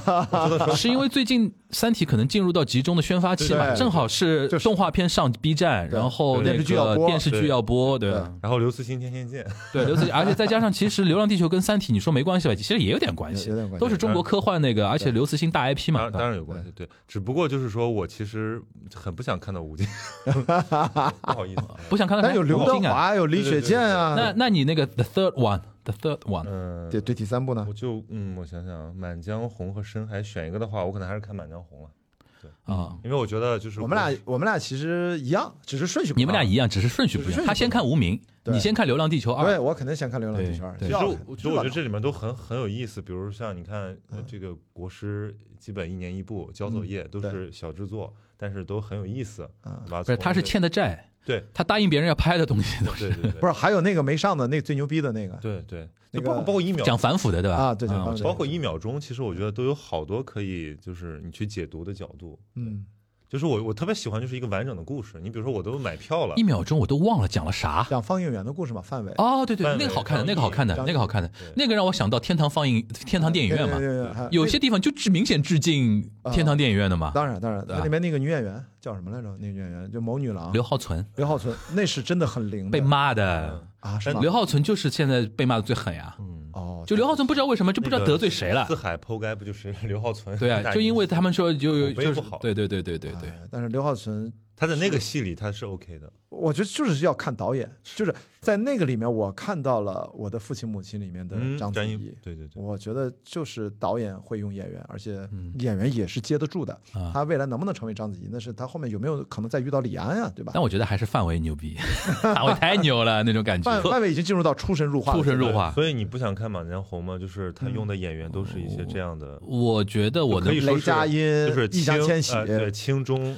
是因为最近《三体》可能进入到集中的宣发期嘛，
对
正好是
就是
动画片上 B 站，
对
然后那
电视剧要
个
播
电视剧要播，对
对
然后刘慈欣天天见，
对，刘慈欣，而且再加上其实《流浪地球》跟《三体》你说没关系吧，其实也有点关
有
系
有，点关系
都是中国科幻那个，而且刘慈欣大 IP
当
嘛
然，当然有关系，对，只不过就是说我其实很不想看到吴京，不好意思，啊
不想看到
但
他
有刘德
劲啊。
华，有李雪健
那
啊。
那你那个 The Third One，The Third One，
嗯，
对对，第三部呢
我？就嗯，我想想，啊，《满江红》和《深海》选一个的话，我可能还是看《满江红》了，
啊，
因为我觉得就是
我们俩我们俩其实一样，只是顺序不
你们俩
一样。
一样，只是顺序不一样。他先看《无名》，
对
你先看《流浪地球二
对，》，我肯定先看《流浪地球二》就
对
其
要
实
看，
我其实我觉得这里面都很很有意思，比如像你看呃这个国师，基本一年一部交作业，都
对
是小制作，但是都很有意思，
嗯
对吧？
不是他是欠的债，
对
他答应别人要拍的东西 都
对
是
对对
不是还有那个没上的那最牛逼的那个
对对，
那
就包括
个
包括一秒
讲反腐的，对吧？
啊，对对，
嗯
放这个
包括一秒钟，其实我觉得都有好多可以就是你去解读的角度。
嗯，
就是我我特别喜欢就是一个完整的故事，你比如说我都买票了
啊一，秒钟我都忘了讲了啥。
讲放映员的故事嘛，范伟
哦，对对，
范
那
围
个好看的，
张
那个好看的，
张
那个好看的，那个让我想到天堂放映、天堂电影院嘛
对。对对对还
有些地方就致明显致敬天堂电影院的嘛。
当然当然，
对
它
吧
里面那个女演员叫什么来着？那个女演员就某女郎
刘浩存
刘浩 存，那是真的很灵的
被骂的，
啊，是吗？
刘浩存就是现在被骂的最狠呀。
嗯，
哦，
就刘浩存不知道为什么就不知道得罪谁了
四。海剖该不就是刘浩 存？
对啊，就因为他们说就有
口碑
就
不
是
好
对对对对对对，
哎但是刘浩存，
他在那个戏里他是 OK 的，
我觉得就是要看导演，就是在那个里面，我看到了我的父亲母亲里面的
嗯，
章子
张译
怡。
对对对，
我觉得就是导演会用演员，而且演员也是接得住的。
嗯啊
他未来能不能成为章子怡，那是他后面有没有可能再遇到李安呀、对吧？
但我觉得还是范伟牛逼， 范伟太牛了那种感
范
觉，
范伟已经进入到出神入化的
出
阶
神
段，
入化。嗯
所以你不想看《满江红》吗？就是他用的演员都是一
哦
些这样的，
我觉得我能
可以说
雷
是
佳音、
就是
易烊
轻
千玺、
呃对轻中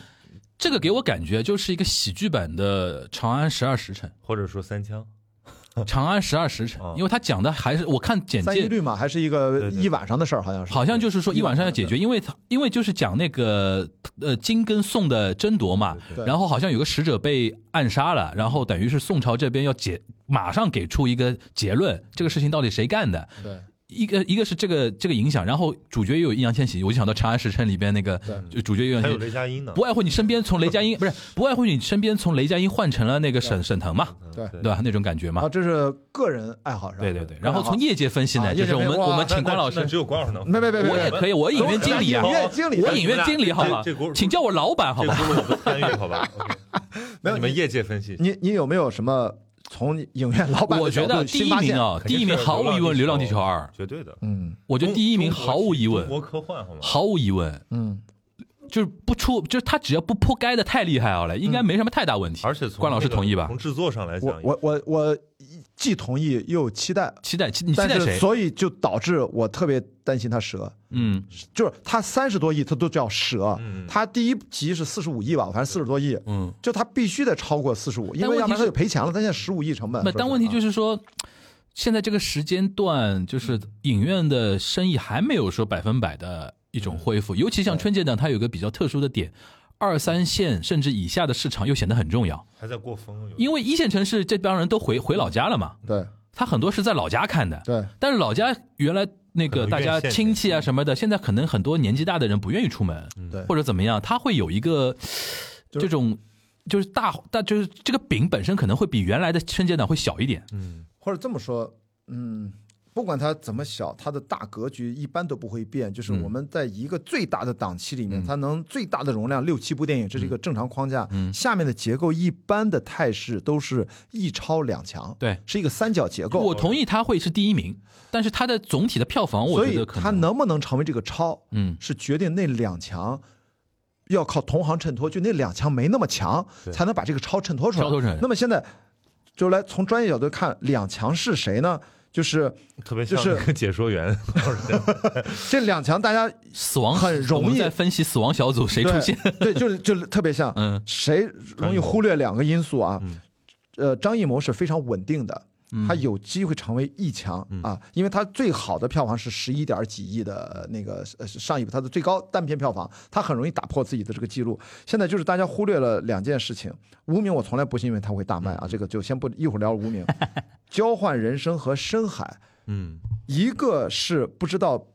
这个给我感觉就是一个喜剧版的《长安十二时辰
或者说三枪，》，
《长安十二时辰》，
啊
因为他讲的还是我看简
三一
介，
律嘛，还是一个
对对
一晚上的事儿，好像是。
好像就是说一晚上要解决，因为他因为就是讲那个呃金跟宋的争夺嘛，
对
然后好像有个使者被暗杀了，然后等于是宋朝这边要解马上给出一个结论，这个事情到底谁干的？
对，
一个一个是这个这个影响，然后主角又有易烊千玺，我就想到《长安十辰》里边那个就主角又有易
还有
烊千玺。
雷佳音呢
不。外乎你身边从雷佳音不是不外乎你身边从雷佳音换成了那个沈沈腾
嗯
嘛，
对
对吧？那种感觉嘛
啊，。这是个人爱好是吧？
对对对，然后从
业
业界分析呢，
啊
就是我们
业界分析
我们
哇
请关老
那
师
只，有关老师能。
没没没没，
我也可以，我影院经理啊
影，院经理，
我影院经理好吧
这这锅，
请叫我老板好
这
吧，
轱辘我不参与，好吧？
没有
你们业界分析，
你你有没有什么从影院老板
我
的角
觉
度
得第
新
一
发
名
现？
啊，
肯
第
定
一名
是
毫无疑问，《流
流
浪
浪
地
地
球
球
二》，
绝对的。
嗯
我觉得
中
第一名
中国
毫无疑问
中，国科幻好吗？
毫无疑问，
嗯，
就是不出，就是他只要不扑街的太厉害啊了，应该没什么太大问题。
而且从
关老师
那个
同意吧
从制作上来
我
讲，
我我我既同意又期待，
期待，期你期
但
待
是
谁？
所以就导致我特别担心他折，
嗯
就是他三十多亿他都叫折，
嗯
他第一集是四十五亿吧，反正四十多亿，
嗯，
就他必须得超过四十五，因
但
为要
问
不
题
然他
是
就赔钱了。他现在十五亿成本，
那但问题就是是说，现在这个时间段，就是影院的生意还没有说百分百的一
嗯
种恢复，尤其像春节档，它有个比较特殊的点，二三线甚至以下的市场又显得很重要，
还在过风，有
因为一线城市这帮人都回回老家了嘛，
对
他很多是在老家看的，
对，
但是老家原来那个
很多
大家
院线
亲戚啊什么的，现在可能很多年纪大的人不愿意出门，
嗯对
或者怎么样，他会有一个
就是
这种就是大大就是这个饼本身可能会比原来的春节档会小一点，
嗯，
或者这么说，嗯，不管它怎么小，它的大格局一般都不会变。就是
嗯
我们在一个最大的档期里面，它能最大的容量六七部电影，这是一
嗯
个正常框架。下面的结构一般的态势都是一超两强，
对
是一个三角结构。
我同意他会是第一名，但是他的总体的票房，我
所
觉
以
得可
它能不能成为这个超，
嗯
是决定那两强。要靠同行衬托，就那两强没那么强，才能把这个超衬托出来。
超脱出来
那么现在，就来从专业角度看，两强是谁呢？就是
特别
就
像
是
那个解说 员，
这两强，大家
死亡
很容易
我们在分析死亡小组谁出现，
对，对，就是就是特别像，
嗯
谁容易忽略两个因素啊？
嗯
呃，张艺谋是非常稳定的，
嗯
他有机会成为一强、啊，因为他最好的票房是十一点几亿的那个呃上一部，他的最高单片票房，他很容易打破自己的这个记录。现在就是大家忽略了两件事情，无名我从来不是因为他会大卖啊，
嗯
这个就先不一会儿聊无 名，交换人生和深海，
嗯，
一个是不知道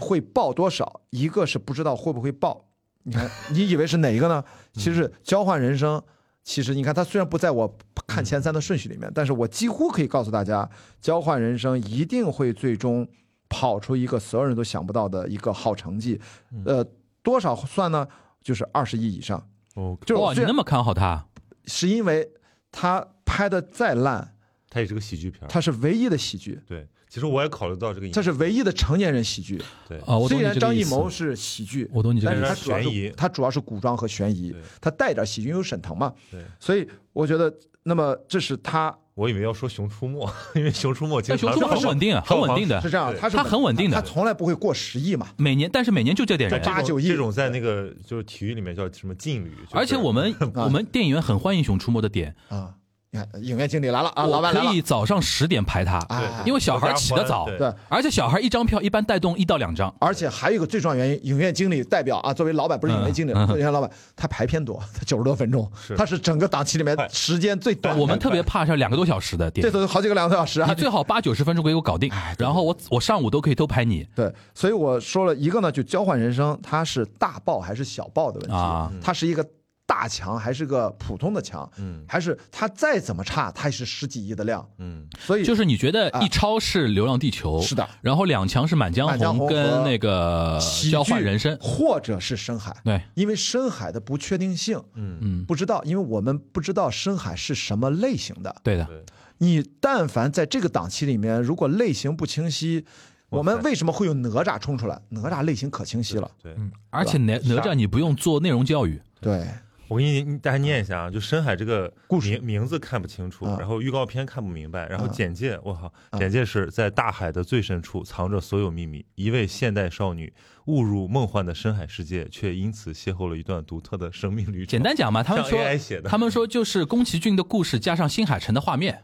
会爆多少，一个是不知道会不会爆。你看，你以为是哪一个呢？其实交换人生，其实你看它虽然不在我看前三的顺序里面，但是我几乎可以告诉大家，交换人生一定会最终跑出一个所有人都想不到的一个好成绩。呃，多少算呢？就是二十亿以上。
哦，
就是
哇，
我
你
虽
那
然
么看好他，
是因为他拍的再烂，
他也是个喜剧片儿，
它是唯一的喜剧，
对，其实我也考虑到这个影
它，是唯一的成年人喜剧。
对，
啊，我懂
虽
你这
然
个
张
意
艺
思
谋是喜剧，
我懂你这
但
个意
是
思
它主
它
要
悬疑
是它主要是古装和悬疑
对，
它带点喜剧，因为有沈腾嘛，
对，
所以我觉得，那么这是他
我以为要说《熊出没》， 因为《熊出没》经
但熊
常
出没很稳定啊，很稳定的
是，这样，
对
他是
它很稳定的
他从来不会过十亿嘛，
每年但是每年就这点人
在，八九亿
这种在那个就是体育里面叫什么劲旅，就是
而且我们我们电影院很欢迎熊出没的点，
啊，你看影院经理来了啊，老
我
板来
可
了
以早上十点排他，
啊，
因为小孩起得早，
对
对，
而且小孩一张票一般带动一到两张，
而且还有一个最重要原因，影院经理代表啊，作为老板不是影院经
嗯
理，影院老板他排片多，他九十多分钟， 他是整个档期里面
快
时间最短的，
我们特别怕是两个多小时的
这
点，
都好几个两个多小时啊
你，最好八九十分钟给我搞定，
哎
然后我我上午都可以都排你，
对，所以我说了一个呢，就交换人生，它是大爆还是小爆的问题
啊，
它是一个大强还是个普通的强，嗯，还是它再怎么差，它也是十几亿的量，
嗯，
所以啊
就是你呃觉得一超是《流浪地球》
是的，
然后两强是《满江
满江
红》
红
跟
和
那个
喜剧
《呃交换人生》，
或者是深海，
对，
因为深海的不确定性，
嗯
嗯
不知道，因为我们不知道深海是什么类型的，
对的，
对，
你但凡在这个档期里面，如果类型不清晰，我们为什么会有哪吒冲出来？哪吒类型可清晰了，
对，
嗯，而且哪哪吒你不用做内容教育，
对，
我给你你大家念一下啊，就深海这个
嗯故事
名名字看不清楚
啊，
然后预告片看不明白，然后
啊
简介，我靠，
嗯
简介是在大海的最深处藏着所有秘密，一位现代少女误入梦幻的深海世界，却因此邂逅了一段独特的生命旅程。
简单讲嘛，他们
像
说
AI 写的
他们说就是宫崎骏的故事加上新海诚的画面，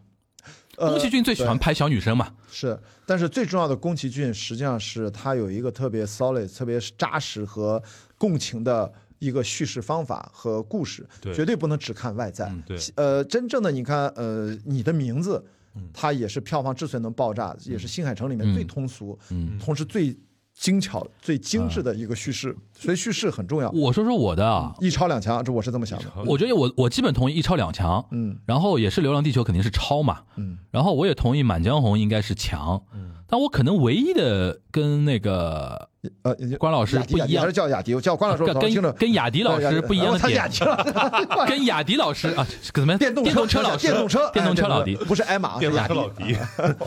呃
宫崎骏最喜欢
对
拍小女生嘛，
是，但是最重要的宫崎骏实际上是他有一个特别 solid、特别扎实和共情的一个叙事方法和故事，
对
绝对不能只看外
嗯
在。
对
呃，真正的你看，呃，你的名字，
嗯
它也是票房之所以能爆炸，也是新海诚里面最通俗，
嗯
同时最精巧、最精
啊
致的一个叙事，所以叙事很重要。
我说说我的啊，
一超两强，这我是这么想的。
我觉得我我基本同意一超两强，
嗯
然后也是《流浪地球》肯定是超嘛，
嗯，
然后我也同意《满江红》应该是强，嗯，那我可能唯一的跟那个
呃，
关老师
雅迪
不
雅
一
迪还
样
是，叫雅迪，我叫关老师，我
跟
老听着
跟雅迪老师不一样
哦
的
他雅
点，
迪 了，
跟雅迪老师啊，怎么样
电动
电动车
车
老师，
电动车，
电动车老迪
哎，不是艾玛，
电
是
动
雅
车
迪
老迪，
啊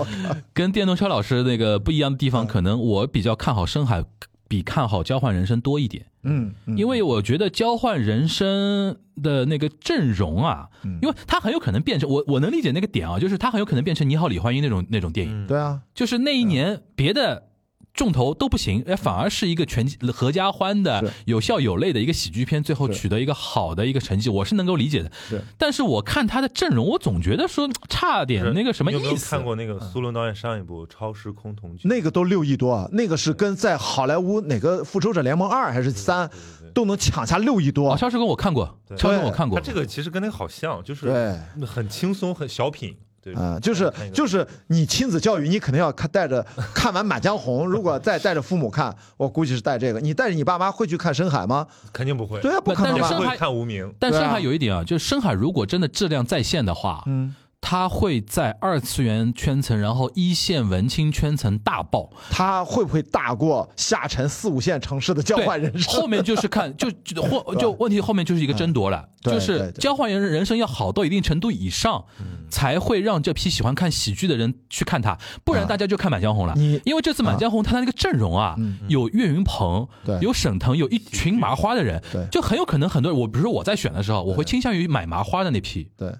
跟电动车老师那个不一样的地
嗯
方，可能我比较看好深海，比看好交换人生多一点。
嗯，嗯
因为我觉得交换人生的那个阵容啊，
嗯
因为它很有可能变成我我能理解那个点啊，就是它很有可能变成《你好，李焕英》那种那种电影，
嗯
对啊，
就是那一年别的重头都不行，哎，反而是一个全合家欢的
是、
有笑有泪的一个喜剧片，最后
是
取得一个好的一个成绩，我是能够理解的。
是
但是我看他的阵容，我总觉得说差点那个什么
你有没
意
有
思嗯
看。过那个苏伦导演上一部《超时空同居》？
那个都六亿多啊，那个是跟在好莱坞哪个《复仇者联盟二》还是三都能抢下六亿
啊，
多，
超时空我看过，
对啊
超时空我看过
他，这个其实跟那个好像，就是
对。
很轻松，很小品，对
啊、就是
看一个
就是你亲子教育，你肯定要看带 着看完《满江红》，如果再带着父母看，我估计是带这个。你带着你爸妈会去看深海吗？
肯定不会，
对啊，不可
但
能
是
也
吧
不
深？海
会看无名。
但
对啊
深海有一点啊，就是深海如果真的质量在线的话，
嗯，
它会在二次元圈层，然后一线文青圈层大爆。
他会不会大过下沉四五线城市的交
对，
换人生？
后面就 是看就就或就问题后面就是一个争夺了，
对
就
对嗯
是
对
交换人人生要好到一定程度以上，才会让这批喜欢看喜剧的人去看它，不然
啊
大家就看《满江红》了。
你
因为这次《满江红》它的那个阵容啊
嗯，
有岳云鹏
对，
有沈腾，有一群麻花的人
对，
就很有可能很多人，我比如说我在选的时候，我会倾向于买麻花的那批，
对，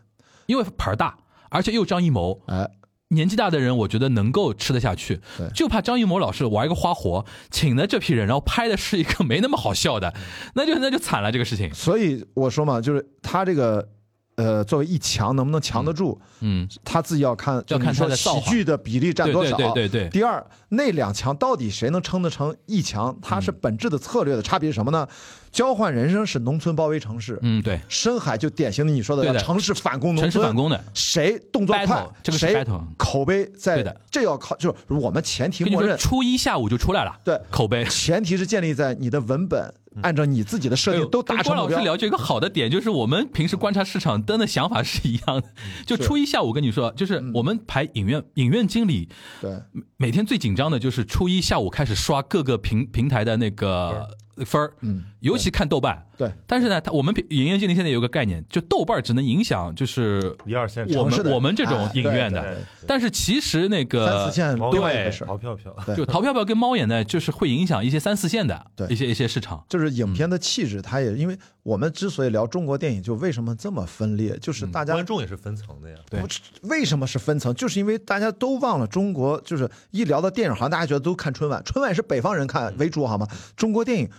因为牌儿大，而且又张艺谋，
哎，
年纪大的人，我觉得能够吃得下去
对，
就怕张艺谋老师玩一个花活，请的这批人，然后拍的是一个没那么好笑的，那就那就惨了这个事情。
所以我说嘛，就是他这个呃，作为一强能不能强得住，
嗯，
他自己要看，就
要看
你说
他的造
喜
化
剧的比例占
对
多
对
少。
对对对，
第二，那两强到底谁能撑得成一强？它是本质的策略的差别是什么呢？交换人生是农村包围城市，
嗯对，
深海就典型的你说的
对的
城市反攻农
城
村，
市反攻的，
谁动作
Battle，
快，
这个是
谁
battle
口碑在
对的，
这要靠就是我们前提
跟你
默
说
认
初一下午就出来了，
对
口碑。
前提是建立在你的文本按照你自己的设
嗯哎呦
定都达
跟
成
郭
目
老师
标。
聊这个好的点，就是我们平时观察市场灯的想法是一样的。
嗯
就初一下午，跟你说，就是我们排影院，影院经理
对，
每天最紧张的就是初一下午开始刷各个平平台的那个分儿，
嗯，
尤其看豆瓣。
对，
但是呢，它我们影院经理现在有个概念，就豆瓣只能影响就是
一二线
我
城市
是
们
的
我们这种
哎
影
对
院
对
的。
对
但是其实那
三
个
四线
毛
另外一
对
个事儿
逃票票，
对
就淘票票跟猫眼呢，就是会影响一些三四线的
对
一些一些市场。
就是影片的气质，它也因为我们之所以聊中国电影，就为什么这么分裂，就是大家
观众也是分层的呀。
对
不是为什么是分层？就是因为大家都忘了中国，就是一聊到电影行，大家觉得都看春晚，春晚是北方人看为主，好吗？中国电影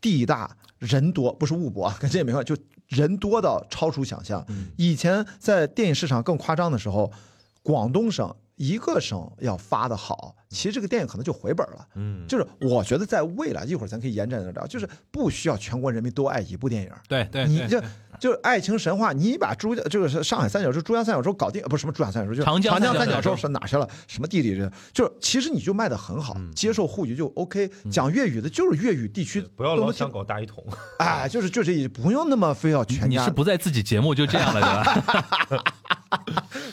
地大人多，不是物博啊，跟这也没关系，就人多到超出想象。以前在电影市场更夸张的时候，广东省一个省要发的好，其实这个电影可能就回本了。
嗯，
就是我觉得在未来一会儿咱可以延展着聊，就是不需要全国人民都爱一部电影。
对对
你
嗯哎对，嗯
就就是爱情神话，你把珠就是上海三角洲、珠江三角洲搞定，呃不是什么珠江三角洲，就是
长江
长江
三
三
角
角
洲
洲是哪去了？什么地理人？就是其实你就卖的很好，
嗯
接受沪语就 OK，讲粤语的就是粤语地区，
不要
都
老
能
想
听
搞大一 统，
哎，就是就是也不用那么非要全
你
家
是，不在自己节目就这样了，对吧？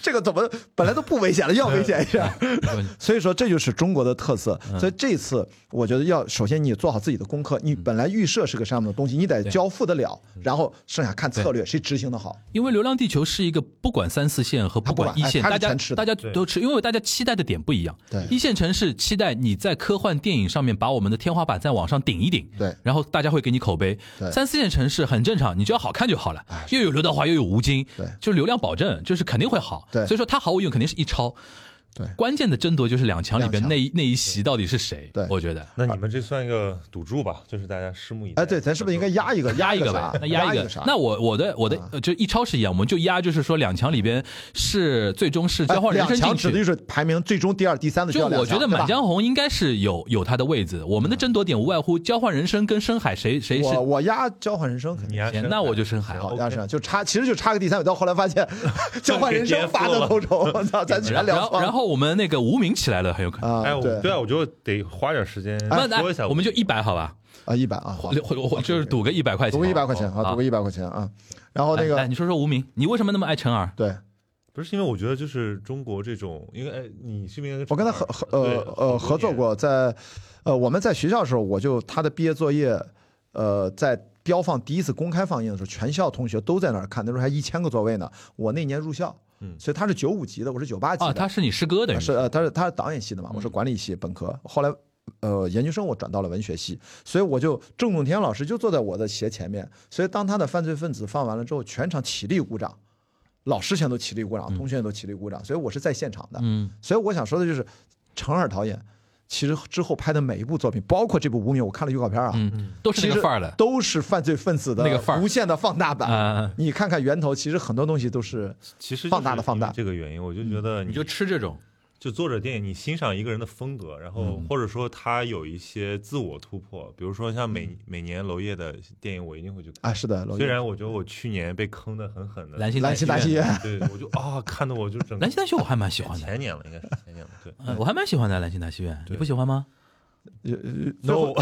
这个怎么本来都不危险了，要危险一 下。 所以说这就是中国的特色。
嗯
所以这次我觉得要首先你做好自己的功课，你本来预设是个什么样的东西，你得交付得了，
嗯
然后剩下看策略谁执行的好。
因为《流浪地球》是一个不管三四线和不管一线，
它
大
不管哎它
家
是全吃的
大家都吃，因为大家期待的点不一样。
对
一线城市期待你在科幻电影上面把我们的天花板再往上顶一顶，
对
然后大家会给你口碑。
对哎
三四线城市很正常，你只要好看就好了，又有刘德华又有吴京，
对
就流量保证，就是肯定会好。
对
所以说它毫无疑问肯定是一超。
对
关键的争夺就是两强里边
两强
那一那一席到底是谁？
对
我觉得
那你们这算一个赌注吧？就是大家拭目以待。
哎，对，咱是不是应该压一个
压一
个
个
啥
吧？那？
压
一
个
个
啥？。嗯
那我我的我的呃就一超是一样，我们就压就是说两强里边是最终是交换人生
哎两强
进
指的就。
去
是排名最终第二、第三的就
就
要两
我
强。
觉得《满江红》应该是有有它的位置，我们的争夺点无外乎交换人生跟深海谁谁
对
是
吧，我我压交换人生肯
你
定
压
先，
身
那我就深海。
好，
OK
压啊上就差，其实就差个第三位，到后来发 现交换人生拔得头筹，我操，咱全
然
聊
后
错
然
了。
后我们那个无名起来了，很有可能。
哎，
啊，
我对啊，我就得花点时间
哎
那
说一下
那
吧。
我们就一百好吧，
啊，一百啊，好
或或或就是赌个一百块钱。
赌个一百块钱
哎好哎
啊，赌个一百块钱啊。然后那
来来
个
你说说无名，你为什么那么爱陈耳？
对，
不是因为我觉得就是中国这种，因为哎，你是不是应该啊
我跟他合合呃呃合作？过，在呃我们在学校的时候，我就他的毕业作业，呃在标放第一次公开放映的时候，全校同学都在那儿看，那时候还一千个座位呢。我那年入校，
嗯
所以他是九五级的，我是九八级
啊，
的，
他是你师哥等于嗯
是呃他是他是导演系的嘛，我是管理系本科，后来。呃，研究生我转到了文学系，所以我就郑洞天老师就坐在我的斜前面，所以当他的犯罪分子放完了之后，全场起立鼓掌，老师全都起立鼓掌，同学也都起立鼓掌，所以我是在现场的，
嗯
所以我想说的就是，程耳导演其实之后拍的每一部作品，包括这部《无名》，我看了预告片啊，
嗯，都是
其
那
实
个范儿的
都是犯罪分子的
那个范儿
无限的放大版。
啊，
你看看源头，其实很多东西都是
其实
放大的放大嗯
这个原因，我就觉得
你就吃这种，
就作者电影，你欣赏一个人的风格，然后
嗯
或者说他有一些自我突破，比如说像
嗯
每每年娄烨的电影，我一定会去看。
啊，是的，娄烨
虽然我觉得我去年被坑的很狠的，
兰心
兰心
心
大戏，
对，我就啊看的我就整个
兰心大戏院我还蛮喜欢的，
前年了应该是前年了，对。
嗯我还蛮喜欢的兰心大戏院，你
对
不喜欢吗？
呃
no，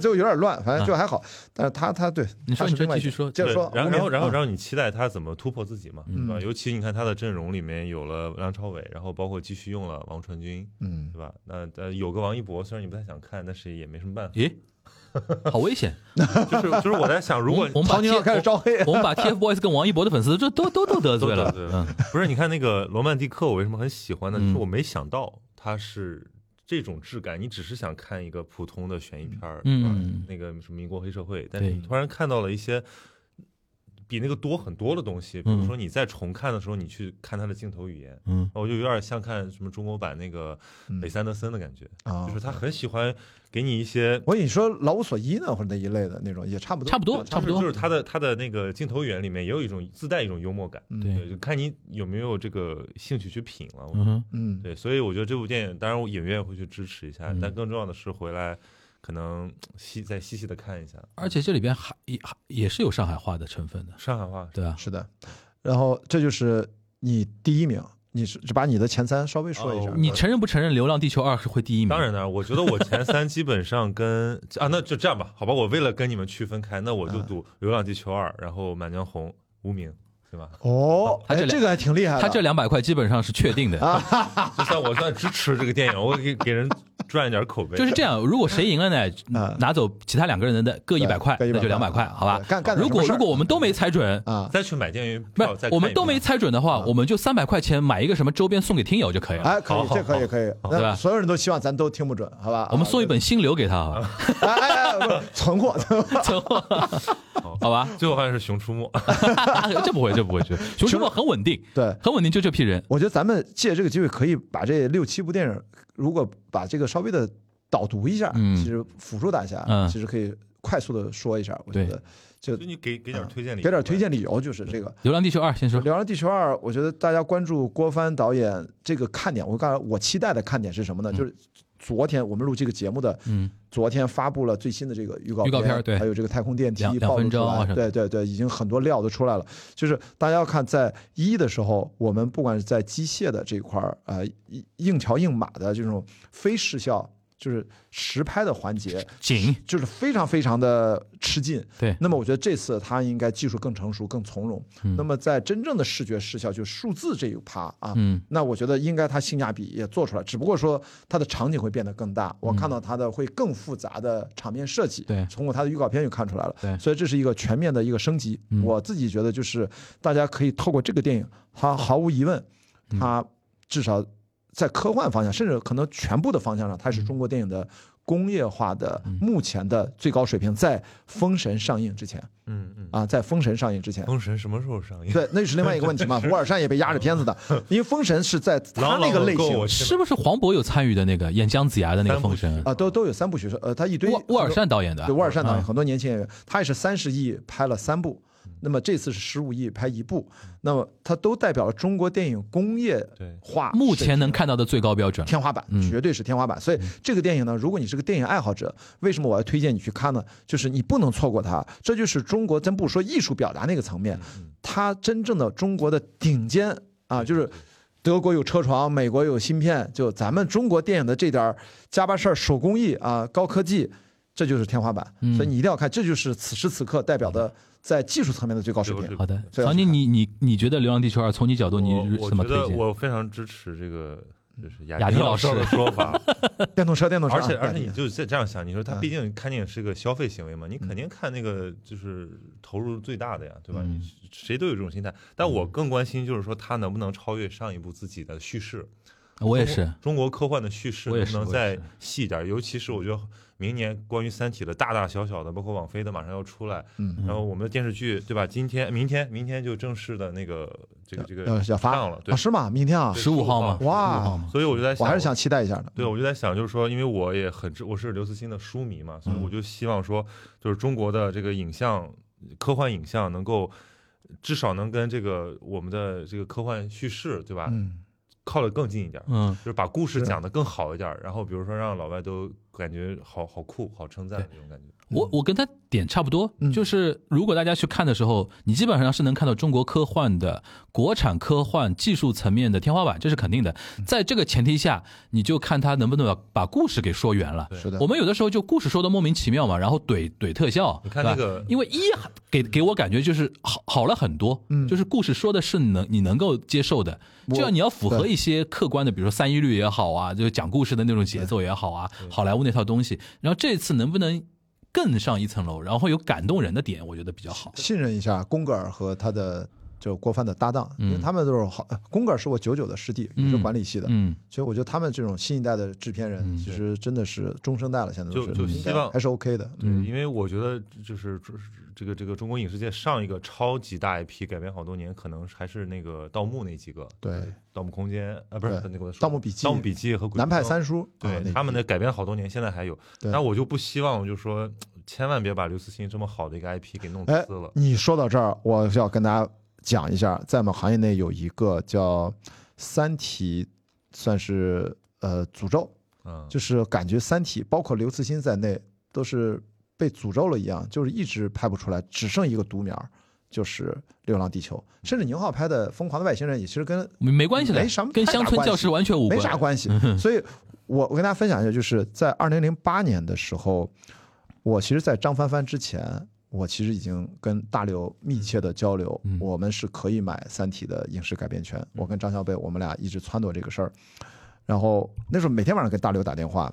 最后有点乱，反正就还好。但是他他对，
嗯你
他
说
是
你说
另外一
继续说
接着
对
说。
然后
无
然
名
后然后
嗯
然后你期待他怎么突破自己嘛，对吧？尤其你看他的阵容里面有了梁朝伟，然后包括继续用了王传君，
嗯，
对吧？那呃有个王一博，虽然你不太想看，但是也没什么办法。
咦， 好危险！
就是就是我在想，如果
我们把
曹宁要开始
TF
招黑，
我们把 TFBOYS 跟王一博的粉丝这都都都得罪了
都得，罪
嗯
了不是，你看那个罗曼蒂克，我为什么很喜欢呢？就是我没想到它是这种质感，你只是想看一个普通的悬疑片儿，
嗯
对吧
嗯
那个什么民国黑社会，但是
对
你突然看到了一些。比那个多很多的东西，比如
嗯
说你在重看的时候，你去看它的镜头语言，哦
嗯，
我就有点像看什么中国版那个
嗯
北三德森的感觉，
啊
哦
就是他很喜欢给你一些，
我以为你说老无所依呢，或者那一类的那种，也差不多，
差不多差不
就
多
是，他的他的那个镜头语言里面也有一种自带一种幽默感，
嗯
对，
就看你有没有这个兴趣去品了。我觉得
嗯哼，
嗯，
对，所以我觉得这部电影，当然我影院会去支持一下，
嗯
但更重要的是回来可能细再细细的看一下
而且这里边还也还也是有上海话的成分的，
上海话。
对啊，
是的。然后这就是你第一名，你是把你的前三稍微说一下
哦。
你承认不承认《流浪地球二》是会第一名？
嗯当然呢，我觉得我前三基本上跟 啊，那就这样吧，好吧，我为了跟你们区分开，那我就赌《流浪地球二》，然后《满江红》《无名》，对吧？
哦，
他
哎，
这两
这个还挺厉害的。
他这两百块基本上是确定的，
就算我算支持这个电影，我给给人赚一点口碑。
就是这样。如果谁赢了呢
啊，
拿走其他两个人的各一百块，
对各
那就
100
两百块，好吧
对？干干点
如果
什么事
如
儿
果我们都没猜准，
啊，
再去买电影
不
票，哦再看
是我
一
们都
遍
没猜准的话，我们就三百块钱买一个什么周边送给听友就可以了。
哎，可以，这可以，可以。
对吧
那所有人都希望咱都听不准，好吧？啊
我们送一本心流给他，好吧？
哎哎哎，不是存货，存货
好吧？
最后发现是《熊出没》
这不会，这不会，这不会熊出没很稳定，
对。
很稳定，就这批人。
我觉得咱们借这个机会，可以把这六七部电影，如果把这个稍微的导读一下，
嗯
其实辅助大家，
嗯
其实可以快速的说一下。我觉
对
得就
就你给给点推荐理由，
给点推荐理由，就是这个。
《流浪地球二》先说
《流浪地球二》，我觉得大家关注郭帆导演这个看点，我告诉我期待的看点是什么呢？就是昨天我们录这个节目的，
嗯，
昨天发布了最新的这个预告
预告片对
还有这个太空电梯
两两
暴露
分钟
出来
啊什么
对对对，已经很多料都出来了。就是大家要看，在一的时候，我们不管是在机械的这一块儿，呃，硬硬桥硬马的这种非视效，就是实拍的环节，
景，
就是非常非常的吃劲。
对
那么我觉得这次他应该技术更成熟、更从容。那么在真正的视觉视效，就是数字这一趴啊，
嗯，
那我觉得应该它性价比也做出来，只不过说它的场景会变得更大，我看到它的会更复杂的场面设计。
嗯对
通过它的预告片就看出来了。
对嗯
所以这是一个全面的一个升级。我自己觉得就是大家可以透过这个电影，它毫无疑问，
嗯
它至少在科幻方向，甚至可能全部的方向上，
嗯
它是中国电影的工业化的目前的最高水平，在《封神》上映之前
嗯嗯，
啊，在《封神》上映之前
《封神》什么时候上 映？
对，那是另外一个问题 嘛。博尔善也被压着片子的，因为《封神》是在他
朗朗
那个类
够
型
我去
是不是黄渤有参与的那个演姜子牙的那个
三部
封
曲
神？
啊，都都有三部曲，呃，他一堆
沃沃尔善导演的
对，沃尔善导
啊
演
嗯
很多年轻演员，他也是三十亿拍了三部，那么这次是十五亿拍一部，那么他都代表了中国电影工业
对
化
目
水
前
平
能看到的最高标
嗯
准。
天花板，绝对是天花板。所以这个电影呢，如果你是个电影爱好者，为什么我要推荐你去看呢？就是你不能错过它，这就是中国，咱不说艺术表达那个层面，
嗯
它真正的中国的顶尖啊，就是。德国有车床，美国有芯片，就咱们中国电影的这点儿加巴事儿、手工艺啊、高科技，这就是天花板。
嗯
所以你一定要看，这就是此时此刻代表
嗯
的在技术层面的最高水
最高
平
水平。
好的，
这样
曹
去
宁，
看
你你你觉得《流浪地球二》从你角度
我
你是
我
怎么
觉
推
得
荐？嗯
我非常支持这个，就是雅
雅
迪
迪老
师的说法，
电动车，电动车啊，
而 且而且
电
你
动车
就这这样想，你说他
嗯
毕竟看电影是个消费行为嘛，你肯定看那个就是投入最大的呀，对吧？
嗯
你谁都有这种心态，但我更关心就是说他能不能超越上一部自己的叙事。
我也
中
是
国，中国科幻的叙事
我也
能不
是
能
我
再
也是
细一点？尤其是我觉得明年关于《三体》的大大小小的，包括网飞的马上要出来，
嗯，
然后我们的电视剧对吧？今天、明天、明天就正式的那个这个这个
要要发
上了，对
啊，，是吗？明天啊，
对
十五号
15
嘛
号，
哇
15号嘛，
所以我就在
我
想，
还是想期待一下的。
对，我就在想，就是说，因为我也很知，我是刘慈欣的书迷嘛，所以
嗯
我就希望说，就是中国的这个影像，科幻影像能够至少能跟这个我们的这个科幻叙事，对吧，
嗯，
靠得更近一点，
嗯，
就是把故事
是
讲得更好一点，然后比如说让老外都感觉好好酷、好称赞的那种感觉。
我我跟他点差不多，
嗯
就是如果大家去看的时候，你基本上是能看到中国科幻的国产科幻技术层面的天花板，这是肯定的。
嗯
在这个前提下，你就看他能不能把把故事给说圆了。
是的
我。们有的时候就故事说的莫名其妙嘛，然后怼怼特效，
你看那
对吧
个
因为一给给我感觉就是好好了很多，
嗯
就是故事说的是能你能够接受的，
我
这样你要符合
对
一些客观的，比如说三一律也好啊，就是讲故事的那种节奏也好啊，好莱坞那套东西。然后这次能不能更上一层楼，然后有感动人的点，我觉得比较好。
信任一下宫格尔和他的就郭帆的搭档，因为
嗯
他们都是好。呃宫格尔是我九九的师弟，也是
嗯
管理系的，
嗯，
所以我觉得他们这种新一代的制片人，其实真的是中生代了，现在都
就是就
应该
希望
还是 OK 的。
嗯
对，因为我觉得就是这个这个中国影视界上一个超级大 IP 改编好多年，可能还是那个盗墓那几个，
对
就是《盗墓空间》啊，不是
对
那个《
盗墓笔记
盗墓笔记》和《鬼
南派
吹灯
三叔，啊
对
那
他们的改编好多年，现在还有。
对
那我就不希望，就是说，千万别把刘慈欣这么好的一个 IP 给弄
哎
撕了，。
你说到这儿，我就要跟大家讲一下，在我们行业内有一个叫《三体》，算是呃诅咒，
嗯，
就是感觉《三体》包括刘慈欣在内都是被诅咒了一样，就是一直拍不出来，只剩一个独苗儿，就是《流浪地球》，甚至宁浩拍的《疯狂的外星人》也其实跟
没没关系的
没什么，
跟
太大
乡村
关系
教师完全无关。
没啥关系。所以我我跟大家分享一下，就是在二零零八年的时候，我其实，在张帆帆之前，我其实已经跟大刘密切的交流，
嗯
我们是可以买《三体》的影视改编权。我跟张小北，我们俩一直撺掇这个事儿。然后那时候每天晚上跟大刘打电话，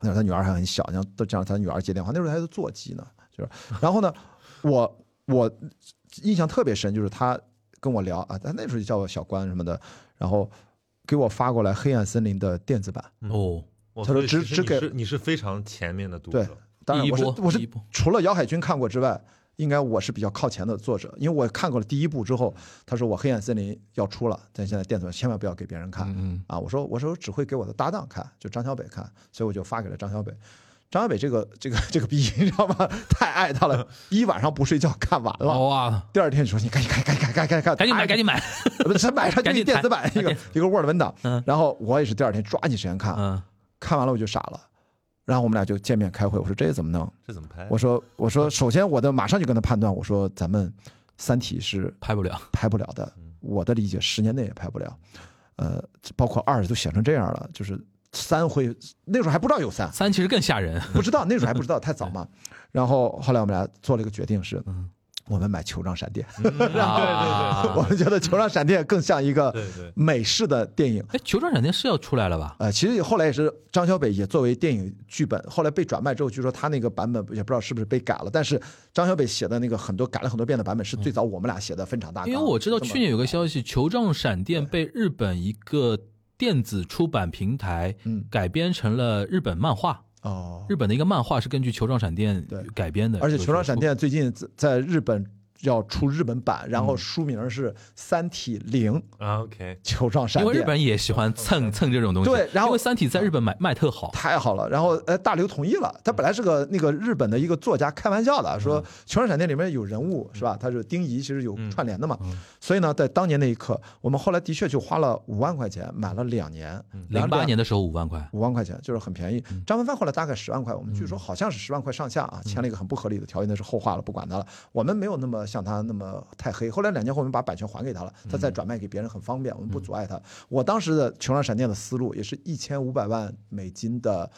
那时候他女儿还很小，然后都这样他女儿接电话，那时候还是座机呢，就是。然后呢，我我印象特别深，就是他跟我聊啊，他那时候就叫我小关什么的，然后给我发过来《黑暗森林》的电子版。
哦，
我
他说
所以
只
其
只
实你
给
是你是非常前面的读
对
者，
当然
第一
我是
波
我
第一
是
波
除了姚海军看过之外，应该我是比较靠前的作者，因为我看过了第一部之后，他说我黑暗森林要出了，但现在电子版千万不要给别人看，
嗯
啊，我说我说只会给我的搭档看，就张小北看，所以我就发给了张小北。张小北这个这个这个逼，你知道吗？太爱他了，一晚上不睡觉看完了。
嗯，哇，
第二天说你赶紧赶紧赶紧赶紧赶紧
赶紧买，赶
紧
紧买，
不是买上就
赶
是
紧
电子版一个一个 Word 文档
嗯，
然后我也是第二天抓紧时间看，
嗯，
看完了我就傻了，然后我们俩就见面开会，我说这怎么弄？
这怎么拍？
我说我说，首先我的马上就跟他判断，我说咱们《三体》是
拍不了，
拍不了的，我的理解十年内也拍不了，呃，包括二都写成这样了，就是三会那时候还不知道有三，
三其实更吓人，
不知道那时候还不知道太早嘛，然后后来我们俩做了一个决定是，我们买《球状闪电》，
嗯
啊
我们觉得《球状闪电》更像一个
对对
美式的电影，
哎，球状闪电是要出来了吧？
呃，其实后来也是张小北也作为电影剧本，后来被转卖之后，据说他那个版本也不知道是不是被改了，但是张小北写的那个很多改了很多遍的版本是最早我们俩写的分场大纲。
嗯因为我知道
这么
去年有个消息，《球状闪电》被日本一个电子出版平台
嗯
改编成了日本漫画。
哦，
日本的一个漫画是根据《球状闪电
对》
改编的，
而且《
就是
球状闪电》最近在在日本要出日本版，然后
嗯
书名是《三体零
啊，OK，
球状闪
因为
电
日》，本也喜欢蹭蹭这种东西。
对然后
因为《三体》在日本买卖特好，嗯
太好了。然后呃，大刘同意了，他本来是个那个日本的一个作家开玩笑
嗯
的，说《球状闪电》里面有人物是吧？他是丁仪，其实有串联的嘛。
嗯
所以呢，在当年那一刻，我们后来的确就花了五万块钱买了两年，然
嗯零
后
八年的时候五万块，
五万块钱就是很便宜。张文帆后来大概十万块，我们据说好像是十万块上下啊，签了一个很不合理的条约，那是后话了，不管他了。我们没有那么像他那么太黑。后来两年后我们把版权还给他了，他再转卖给别人很方便，我们不阻碍他。我当时的《球上闪电》的思路也是一千五百万美金的。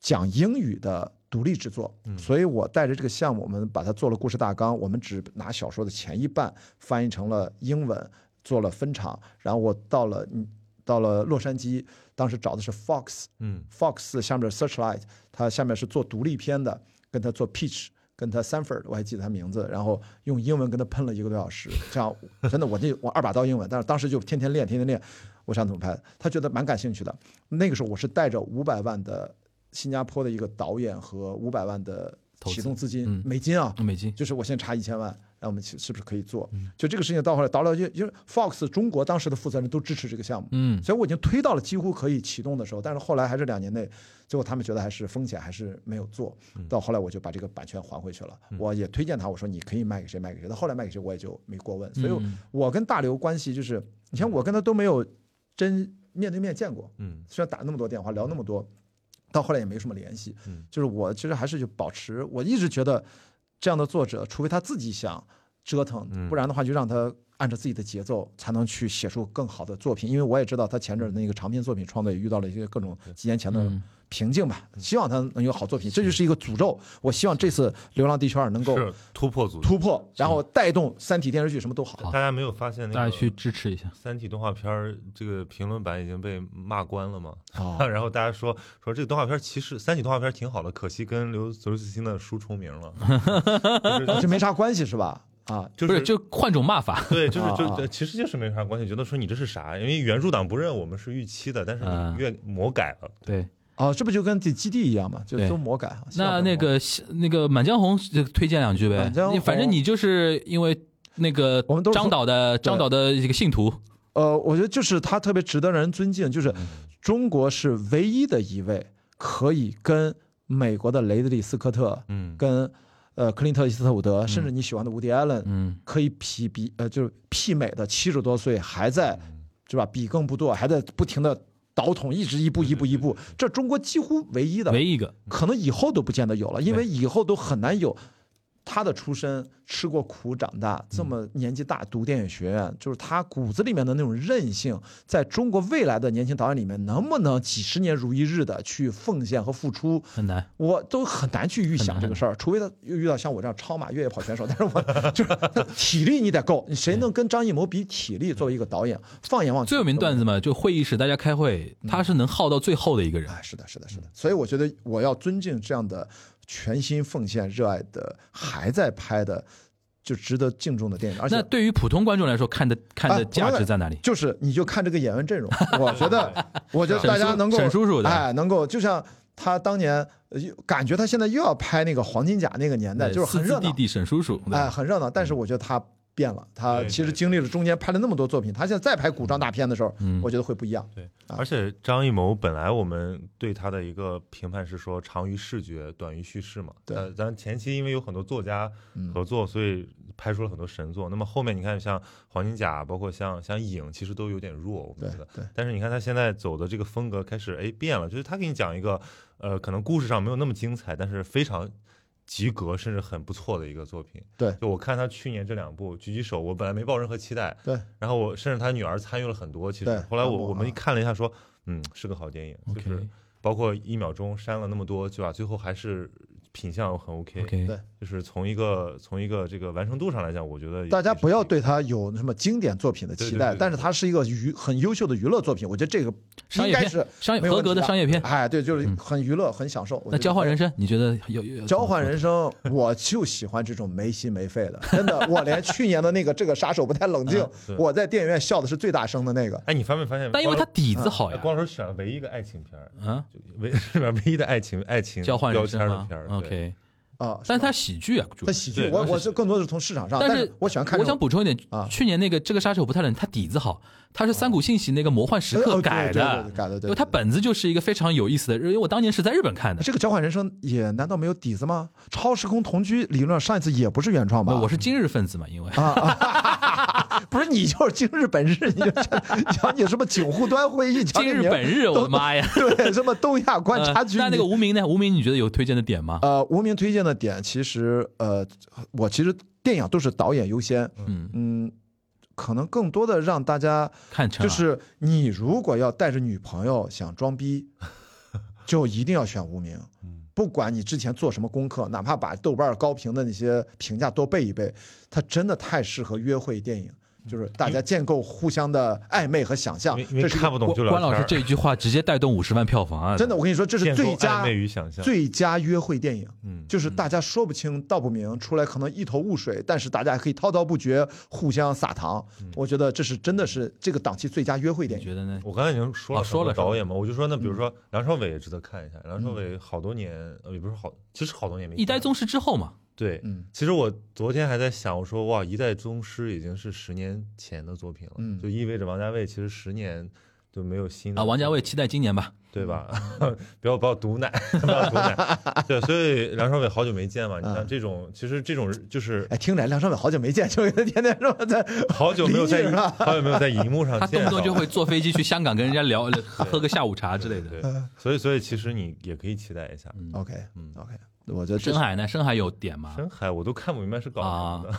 讲英语的独立制作，所以我带着这个项目，我们把它做了故事大纲，我们只拿小说的前一半翻译成了英文，做了分场，然后我到了嗯到了洛杉矶，当时找的是 Fox，
嗯
Fox 下面 Searchlight，它下面是做独立片的，跟他做 Peach，跟他 Sanford，我还记得他名字，然后用英文跟他喷了一个多小 时，这样真的我这我二把刀英文，但是当时就天天练，天天练，我想怎么拍，他觉得蛮感兴趣的。那个时候我是带着五百万的新加坡的一个导演和五百万的
投资
启动资金
嗯
美金啊，
美金，
就是我现在差一千万，那我们是是不是可以做？就这个事情到后来，导了就就是 Fox 中国当时的负责人都支持这个项目，
嗯
所以我已经推到了几乎可以启动的时候，但是后来还是两年内，最后他们觉得还是风险还是没有做到，后来我就把这个版权还回去了。我也推荐他，我说你可以卖给谁卖给谁，到后来卖给谁我也就没过问。所
嗯
以我跟大刘关系就是，你像我跟他都没有真面对面见过，
嗯
虽然打那么多电话聊那么多，到后来也没什么联系。
嗯
就是我其实还是就保持，我一直觉得这样的作者，除非他自己想折腾，
嗯
不然的话就让他按照自己的节奏，才能去写出更好的作品。因为我也知道他前阵儿那个长篇作品创作也遇到了一些各种几年前的
嗯
瓶颈吧，希望他能有好作品，这就是一个诅咒。我希望这次《流浪地球二》能够
是突破组织，
突破，然后带动《三体》电视剧什么都好。
好
大家没有发现那
大
个
家去支持一下
《三体》动画片儿这个评论版已经被骂关了吗？
啊
然后大家说说这个动画片儿其实《三体》动画片儿挺好的，可惜跟刘刘慈欣的书重名了，
这没啥关系是吧？啊，
就
不
是
是就换种骂法，
对，就是就
啊啊
就其实就是没啥关系，觉得说你这是啥？因为原著党不认，我们是预期的，但是
嗯
啊
你越魔改了，
对。
哦，这不就跟这基地一样嘛，就
对
都魔改啊。希望
那
都
那
魔改
个那个《满江红》就推荐两句呗
满江，红
你反正你就是因为那个
我们都是
张导的张导的这个信徒，
呃，我觉得就是他特别值得让人尊敬，就是中国是唯一的一位可以跟美国的雷德利·斯科特、
嗯，
跟呃克林特·伊斯特伍德，甚至你喜欢的伍迪·艾伦，
嗯，
可以匹比呃就是媲美的七十多岁还在是吧笔耕不跺，还在不停的倒桶，一直一步一步一步，这中国几乎唯一的，
唯一一个，
可能以后都不见得有了，因为以后都很难有。他的出身吃过苦长大，这么年纪大读电影学院，就是他骨子里面的那种韧性，在中国未来的年轻导演里面，能不能几十年如一日的去奉献和付出，
很难，
我都很难去预想这个事儿。除非他遇到像我这样超马越野跑选手，但是我 就是他体力你得够，你谁能跟张艺谋比体力？作为一个导演，放眼望去，
最有名段子嘛，就会议室大家开会，他是能耗到最后的一个人，
哎，是的，是的，
嗯
是的。所以我觉得我要尊敬这样的全心奉献、热爱的，还在拍的，就值得敬重的电影。而
那
且
对于普通观众来说，看的看的
哎
价值在哪里？
就是你就看这个演员 阵容，我觉得，我觉得大
沈
家
叔
能够
沈叔叔的
哎，能够就像他当年，呃又感觉他现在又要拍那个黄金甲那个年代，
对
就是很
四字
热
弟
闹，
弟沈叔叔，对嗯
哎，很热闹。但是我觉得他。变了，他
对
其实
对
经历了中间拍了那么多作品，他现在再拍古装大片的时候，
嗯
我觉得会不一样。
对，而且张艺谋本来我们对他的一个评判是说长于视觉，短于叙事嘛。
对
但咱前期因为有很多作家
嗯
合作，所以拍出了很多神作。那么后面你看像黄金甲，包括像像影，其实都有点弱，我们觉得。
对对
但是你看他现在走的这个风格开始哎变了，就是他给你讲一个呃，可能故事上没有那么精彩，但是非常。及格甚至很不错的一个作品。
对
就我看他去年这两部《举起手》，我本来没抱任何期待，
对，
然后我甚至他女儿参与了很多，其
对
实后来我
包括
我
啊
们一看了一下说，嗯，是个好电影，就
OK
是包括一秒钟删了那么多，对吧？最后还是品相很 OK，,
OK，
对
就是从一个从一个这个完成度上来讲，我觉得
大家
也是
不要
一个
对他有什么经典作品的期
对对
待，
对对
但是它是一个娱很优秀的娱乐作品，我觉得这个
商
应
业
该
片
是
商业
没有
合格的
问题
商业片
哎，对，就是很娱乐，很享受。我
嗯那
觉得
交换人生，你觉得有有
交换人生，我就喜欢这种没心没肺的，真的。我连去年的那个《这个杀手不太冷静》
啊
对，
我在电影院笑的是最大声的那个。
哎，你发没发现？
但因为他
光头
底子好
哎
呀，
光头选了唯一一个爱情片儿，
啊，
就唯 是吧？唯一的爱情爱情
交换
标
人生
签的
吗
片儿对
？OK，
啊，
但是他喜剧啊，主
他
要
喜剧，
对
我
他
我是更多是从市场上，
但
但
是
是我喜欢看
我
这
想
种。
补充一点
啊
去年那个这个杀手不太冷，他底子好，他是三谷幸喜那个魔幻时刻
呃
改
对对
的
对，对改的对对
因为他本子就是一个非常有意思的，因为我当年是在日本看的，
这个交换人生也难道没有底子吗？超时空同居理论上一次也不是原创吧？
我是今日分子嘛， 因为
不是你就是今日本日，你就讲你什么警护端会 议，讲
今
你
日 本日，我的妈呀！
对什么东亚观察局。
呃那那个
你
无名呢？无名你觉得有推荐的点吗？
呃，无名推荐的点，其实呃，我其实电影都是导演优先，
嗯，
嗯，可能更多的让大家
看
啊
成啊
就是你如果要带着女朋友想装逼，就一定要选无名。
嗯
不管你之前做什么功课，哪怕把豆瓣高评的那些评价多背一背，它真的太适合约会电影，就是大家建构互相的暧昧和想象
嗯因。为因
这
为
是一
看
个
不懂就聊
关
天
老
儿
师这一句话直接带动五十万票房啊！
真的，我跟你说，这是
建构
最
暧
佳
昧与想象，
最佳约会电影。
嗯，
就是大家说不清道不明，出来可能一头雾水，但是大家还可以滔滔不绝，互相撒糖。
嗯
我觉得这是真的是这个档期最佳约会电
你
影。
觉得呢？
我刚才已经说了
哦说了
很多导演嘛，我就说那
嗯
比如说梁朝伟也值得看一下，梁朝伟好多年呃也不是好，其实好多年没
一代
见
宗师之后嘛，
对，
嗯
其实我昨天还在想，我说哇，一代宗师已经是十年前的作品了，
嗯
就意味着王家卫其实十年就没有新的
啊，王家卫期待今年吧。
对吧？
嗯
不要不要毒奶，不要毒奶，对，所以梁朝伟好久没见嘛，你看
嗯
这种其实这种就是
哎，听着，梁朝伟好久没见，就天天这么在
嗯
好久没有在
理解了
好久没呃有在荧幕上
他动
见
不动
到
就
了
会坐飞机去香港跟人家聊， 喝个下午茶之类的。
对，所以所以其实你也可以期待一下。
OK
嗯
OK，我觉得这
深海呢？深海有点啊吗？
深海我都看不明白是搞什么的，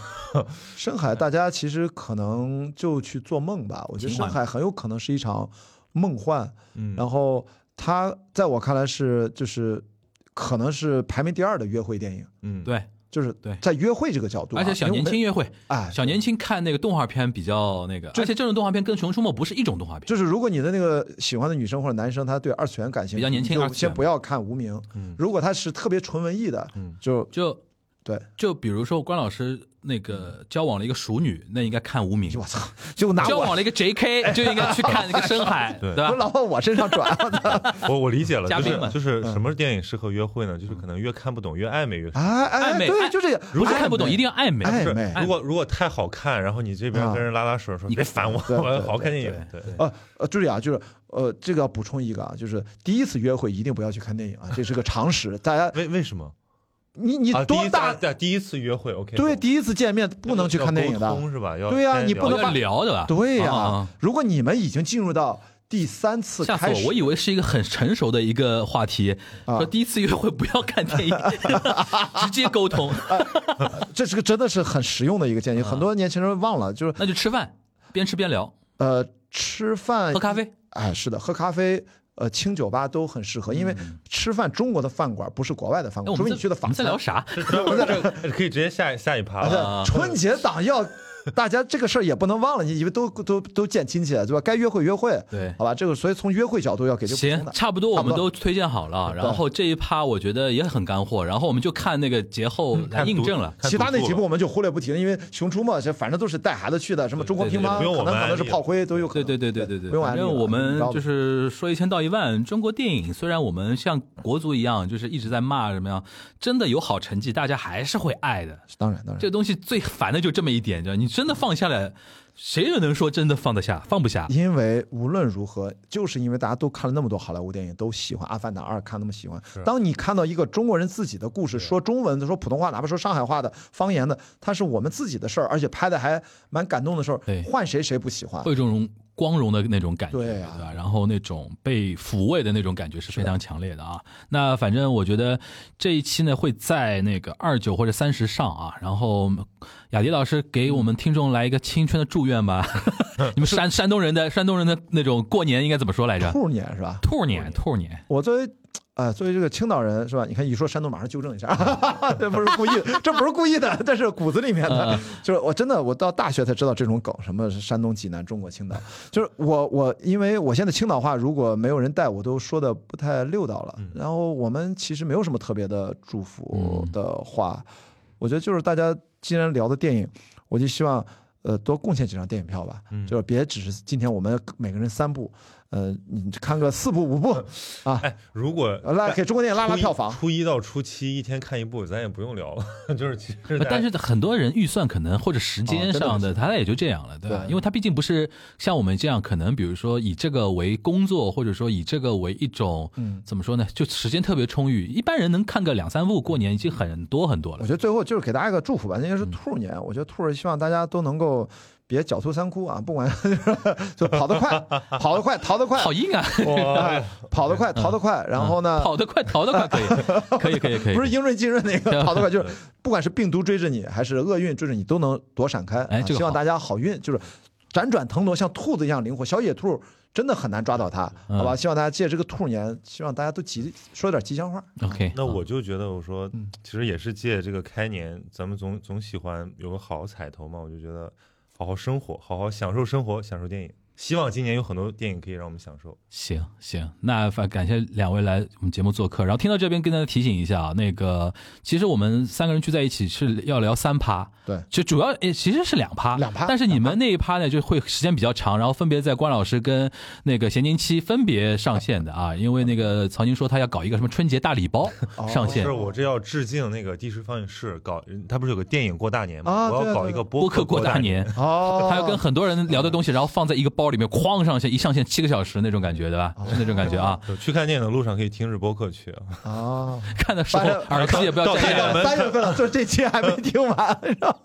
深海大家其实可能就去做梦吧。我觉得
情怀
深海很有可能是一场梦幻，
嗯，
然后它在我看来是就是可能是排名第二的约会电影，
嗯，
对，
就是
对
在约会这个角度啊、
而且小
因为我
年
们
轻约会，
哎，
小年轻看那个动画片比较那个，而且这种动画片跟《熊出没》不是一种动画片。
就是如果你的那个喜欢的女生或者男生，他对二次元感兴趣，
比较年轻
你
二
就
次
先
元
不要看无名。
嗯
如果他是特别纯文艺的，
嗯
就
就
对，嗯
就比如说关老师那个交往了一个熟女，那应该看无名
就；我操， 就拿
交
我
往了一个 JK，就应该去看那个深 海，
对
对吧
不？老往我身上转，啊
我我理解了，
嘉
就
宾
是
们
就是
嗯
什么电影适合约会呢？就是可能越看不懂越暧昧越。
哎哎，
暧昧
对，
暧
就这样，
如果看不懂，一定要暧昧。
暧
是
昧。啊
如果如果太好看，然后你这边跟人拉拉手说
你
你别烦我，
对对
我要好好看
对
电影。对，
呃呃，就是啊，就是呃，这个要补充一个啊，就是第一次约会一定不要去看电影啊，这是个常识。大家，
为为什么？
你你
啊，第
多
一次
大？
对第一次约会，OK，
对，
懂
第一次见面不能去看电影
要沟
的。
通是吧？要
对呀
先
你
聊
不
我
能
要
把
聊的吧？
对呀、
啊啊啊
如果你们已经进入到第三次
吓死
开
我！
始，
我以为是一个很成熟的一个话题，
啊
说第一次约会不要 看电影，直接沟通，
这是个真的是很实用的一个建议。很多年轻人忘了，就是
那就吃饭，边吃边聊，
呃，吃饭
喝咖啡。
哎，是的，喝咖啡。呃，清酒吧都很适合，因为吃饭中国的饭馆不是国外的饭
嗯哎，
馆，
我
除
们
非
在
你去的
我
法
们在
餐
聊啥？
这可以直接下下一趴了。
啊
春节档要大家这个事儿也不能忘了，你以为都都都见亲戚对吧？该约会约会，
对
好吧，这个所以从约会角度要给这个补充
行
的，
差不多我
差不
们
多
都推荐好了，然后这一趴我觉得也很干货，然后我们就看那个节后
嗯
来
看
印
毒
证了。
看
其他
毒
那
素
几
了
部我们就忽略不提了，因为《熊出没》这反正都是带孩子去的，什么中国
对
乒
对
乓
不用
可
我
能
们
可能是
安利
炮灰都有可
对
能。
对对对对对，
不用安
反
利了
正我们
你知道
就是说一千道一万。中国电影虽然我们像国足一样，就是一直在骂什么呀，真的有好成绩，大家还是会爱的。
当然当然
这，东西最烦的就这么一点，你知道，你真的放下来，谁又能说真的放得下？放不下。
因为无论如何，就是因为大家都看了那么多好莱坞电影，都喜欢《阿凡达二》，看那么喜欢。当你看到一个中国人自己的故事，说中文的、说普通话，哪怕说上海话的方言的，它是我们自己的事儿，而且拍的还蛮感动的时候
对，
换谁谁不喜欢
会？有这种光荣的那种感觉，
对啊
吧？然后那种被抚慰的那种感觉是非常强烈的啊。那反正我觉得这一期呢会在那个二九或者三十上啊。然后雅迪老师给我
嗯
们听众来一个青春的祝愿吧。 你们山山东人的山东人的那种过年应该怎么说来着？
兔年是吧？
兔年，兔年，
我作为，呃，作为这个青岛人是吧？你看一说山东，马上纠正一下， 这不是故意的，这不是故意的，这是骨子里面的。就是我真的，我到大学才知道这种梗，什么是山东、济南、中国青岛。就是我我，因为我现在青岛话如果没有人带，我都说的不太溜达了。然后我们其实没有什么特别的祝福的话，我觉得就是大家既然聊的电影，我就希望。呃，多贡献几张电影票吧，就是别只是今天我们每个人三部，呃，你看个四部五部，
哎，如果
呃拉给中国电影拉拉
初一
票房。
初一到初七一天看一部，咱也不用聊了， 呃就是其实大家
呃但是很多人预算可能或者
哦
时间上的，他也就这样了，对吧？
对
因为他毕竟不是像我们这样，可能比如说以这个为工作，或者说以这个为一种，
嗯
怎么说呢？就时间特别充裕，一般人能看个两三部过年已经很多很多
我
了。
觉得最后就是给大家一个祝福吧，因为是兔年，我觉得兔儿希望大家都能够别狡兔三窟啊，不管 就跑得快，跑得快，逃得快，
好硬啊，
哇，
跑得
嗯
快，逃得快，然后呢，
跑得快，逃得快，可以，可 以，可以，可以。
不是，英润浸润那 个跑得快，就是不管是病毒追着你，还是厄运追着你，都能躲闪开。
哎
啊
这个
希望
好
大家好运，就是辗转腾挪，像兔子一样灵活。小野兔真的很难抓到他，好
嗯
吧？希望大家借这个兔年，希望大家都吉说点吉祥话。
OK，
那我就觉得，我说
嗯
其实也是借这个开年，咱们总总喜欢有个好彩头嘛，我就觉得好好生活，好好享受生活，享受电影。希望今年有很多电影可以让我们享受。
行行，那反感谢两位来我们节目做客。然后听到这边跟大家提醒一下啊，那个其实我们三个人聚在一起是要聊三趴，
对，
就主要也其实是两趴，
两趴
但是你们那一趴呢，就会时间比较长，然后分别在关老师跟那个咸宁期分别上线的啊，因为那个曹宁说他要搞一个什么春节大礼包
哦
上线
是。我这要致敬那个第十放映室搞，他不是有个电影过大年
啊
吗？
对
我要
对
搞
对
一个
播
播
客过
过大
大。年，
哦，
他要跟很多人聊的东西，然后放在一个包里面，哐上线，一上线七个小时那种感觉，对
哦
吧？是那种感觉啊。
对去看电影的路上可以听着播客去。
啊，
看的时候
反正
耳机也不要
到
摘
看到
下来。
三月份了，就这期还没听完，是吧？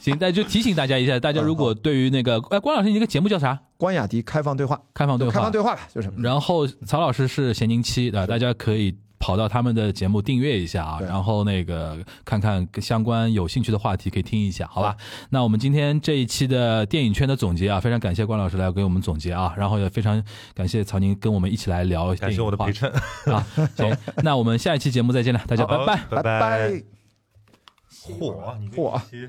行，那就提醒大家一下，大家如果对于那个，哎，关老师，你那个节目叫啥？
关雅迪开放对话，
开放对
就
话。
开放对话吧，就是
然后曹老师是咸宁七对吧？大家可以跑到他们的节目订阅一下啊，
对
然后那个看看相关有兴趣的话题可以听一下，好吧？那我们今天这一期的电影圈的总结啊，非常感谢关老师来给我们总结啊，然后也非常感谢曹宁跟我们一起来聊
感
电
谢
影
我的
话
陪衬，
啊。行，那我们下一期节目再见了，大家拜拜。
拜
拜。
嚯，你这
嚯
期